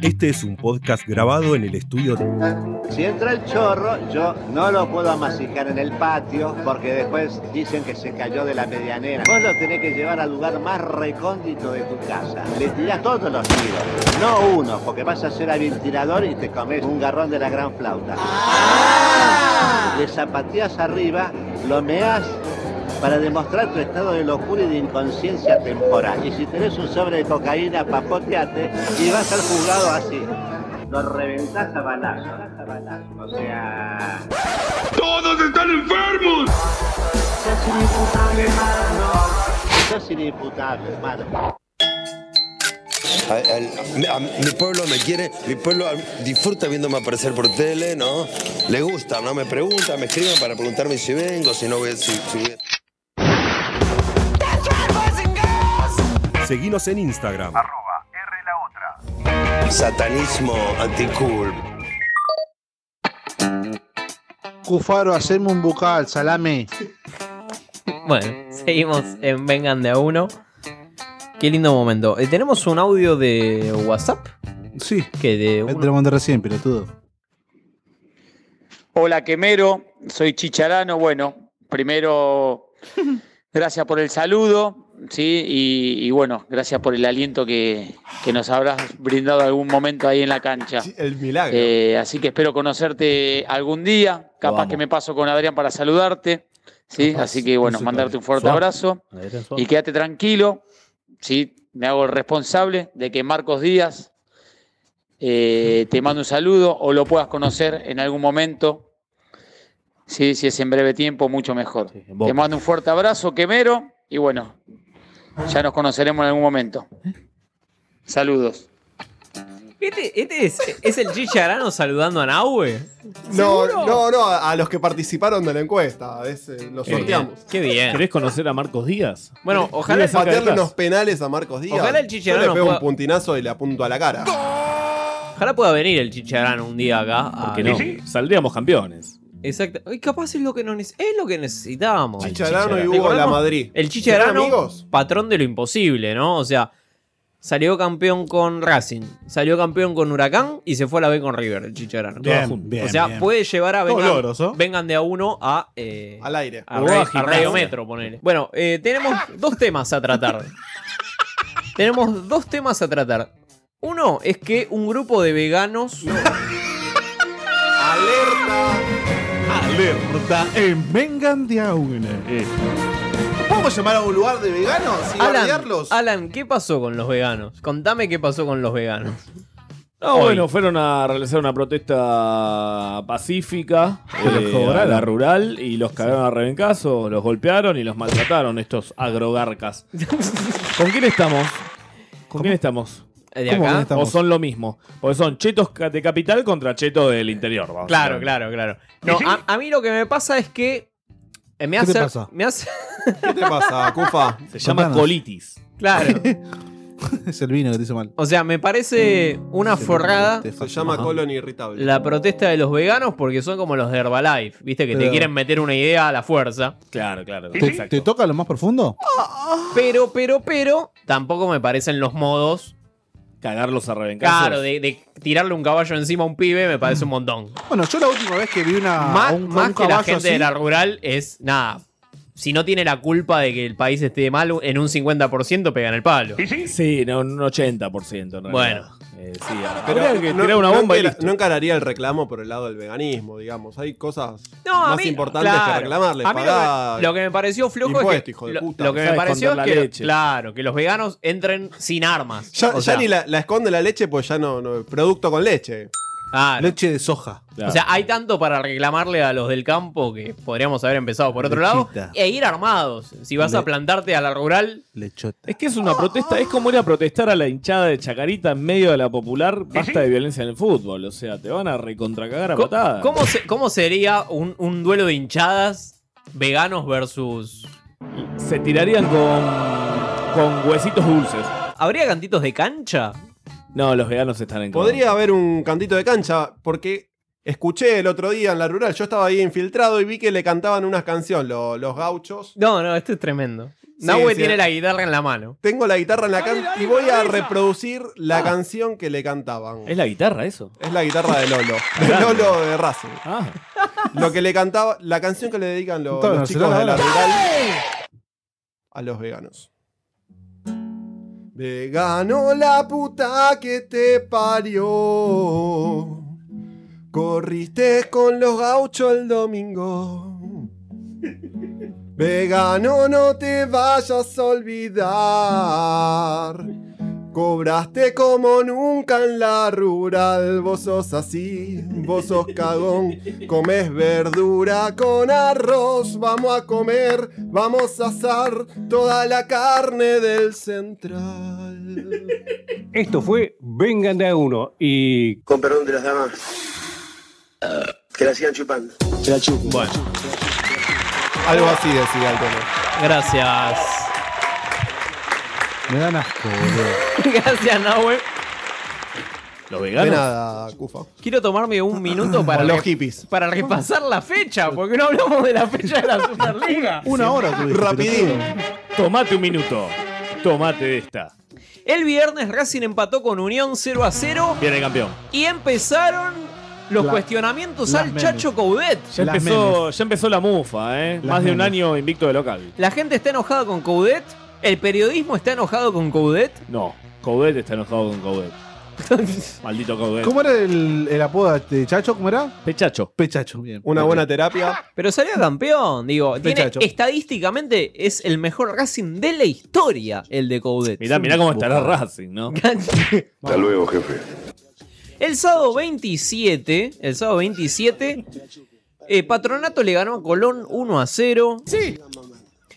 [SPEAKER 10] Este es un podcast grabado en el estudio de...
[SPEAKER 25] Si entra el chorro, yo no lo puedo amasijar en el patio porque después dicen que se cayó de la medianera. Vos lo tenés que llevar al lugar más recóndito de tu casa. Le tirás todos los tiros, no uno, porque vas a ser tirador y te comes un garrón de la gran flauta. Le zapateás arriba, lo meás para demostrar tu estado de locura y de inconsciencia temporal. Y si tenés un sobre de cocaína, papoteate y vas a ser juzgado así. Lo reventás a balazo. O sea... ¡Todos están enfermos! Sos inimputable, hermano. Sos inimputable, hermano.
[SPEAKER 10] A- al- a- a- mi pueblo me quiere, mi pueblo al- disfruta viéndome aparecer por tele, ¿no? Le gusta, ¿no? Me pregunta, me escriben para preguntarme si vengo, si no voy, a- si, si voy a-
[SPEAKER 26] Seguinos en Instagram.
[SPEAKER 10] Satanismo anticool.
[SPEAKER 5] Cufaro, haceme un bucal, salame.
[SPEAKER 1] Bueno, seguimos en Vengan de a uno. Qué lindo momento. Eh, Tenemos un audio de WhatsApp.
[SPEAKER 5] Sí.
[SPEAKER 1] Que de
[SPEAKER 5] Te Este lo mandé recién, pelotudo.
[SPEAKER 21] Hola, Quemero. Soy Chicharano. Bueno, primero, gracias por el saludo. Sí, y, y bueno, gracias por el aliento que, que nos habrás brindado algún momento ahí en la cancha.
[SPEAKER 2] El milagro.
[SPEAKER 21] Eh, así que espero conocerte algún día. Capaz
[SPEAKER 2] vamos.
[SPEAKER 21] que me paso con Adrián para saludarte. ¿sí?
[SPEAKER 2] Capaz.
[SPEAKER 21] Así que bueno,
[SPEAKER 2] Eso
[SPEAKER 21] mandarte
[SPEAKER 2] todavía.
[SPEAKER 21] un fuerte
[SPEAKER 2] Suave.
[SPEAKER 21] abrazo.
[SPEAKER 2] Adrián, suave.
[SPEAKER 21] Y quédate tranquilo. ¿sí? Me hago responsable de que Marcos Díaz eh, te mande un saludo o lo puedas conocer en algún momento. ¿sí? Si es en breve tiempo, mucho mejor.
[SPEAKER 3] Boca.
[SPEAKER 21] te mando un fuerte abrazo, Quemero. Y bueno, ya nos conoceremos en algún momento. Saludos.
[SPEAKER 1] Este, este es, es el Chicharano saludando a Nahue.
[SPEAKER 2] No,
[SPEAKER 1] ¿Seguro?
[SPEAKER 2] no, no, a los que participaron de la encuesta, es, eh, los
[SPEAKER 1] Qué bien.
[SPEAKER 2] sorteamos.
[SPEAKER 1] Qué bien.
[SPEAKER 4] ¿Querés conocer a Marcos Díaz?
[SPEAKER 1] Bueno,
[SPEAKER 2] Ojalá patearle unos penales a Marcos Díaz.
[SPEAKER 1] Ojalá el Chicharano
[SPEAKER 2] Yo le pego
[SPEAKER 1] pueda-
[SPEAKER 2] un puntinazo y le apunto a la cara.
[SPEAKER 1] Ojalá pueda venir el Chicharano un día acá. a-
[SPEAKER 4] Porque no, saldríamos campeones.
[SPEAKER 1] Exacto. Y capaz es lo que, no nece- es lo que necesitamos.
[SPEAKER 2] Chicharano y Hugo
[SPEAKER 1] ¿Recordamos?
[SPEAKER 2] La Madrid.
[SPEAKER 1] El
[SPEAKER 2] ¿Serán
[SPEAKER 1] Chicharano,
[SPEAKER 2] amigos?
[SPEAKER 1] patrón de lo imposible, ¿no? O sea, salió campeón con Racing, salió campeón con Huracán y se fue a la B con River, el Chicharano.
[SPEAKER 5] Bien,
[SPEAKER 1] Todas juntas.
[SPEAKER 5] bien,
[SPEAKER 1] o sea,
[SPEAKER 5] bien.
[SPEAKER 1] puede llevar a
[SPEAKER 5] Todos
[SPEAKER 1] vengan,
[SPEAKER 5] logros, ¿oh?
[SPEAKER 1] vengan de a uno a... eh,
[SPEAKER 2] Al aire.
[SPEAKER 1] A,
[SPEAKER 2] O
[SPEAKER 1] ra-
[SPEAKER 2] a
[SPEAKER 1] a
[SPEAKER 2] gimnasia.
[SPEAKER 1] Radio Metro, ponele. Bueno, eh, tenemos dos temas a tratar. tenemos dos temas a tratar. Uno es que un grupo de veganos...
[SPEAKER 5] Alerta en Vengan de a una.
[SPEAKER 2] ¿Podemos llamar a un lugar de veganos y
[SPEAKER 1] Alan,
[SPEAKER 2] bardearlos?
[SPEAKER 1] Alan, ¿qué pasó con los veganos? Contame qué pasó con los veganos.
[SPEAKER 4] No,
[SPEAKER 1] Hoy.
[SPEAKER 4] bueno, fueron a realizar una protesta pacífica eh,
[SPEAKER 1] Joder.
[SPEAKER 4] a la rural y los cagaron a rebencazo, los golpearon y los maltrataron estos agrogarcas. ¿Con quién estamos? ¿Con quién estamos?
[SPEAKER 1] ¿De ¿Cómo acá? quién
[SPEAKER 4] ¿O
[SPEAKER 1] estamos?
[SPEAKER 4] son lo mismo? Porque son chetos ca- de capital contra chetos del interior. vamos a
[SPEAKER 1] Claro,
[SPEAKER 4] ver.
[SPEAKER 1] claro, claro. No, a, a mí lo que me pasa es que. eh, me
[SPEAKER 4] ¿Qué te
[SPEAKER 1] hace,
[SPEAKER 4] pasa?
[SPEAKER 1] Me hace.
[SPEAKER 2] ¿Qué te pasa, Cufa?
[SPEAKER 4] Se llama
[SPEAKER 5] Contanos.
[SPEAKER 4] colitis.
[SPEAKER 1] Claro.
[SPEAKER 5] es el vino que te hizo mal.
[SPEAKER 1] O sea, me parece una forrada
[SPEAKER 2] Mm, Se llama colon irritable.
[SPEAKER 1] la protesta de los veganos porque son como los de Herbalife, ¿viste? Que te
[SPEAKER 5] Claro.
[SPEAKER 1] quieren meter una idea a la fuerza.
[SPEAKER 4] Claro, claro.
[SPEAKER 5] ¿Te, te toca lo más profundo?
[SPEAKER 1] Pero, pero, pero, tampoco me parecen los modos.
[SPEAKER 4] Cagarlos a revencazo.
[SPEAKER 1] Claro, de, de tirarle un caballo encima a un pibe me parece un montón.
[SPEAKER 5] Bueno, yo la última vez que vi una. a
[SPEAKER 1] más
[SPEAKER 5] Ah, un- a
[SPEAKER 1] más
[SPEAKER 5] un
[SPEAKER 1] que la
[SPEAKER 5] caballo
[SPEAKER 1] gente
[SPEAKER 5] así-
[SPEAKER 1] de la rural es nada. Si no tiene la culpa de que el país esté mal, en un 50% pegan el palo.
[SPEAKER 4] Sí, no, un 80% en realidad.
[SPEAKER 1] Bueno.
[SPEAKER 4] Eh,
[SPEAKER 2] ah.
[SPEAKER 4] sí, habría que tirar una
[SPEAKER 2] no
[SPEAKER 4] bomba y
[SPEAKER 2] encara-
[SPEAKER 4] listo.
[SPEAKER 2] no encararía el reclamo por el lado del veganismo, digamos. Hay cosas
[SPEAKER 1] No, a
[SPEAKER 2] más
[SPEAKER 1] mí-
[SPEAKER 2] importantes
[SPEAKER 1] claro.
[SPEAKER 2] que reclamarles.
[SPEAKER 1] A mí lo que-
[SPEAKER 2] Pagá
[SPEAKER 1] lo que me pareció flojo es que-
[SPEAKER 2] impuestos, hijo de
[SPEAKER 1] lo-
[SPEAKER 2] puta.
[SPEAKER 1] lo que me Sabes pareció esconder es la que- leche. claro, que los veganos entren sin armas.
[SPEAKER 2] Ya,
[SPEAKER 1] O
[SPEAKER 2] ya
[SPEAKER 1] sea,
[SPEAKER 2] ni la, la esconde la leche, pues ya no, no- Producto con leche.
[SPEAKER 1] claro.
[SPEAKER 5] Leche de soja.
[SPEAKER 1] O sea, hay tanto para reclamarle a los del campo que podríamos haber empezado por otro lado.
[SPEAKER 4] Lechita.
[SPEAKER 1] E ir armados. Si vas a
[SPEAKER 4] Le-
[SPEAKER 1] plantarte a la rural,
[SPEAKER 5] Lechota.
[SPEAKER 4] Es que es una protesta, es como ir a protestar a la hinchada de Chacarita en medio de la popular basta de violencia en el fútbol. O sea, te van a recontracagar a
[SPEAKER 1] ¿cómo,
[SPEAKER 4] patadas.
[SPEAKER 1] cómo se- cómo sería un, un duelo de hinchadas veganos versus.
[SPEAKER 4] Se tirarían con, con huesitos dulces.
[SPEAKER 1] ¿Habría cantitos de cancha?
[SPEAKER 4] No, los veganos están en
[SPEAKER 2] Podría haber un cantito de cancha, porque escuché el otro día en la rural, yo estaba ahí infiltrado y vi que le cantaban unas canciones, lo- los gauchos.
[SPEAKER 1] No, no, esto es tremendo.
[SPEAKER 2] Sí,
[SPEAKER 1] Nahue
[SPEAKER 2] sí.
[SPEAKER 1] tiene la guitarra en la mano.
[SPEAKER 2] Tengo la guitarra en la can y voy a reproducir la
[SPEAKER 1] Ah.
[SPEAKER 2] canción que le cantaban.
[SPEAKER 4] ¿Es la guitarra eso?
[SPEAKER 2] Es la guitarra de Lolo. De Lolo de Racing. Lo que le cantaba, la canción que le dedican los,
[SPEAKER 5] Entonces,
[SPEAKER 2] los chicos de la
[SPEAKER 5] ¿será?
[SPEAKER 2] rural a los veganos. Vegano la puta que te parió. Corriste con los gauchos el domingo. Vegano, no te vayas a olvidar. Cobraste como nunca en la rural, vos sos así, vos sos cagón, comes verdura con arroz, vamos a comer, vamos a asar toda la carne del central.
[SPEAKER 16] Esto fue Vengan de a uno y.
[SPEAKER 17] Con perdón de las damas. que la sigan chupando.
[SPEAKER 16] La chupo.
[SPEAKER 1] Bueno,
[SPEAKER 2] Algo así decía el tono.
[SPEAKER 1] gracias.
[SPEAKER 5] Me dan asco, boludo.
[SPEAKER 1] gracias, Nahue.
[SPEAKER 4] Los
[SPEAKER 2] De nada, Cufa.
[SPEAKER 1] Quiero tomarme un minuto para,
[SPEAKER 2] Los
[SPEAKER 1] re- para repasar la fecha, porque no hablamos de la fecha de la Superliga.
[SPEAKER 4] Rapidito. Tomate un minuto. Tomate esta.
[SPEAKER 1] El viernes Racing empató con Unión 0 a 0
[SPEAKER 4] Viene el campeón.
[SPEAKER 1] y empezaron los
[SPEAKER 4] La-
[SPEAKER 1] cuestionamientos
[SPEAKER 4] las
[SPEAKER 1] al
[SPEAKER 4] memes.
[SPEAKER 1] Chacho Coudet.
[SPEAKER 4] Ya empezó, ya empezó la mufa, ¿eh? Más de un
[SPEAKER 1] memes.
[SPEAKER 4] año invicto de local.
[SPEAKER 1] La gente está enojada con Coudet. El periodismo está enojado con Coudet.
[SPEAKER 4] No, Coudet está enojado con Coudet. Maldito Coudet.
[SPEAKER 5] ¿Cómo era el, el apodo de Chacho? ¿Cómo era?
[SPEAKER 4] Pechacho.
[SPEAKER 5] Pechacho, bien.
[SPEAKER 2] Una buena terapia.
[SPEAKER 1] Pero salió campeón, digo. tiene-
[SPEAKER 5] Pechacho.
[SPEAKER 1] estadísticamente es el mejor Racing de la historia, el de Coudet.
[SPEAKER 4] Mirá, mirá cómo estará Racing, ¿no?
[SPEAKER 17] Hasta luego, jefe.
[SPEAKER 1] El sábado 27, el sábado 27, eh, Patronato le ganó a Colón 1 a 0. Sí.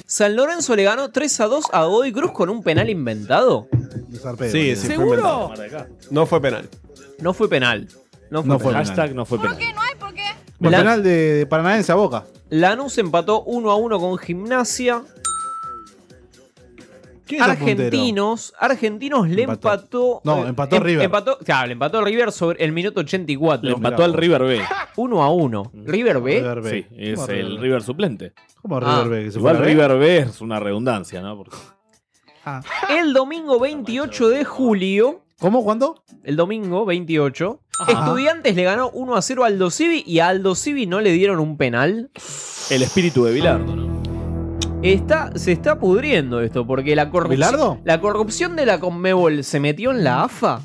[SPEAKER 1] San Lorenzo le ganó 3 a 2 a Godoy Cruz con un penal inventado.
[SPEAKER 2] Sí, sí, fue inventado. No fue penal.
[SPEAKER 1] No fue penal. No fue,
[SPEAKER 5] No fue
[SPEAKER 1] penal.
[SPEAKER 5] penal. Hashtag
[SPEAKER 4] no fue penal.
[SPEAKER 5] Por
[SPEAKER 1] La-
[SPEAKER 5] penal de, de Paranaense a Boca.
[SPEAKER 1] Lanús empató 1 a 1 con Gimnasia.
[SPEAKER 5] ¿Quién es el
[SPEAKER 1] Argentinos, Argentinos le empató.
[SPEAKER 5] No,
[SPEAKER 1] eh,
[SPEAKER 5] empató River.
[SPEAKER 1] Empató, claro, le empató River sobre el minuto 84.
[SPEAKER 4] Le empató al River B.
[SPEAKER 1] 1 a 1. ¿River B?
[SPEAKER 5] River B.
[SPEAKER 4] Sí, es
[SPEAKER 5] ¿Cómo
[SPEAKER 4] el
[SPEAKER 5] River B?
[SPEAKER 4] River suplente.
[SPEAKER 5] ¿Cómo
[SPEAKER 1] River Ah. B? ¿Que se
[SPEAKER 4] Igual
[SPEAKER 1] fue a la B?
[SPEAKER 4] River B es una redundancia, ¿no? Porque-
[SPEAKER 1] El domingo 28 de julio.
[SPEAKER 5] ¿Cómo? ¿Cuándo?
[SPEAKER 1] El domingo 28.
[SPEAKER 4] Ajá.
[SPEAKER 1] Estudiantes le ganó 1 a 0 a Aldo Civi y a Aldo Civi no le dieron un penal.
[SPEAKER 4] El espíritu de Bilardo,
[SPEAKER 1] ¿no? Está, se está pudriendo esto porque la
[SPEAKER 5] ¿Bilardo?
[SPEAKER 1] corrupción, la corrupción de la Conmebol se metió en la AFA.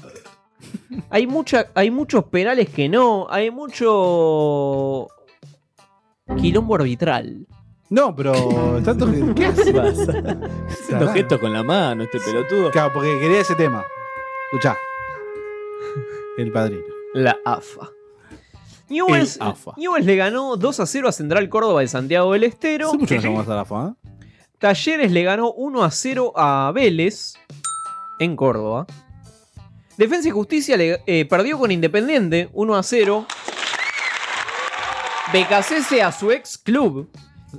[SPEAKER 1] Hay, mucha, hay muchos penales que no, hay mucho quilombo arbitral.
[SPEAKER 5] No, pero tanto que- ¿Qué hace?
[SPEAKER 4] Haciendo gestos con la mano, este pelotudo.
[SPEAKER 5] Claro, porque quería ese tema. Escuchá. El padrino.
[SPEAKER 1] La AFA. Newell's,
[SPEAKER 5] El AFA.
[SPEAKER 1] Newell's le ganó 2 a 0 a Central Córdoba de Santiago del Estero.
[SPEAKER 5] Hace mucho no llamamos a la FA. ¿eh?
[SPEAKER 1] Talleres le ganó 1 a 0 a Vélez en Córdoba. Defensa y Justicia le- eh, perdió con Independiente 1 a 0. Becasese a su ex club.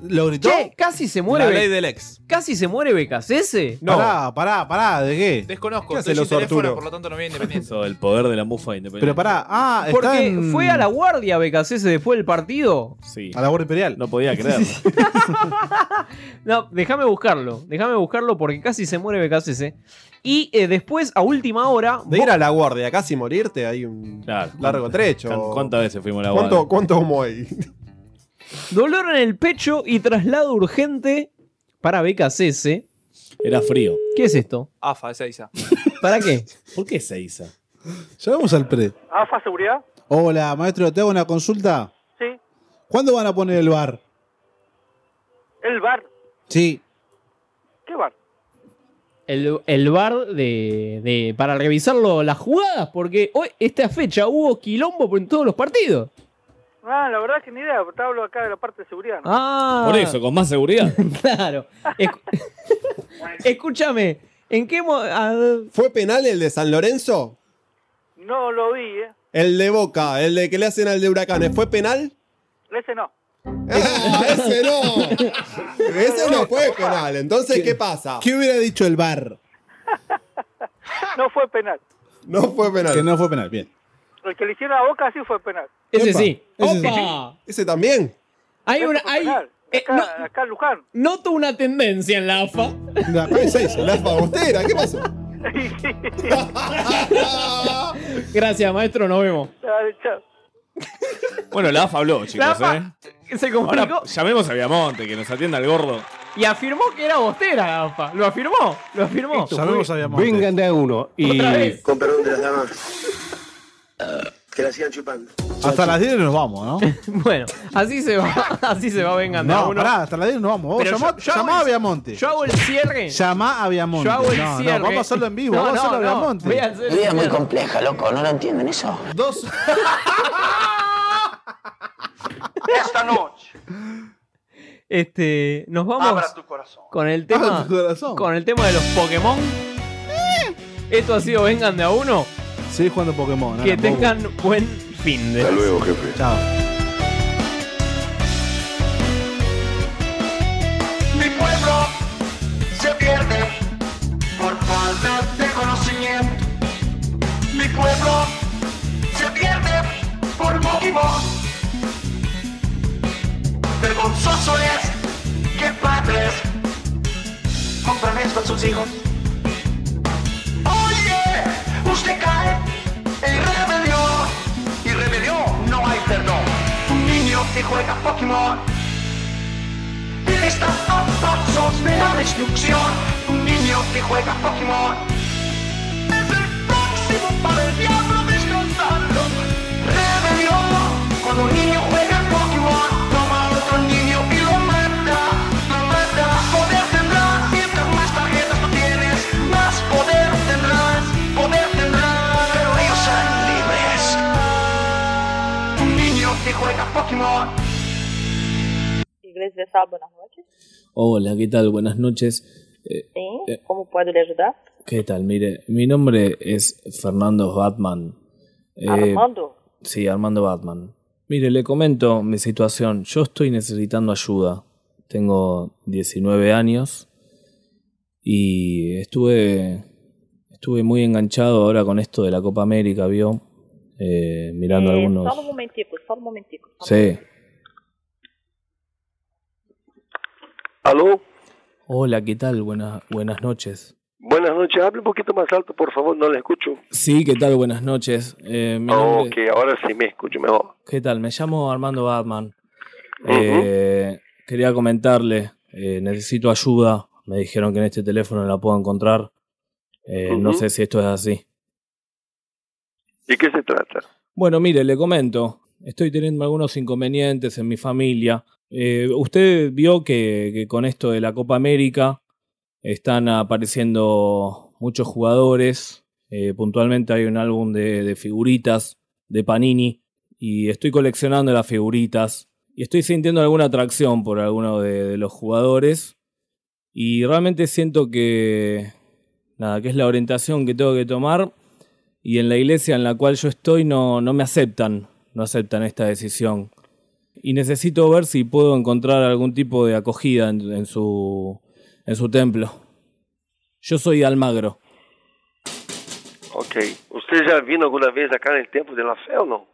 [SPEAKER 5] ¿Lo gritó?
[SPEAKER 1] Che, casi se muere.
[SPEAKER 5] La
[SPEAKER 1] Be-
[SPEAKER 5] ley del
[SPEAKER 2] ex.
[SPEAKER 1] Casi se muere Becasese.
[SPEAKER 5] Pará, pará, pará, ¿de qué?
[SPEAKER 23] Desconozco,
[SPEAKER 5] ¿Qué hace
[SPEAKER 23] estoy sin
[SPEAKER 5] los
[SPEAKER 23] teléfono,
[SPEAKER 5] Arturo?
[SPEAKER 23] por lo tanto no vi independiente.
[SPEAKER 4] Eso, el poder de la mufa independiente.
[SPEAKER 5] Pero pará, ah, está
[SPEAKER 1] Porque
[SPEAKER 5] en-
[SPEAKER 1] fue a la guardia Becasese después del partido.
[SPEAKER 4] Sí.
[SPEAKER 5] A la Guardia Imperial.
[SPEAKER 4] No podía creerlo.
[SPEAKER 1] No, déjame buscarlo. Déjame buscarlo porque casi se muere Becasese. Y eh, después, a última hora.
[SPEAKER 2] De ir a la guardia, casi morirte, hay un largo trecho.
[SPEAKER 4] ¿Cuántas veces fuimos a la
[SPEAKER 2] ¿Cuánto,
[SPEAKER 4] guardia?
[SPEAKER 2] ¿Cuánto humo hay?
[SPEAKER 1] Dolor en el pecho y traslado urgente para Becasese.
[SPEAKER 4] Era frío.
[SPEAKER 1] ¿eh? ¿Qué es esto?
[SPEAKER 23] AFA, esa Isa.
[SPEAKER 1] ¿Para qué?
[SPEAKER 4] ¿Por qué Seiza?
[SPEAKER 5] Llamamos al pre.
[SPEAKER 23] ¿AFA seguridad?
[SPEAKER 5] Hola, maestro, te hago una consulta.
[SPEAKER 23] Sí.
[SPEAKER 5] ¿Cuándo van a poner el bar?
[SPEAKER 23] El bar.
[SPEAKER 5] Sí.
[SPEAKER 23] ¿Qué bar?
[SPEAKER 1] El, el bar de, de- para revisarlo las jugadas, porque hoy, esta fecha, hubo quilombo en todos los partidos.
[SPEAKER 3] Ah, la verdad que ni idea, porque te hablo acá de la parte de seguridad. ¿no?
[SPEAKER 1] Ah.
[SPEAKER 4] Por eso, con más seguridad.
[SPEAKER 1] Claro. Escu- Escúchame, ¿en qué mo- a-
[SPEAKER 2] ¿Fue penal el de San Lorenzo?
[SPEAKER 3] No lo vi, ¿eh?
[SPEAKER 2] El de Boca, el de que le hacen al de Huracanes, ¿fue penal?
[SPEAKER 3] Ese no.
[SPEAKER 2] ¡Ah, ese no! Ese no fue penal. Entonces, ¿qué pasa?
[SPEAKER 5] ¿Qué hubiera dicho el bar?
[SPEAKER 3] No fue penal.
[SPEAKER 2] No fue penal.
[SPEAKER 5] Que no fue penal, bien.
[SPEAKER 3] El que le hicieron a Boca sí fue penal.
[SPEAKER 1] Ese
[SPEAKER 5] Epa,
[SPEAKER 1] sí.
[SPEAKER 5] ese sí.
[SPEAKER 1] ¡Opa!
[SPEAKER 2] Ese también.
[SPEAKER 1] Hay una.
[SPEAKER 3] Fue
[SPEAKER 1] Hay,
[SPEAKER 3] penal.
[SPEAKER 1] eh,
[SPEAKER 3] Acá,
[SPEAKER 1] no-
[SPEAKER 3] acá Luján.
[SPEAKER 1] noto una tendencia en la AFA.
[SPEAKER 5] La
[SPEAKER 2] la fagostera, ¿qué pasó?
[SPEAKER 1] Gracias, maestro, nos vemos.
[SPEAKER 3] Dale, chao.
[SPEAKER 4] Bueno, la AFA habló, chicos,
[SPEAKER 1] La
[SPEAKER 4] ¿eh?
[SPEAKER 1] AFA se complicó
[SPEAKER 4] Ahora llamemos a Viamonte, que nos atienda el gordo.
[SPEAKER 1] y afirmó que era bostera la AFA. Lo afirmó, lo afirmó.
[SPEAKER 16] Vengan de a uno y.
[SPEAKER 1] Otra vez.
[SPEAKER 17] Con perdón de las damas. que la sigan chupando.
[SPEAKER 1] muchachos.
[SPEAKER 5] Hasta las 10 nos vamos, ¿no?
[SPEAKER 1] bueno, así se va, así se va, vengan de a
[SPEAKER 5] No,
[SPEAKER 1] uno.
[SPEAKER 5] pará, hasta las 10 nos vamos. Vos
[SPEAKER 1] Pero
[SPEAKER 5] llamá,
[SPEAKER 1] yo- yo hago
[SPEAKER 5] llamá a
[SPEAKER 1] el-
[SPEAKER 5] Viamonte.
[SPEAKER 1] Yo hago el cierre.
[SPEAKER 5] Llamá a Viamonte.
[SPEAKER 1] Yo hago el
[SPEAKER 5] No, no,
[SPEAKER 1] cierre.
[SPEAKER 5] vamos a hacerlo en vivo,
[SPEAKER 1] No,
[SPEAKER 5] vamos a hacerlo
[SPEAKER 1] no,
[SPEAKER 5] a
[SPEAKER 1] no,
[SPEAKER 5] Viamonte.
[SPEAKER 1] voy a hacer el
[SPEAKER 5] Vida muy
[SPEAKER 1] cierre.
[SPEAKER 5] compleja, loco, ¿no lo entienden eso? Dos.
[SPEAKER 23] Esta noche.
[SPEAKER 1] Este, nos vamos
[SPEAKER 23] Abra tu corazón.
[SPEAKER 1] con el tema
[SPEAKER 23] Abra
[SPEAKER 1] con el tema de los Pokémon. Esto ha sido vengan de a uno.
[SPEAKER 5] Seguí jugando Pokémon.
[SPEAKER 1] Que
[SPEAKER 5] Alan, vos.
[SPEAKER 1] tengan buen fin de.
[SPEAKER 5] jefe. Chao.
[SPEAKER 6] Mi pueblo se pierde por falta de conocimiento. Mi pueblo se pierde por motivos. Vergonzoso es que padres compran esto a sus hijos. Oye, usted cae en rebelión y rebelión no hay perdón. Un niño que juega Pokémon Está a pasos de la destrucción Un niño que juega Pokémon Es el próximo para el diablo destrozarlo Rebelión Cuando un niño juega Pokémon Toma a otro niño y lo mata Lo mata Poder tendrás Mientras más tarjetas tú tienes Más poder tendrás Poder tendrás Pero ellos son libres Un niño que juega Pokémon
[SPEAKER 18] Inglês Vessal, buenas noches.
[SPEAKER 4] Hola, ¿qué tal? Buenas noches. Eh,
[SPEAKER 18] Sim,
[SPEAKER 4] eh,
[SPEAKER 18] como puedo lhe ajudar?
[SPEAKER 4] ¿Qué tal? Mire, mi nombre es Fernando Batman. Eh,
[SPEAKER 18] Armando?
[SPEAKER 4] Sí, Armando Batman. Mire, le comento mi situación. Yo estoy necesitando ayuda. Tengo 19 años y estuve, estuve muy enganchado ahora con esto de la Copa América, ¿vio? Eh, mirando
[SPEAKER 18] Eh,
[SPEAKER 4] algunos...
[SPEAKER 18] Só um momentico, só um momentico.
[SPEAKER 4] Sí.
[SPEAKER 9] ¿Aló?
[SPEAKER 4] Hola, ¿qué tal? Buenas, buenas noches.
[SPEAKER 9] Buenas noches. Hable un poquito más alto, por favor. No le escucho.
[SPEAKER 4] Sí, ¿qué tal? Buenas noches. Eh, mi nombre-
[SPEAKER 9] ok, ahora sí me escucho mejor.
[SPEAKER 4] ¿Qué tal? Me llamo Armando Batman. Eh, quería comentarle, eh, necesito ayuda. Me dijeron que en este teléfono la puedo encontrar. Eh, No
[SPEAKER 9] Ujú.
[SPEAKER 4] sé si esto es así.
[SPEAKER 9] ¿De qué se trata?
[SPEAKER 4] Bueno, mire, le comento. Estoy teniendo algunos inconvenientes en mi familia. Eh, usted vio que, que con esto de la Copa América están apareciendo muchos jugadores. Eh, puntualmente hay un álbum de, de figuritas de Panini y estoy coleccionando las figuritas y estoy sintiendo alguna atracción por alguno de, de los jugadores y realmente siento que nada que es la orientación que tengo que tomar y en la iglesia en la cual yo estoy no, no me aceptan, no aceptan esta decisión. Y necesito ver si puedo encontrar algún tipo de acogida en, en su, en su templo. Yo soy de Almagro.
[SPEAKER 9] Ok. ¿Usted já vino alguma vez acá en el Templo de la Fe o no?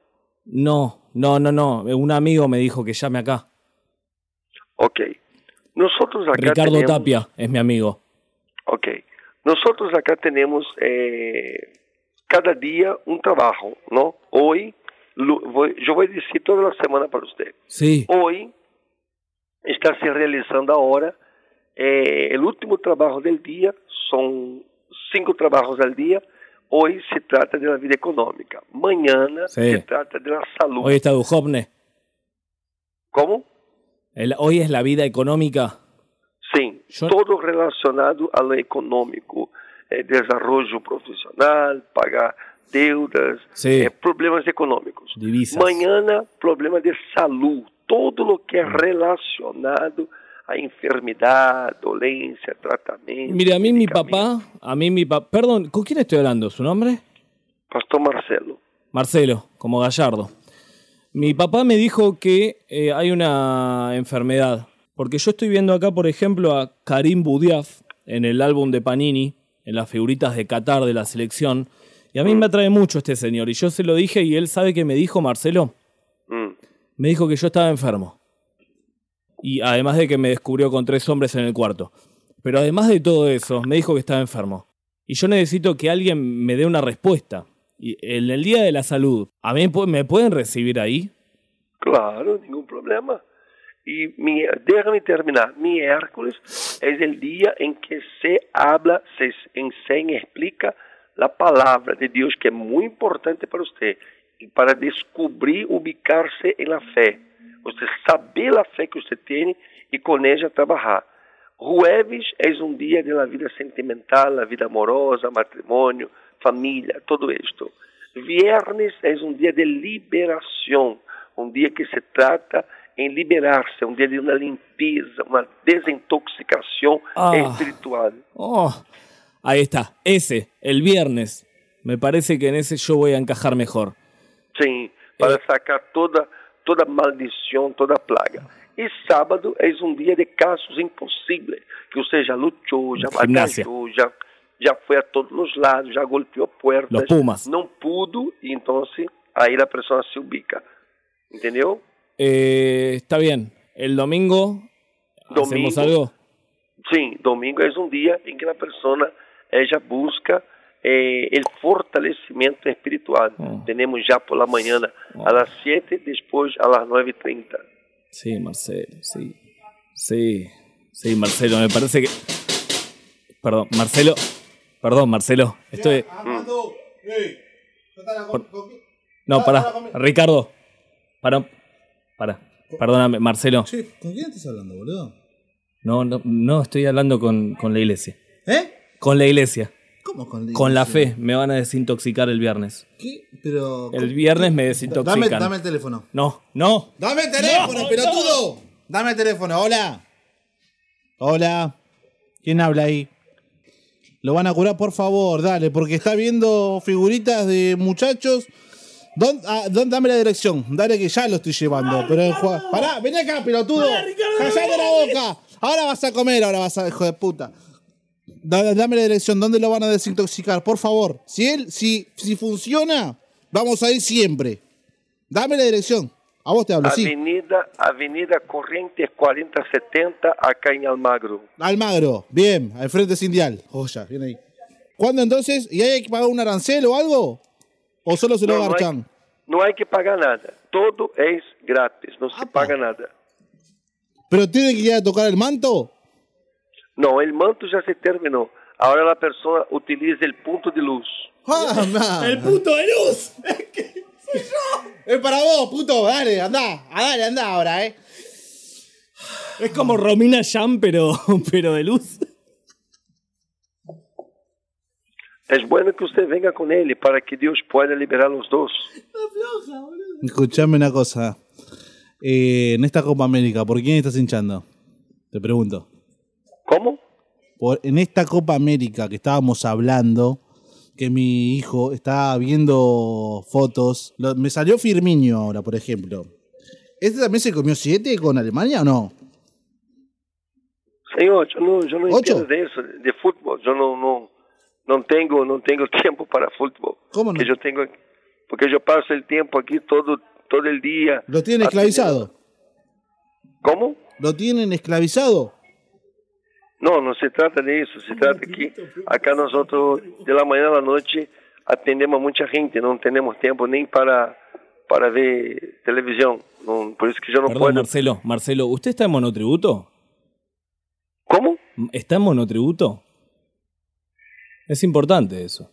[SPEAKER 4] No, no, no, no. Un amigo me dijo que llame acá.
[SPEAKER 9] Ok. Nosotros acá
[SPEAKER 4] Ricardo
[SPEAKER 9] tenemos...
[SPEAKER 4] Tapia es mi amigo.
[SPEAKER 9] Ok. Nosotros acá tenemos eh, cada día un trabajo, ¿no? Hoy, lo- voy- yo voy a decir toda la semana para usted.
[SPEAKER 4] Sí.
[SPEAKER 9] Hoy está se realizando ahora eh, el último trabajo del día, son cinco trabajos al día. Hoy se trata de la vida económica, mañana
[SPEAKER 4] Sí.
[SPEAKER 9] se trata de la salud.
[SPEAKER 4] Hoy está Dujovne.
[SPEAKER 9] ¿Cómo?
[SPEAKER 4] El- hoy es la vida económica.
[SPEAKER 9] Sim, todo relacionado ao econômico, eh, desarrollo profissional, pagar deudas,
[SPEAKER 4] Sí.
[SPEAKER 9] eh, problemas econômicos.
[SPEAKER 4] Divisas.
[SPEAKER 9] Amanhã, problema de saúde, todo o que é relacionado a enfermidade, dolência, tratamento.
[SPEAKER 4] Mire, a mí mi papá, a mí mi papá... Perdón, ¿con quién estoy hablando? ¿Su nombre?
[SPEAKER 9] Pastor Marcelo.
[SPEAKER 4] Marcelo, como Gallardo. Mi papá me dijo que eh, hay una enfermedad. Porque yo estoy viendo acá, por ejemplo, a Karim Boudiaf en el álbum de Panini, en las figuritas de Qatar de la selección. Y a
[SPEAKER 9] Mm.
[SPEAKER 4] mí me atrae mucho este señor. Y yo se lo dije y él sabe que me dijo, Marcelo,
[SPEAKER 9] Hum.
[SPEAKER 4] me dijo que yo estaba enfermo. Y además de que me descubrió con tres hombres en el cuarto. Pero además de todo eso, me dijo que estaba enfermo. Y yo necesito que alguien me dé una respuesta. Y en el Día de la Salud, ¿a mí pu- me pueden recibir ahí?
[SPEAKER 9] Claro, nenhum problema. E mi, déjame terminar. Miércoles é o dia em que se habla, se enseña, explica a palavra de Deus, que é muito importante para você. e para descobrir ubicar-se na fé. Você saber a fé que você tem e com ela trabalhar. Jueves é um dia da vida sentimental, da vida amorosa, matrimônio, família, tudo isto. Viernes é um dia de liberação, um dia que se trata em liberar-se, um dia de uma limpeza, uma desintoxicação
[SPEAKER 4] Ah.
[SPEAKER 9] espiritual.
[SPEAKER 4] Oh, ahí está, ese, el viernes. Me parece que en ese yo voy a encajar mejor.
[SPEAKER 9] Sim, para sacar toda toda maldição, toda plaga. E sábado é um dia de casos impossíveis, que você já lutou, já
[SPEAKER 4] Gimnasia.
[SPEAKER 9] batalhou, já, já foi a todos os lados, já golpeou
[SPEAKER 4] Los
[SPEAKER 9] puertas,
[SPEAKER 4] Pumas.
[SPEAKER 9] não pudo, e então assim, aí a pessoa se ubica. Entendeu?
[SPEAKER 4] Eh, está bien, el domingo, hacemos
[SPEAKER 9] Domingo.
[SPEAKER 4] algo.
[SPEAKER 9] Sim, domingo é um dia em que a pessoa eh, já busca eh, o fortalecimento espiritual. Temos já pela manhã às 7, depois às 9h30.
[SPEAKER 4] Sí, Marcelo, sí. Sí, sí, Marcelo, me parece que. Perdón, Marcelo. Perdón, Marcelo. Estoy. Por-
[SPEAKER 22] Ah,
[SPEAKER 4] No, pará. Ricardo. Pará. Pará. Perdóname, Marcelo.
[SPEAKER 22] ¿Con quién estás hablando, boludo?
[SPEAKER 4] No, no, no, estoy hablando con, con la iglesia.
[SPEAKER 22] ¿Eh?
[SPEAKER 4] Con la iglesia.
[SPEAKER 22] ¿Cómo con la
[SPEAKER 4] Con la
[SPEAKER 22] iglesia?
[SPEAKER 4] fe. Me van a desintoxicar el viernes.
[SPEAKER 22] ¿Qué? Pero.
[SPEAKER 4] El viernes me
[SPEAKER 22] Dame,
[SPEAKER 4] desintoxican.
[SPEAKER 22] dame el teléfono.
[SPEAKER 4] No, no.
[SPEAKER 22] ¡Dame el teléfono, pelotudo! Dame el teléfono, hola.
[SPEAKER 5] Hola. ¿Quién habla ahí? Lo van a curar, por favor, dale, porque está viendo figuritas de muchachos. Don, ah, don- dame la dirección, dale que ya lo estoy llevando. pero el jua- Pará, vení acá, pelotudo. Callate la boca. Ahora vas a comer, ahora vas a, hijo de puta. Da- dame la dirección, ¿dónde lo van a desintoxicar? Por favor. Si él, si, si funciona, vamos a ir siempre. Dame la dirección. A vos te hablo, sí.
[SPEAKER 9] Avenida, Avenida Correntes 4070, acá em Almagro.
[SPEAKER 5] Almagro, bien, al frente sindial. Joya, bien ahí. ¿Cuándo entonces? ¿Y hay que pagar un arancel o algo? ¿O solo se lo
[SPEAKER 9] No, no hay-
[SPEAKER 5] agarchan?
[SPEAKER 9] Não há é que pagar nada. Todo é grátis, não se
[SPEAKER 5] Ah, tá.
[SPEAKER 9] paga nada.
[SPEAKER 5] ¿Pero tiene que ir a tocar el manto?
[SPEAKER 9] Não, o manto já se terminou. Agora a pessoa utiliza o ponto de luz.
[SPEAKER 5] Ah, ¡El puto de luz! Es para vos, puto. Dale, andá. Ah, Dale, andá ahora, eh.
[SPEAKER 4] Es como Romina Yan, pero, pero de luz.
[SPEAKER 9] É bueno que você venha com ele para que Deus possa liberar os dois.
[SPEAKER 5] Escuchame una cosa. Eh, en esta Copa América, ¿por quién estás hinchando? Te pregunto.
[SPEAKER 9] ¿Cómo?
[SPEAKER 5] en esta Copa América que estábamos hablando, que mi hijo está viendo fotos. lo- me salió Firmino ahora, por ejemplo. ¿Este también se comió siete con Alemania o no?
[SPEAKER 9] Senhor, eu não, eu não
[SPEAKER 5] Ocho.
[SPEAKER 9] entendo disso, de futebol. Eu não, não, não, tenho, não tenho tempo para futebol.
[SPEAKER 5] Como não?
[SPEAKER 9] Porque eu, tenho, porque eu passo o tempo aqui todo, todo o dia.
[SPEAKER 5] ¿Lo tienen esclavizado?
[SPEAKER 9] ¿Cómo?
[SPEAKER 5] ¿Lo tienen esclavizado?
[SPEAKER 9] Não, não se trata disso. Se trata que acá nós outros, de manhã à noite, atendemos muita gente. Não temos tempo nem para, para ver televisão. Não, por isso que eu não
[SPEAKER 4] Perdón,
[SPEAKER 9] posso.
[SPEAKER 4] Marcelo. Marcelo, ¿usted está en monotributo?
[SPEAKER 9] ¿Cómo?
[SPEAKER 4] ¿Está en monotributo? Es importante eso.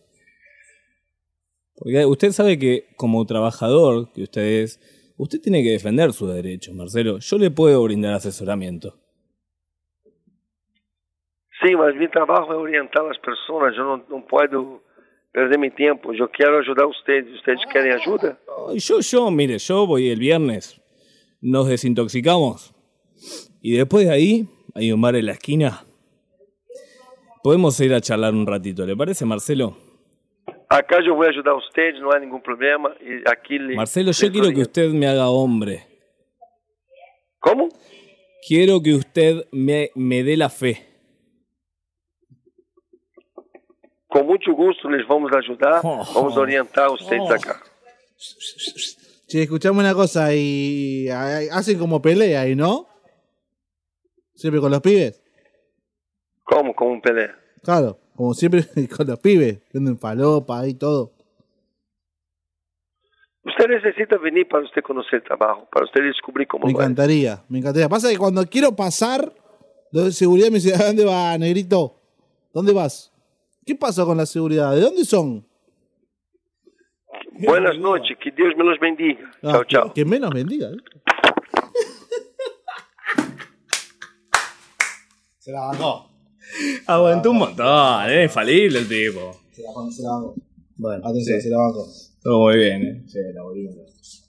[SPEAKER 4] Porque usted sabe que como trabajador que usted es, usted tiene que defender sus derechos, Marcelo. Yo le puedo brindar asesoramiento.
[SPEAKER 9] Sim, mas meu trabalho é orientar as pessoas. Eu não, não posso perder meu tempo. Eu quero ajudar vocês. Vocês querem ajuda?
[SPEAKER 4] Ay, Yo, yo, mire, yo voy el viernes, nos desintoxicamos y después de ahí hay un bar en la esquina. Podemos ir a charlar un ratito, ¿le parece, Marcelo?
[SPEAKER 9] Acá eu vou ajudar vocês, não há nenhum problema. E aqui lhe-
[SPEAKER 4] Marcelo, yo quiero que usted me haga hombre.
[SPEAKER 9] ¿Cómo?
[SPEAKER 4] Quiero que usted me, me dé la fe.
[SPEAKER 9] com muito gosto, nós vamos ajudar. Vamos orientar vocês acá.
[SPEAKER 5] Che, escuchame una cosa y ay, hacen como pelea ahí, ¿no? Siempre con los pibes.
[SPEAKER 9] Como? Como um Pelé.
[SPEAKER 5] Claro, como siempre con los pibes. Venden falopa y todo.
[SPEAKER 9] Você necessita vir para você conhecer o trabalho, para você descobrir como
[SPEAKER 5] Me
[SPEAKER 9] vai.
[SPEAKER 5] encantaría, me encantaría. Pasa que cuando quiero pasar, los de seguridad me dicen, ¿a dónde va, negrito? ¿Dónde vas? ¿Qué pasó con la seguridad? ¿De dónde son?
[SPEAKER 9] Buenas noches, que Dios me los bendiga.
[SPEAKER 5] Ah,
[SPEAKER 9] chao, chao.
[SPEAKER 5] Que menos bendiga. ¿eh?
[SPEAKER 10] Se la bancó.
[SPEAKER 4] Aguantó un montón, es infalible el tipo.
[SPEAKER 10] Se la, se la bancó.
[SPEAKER 4] Bueno,
[SPEAKER 10] Atención, se la bancó.
[SPEAKER 4] Ah, todo muy bien. ¿eh?
[SPEAKER 10] Sí, la volvimos.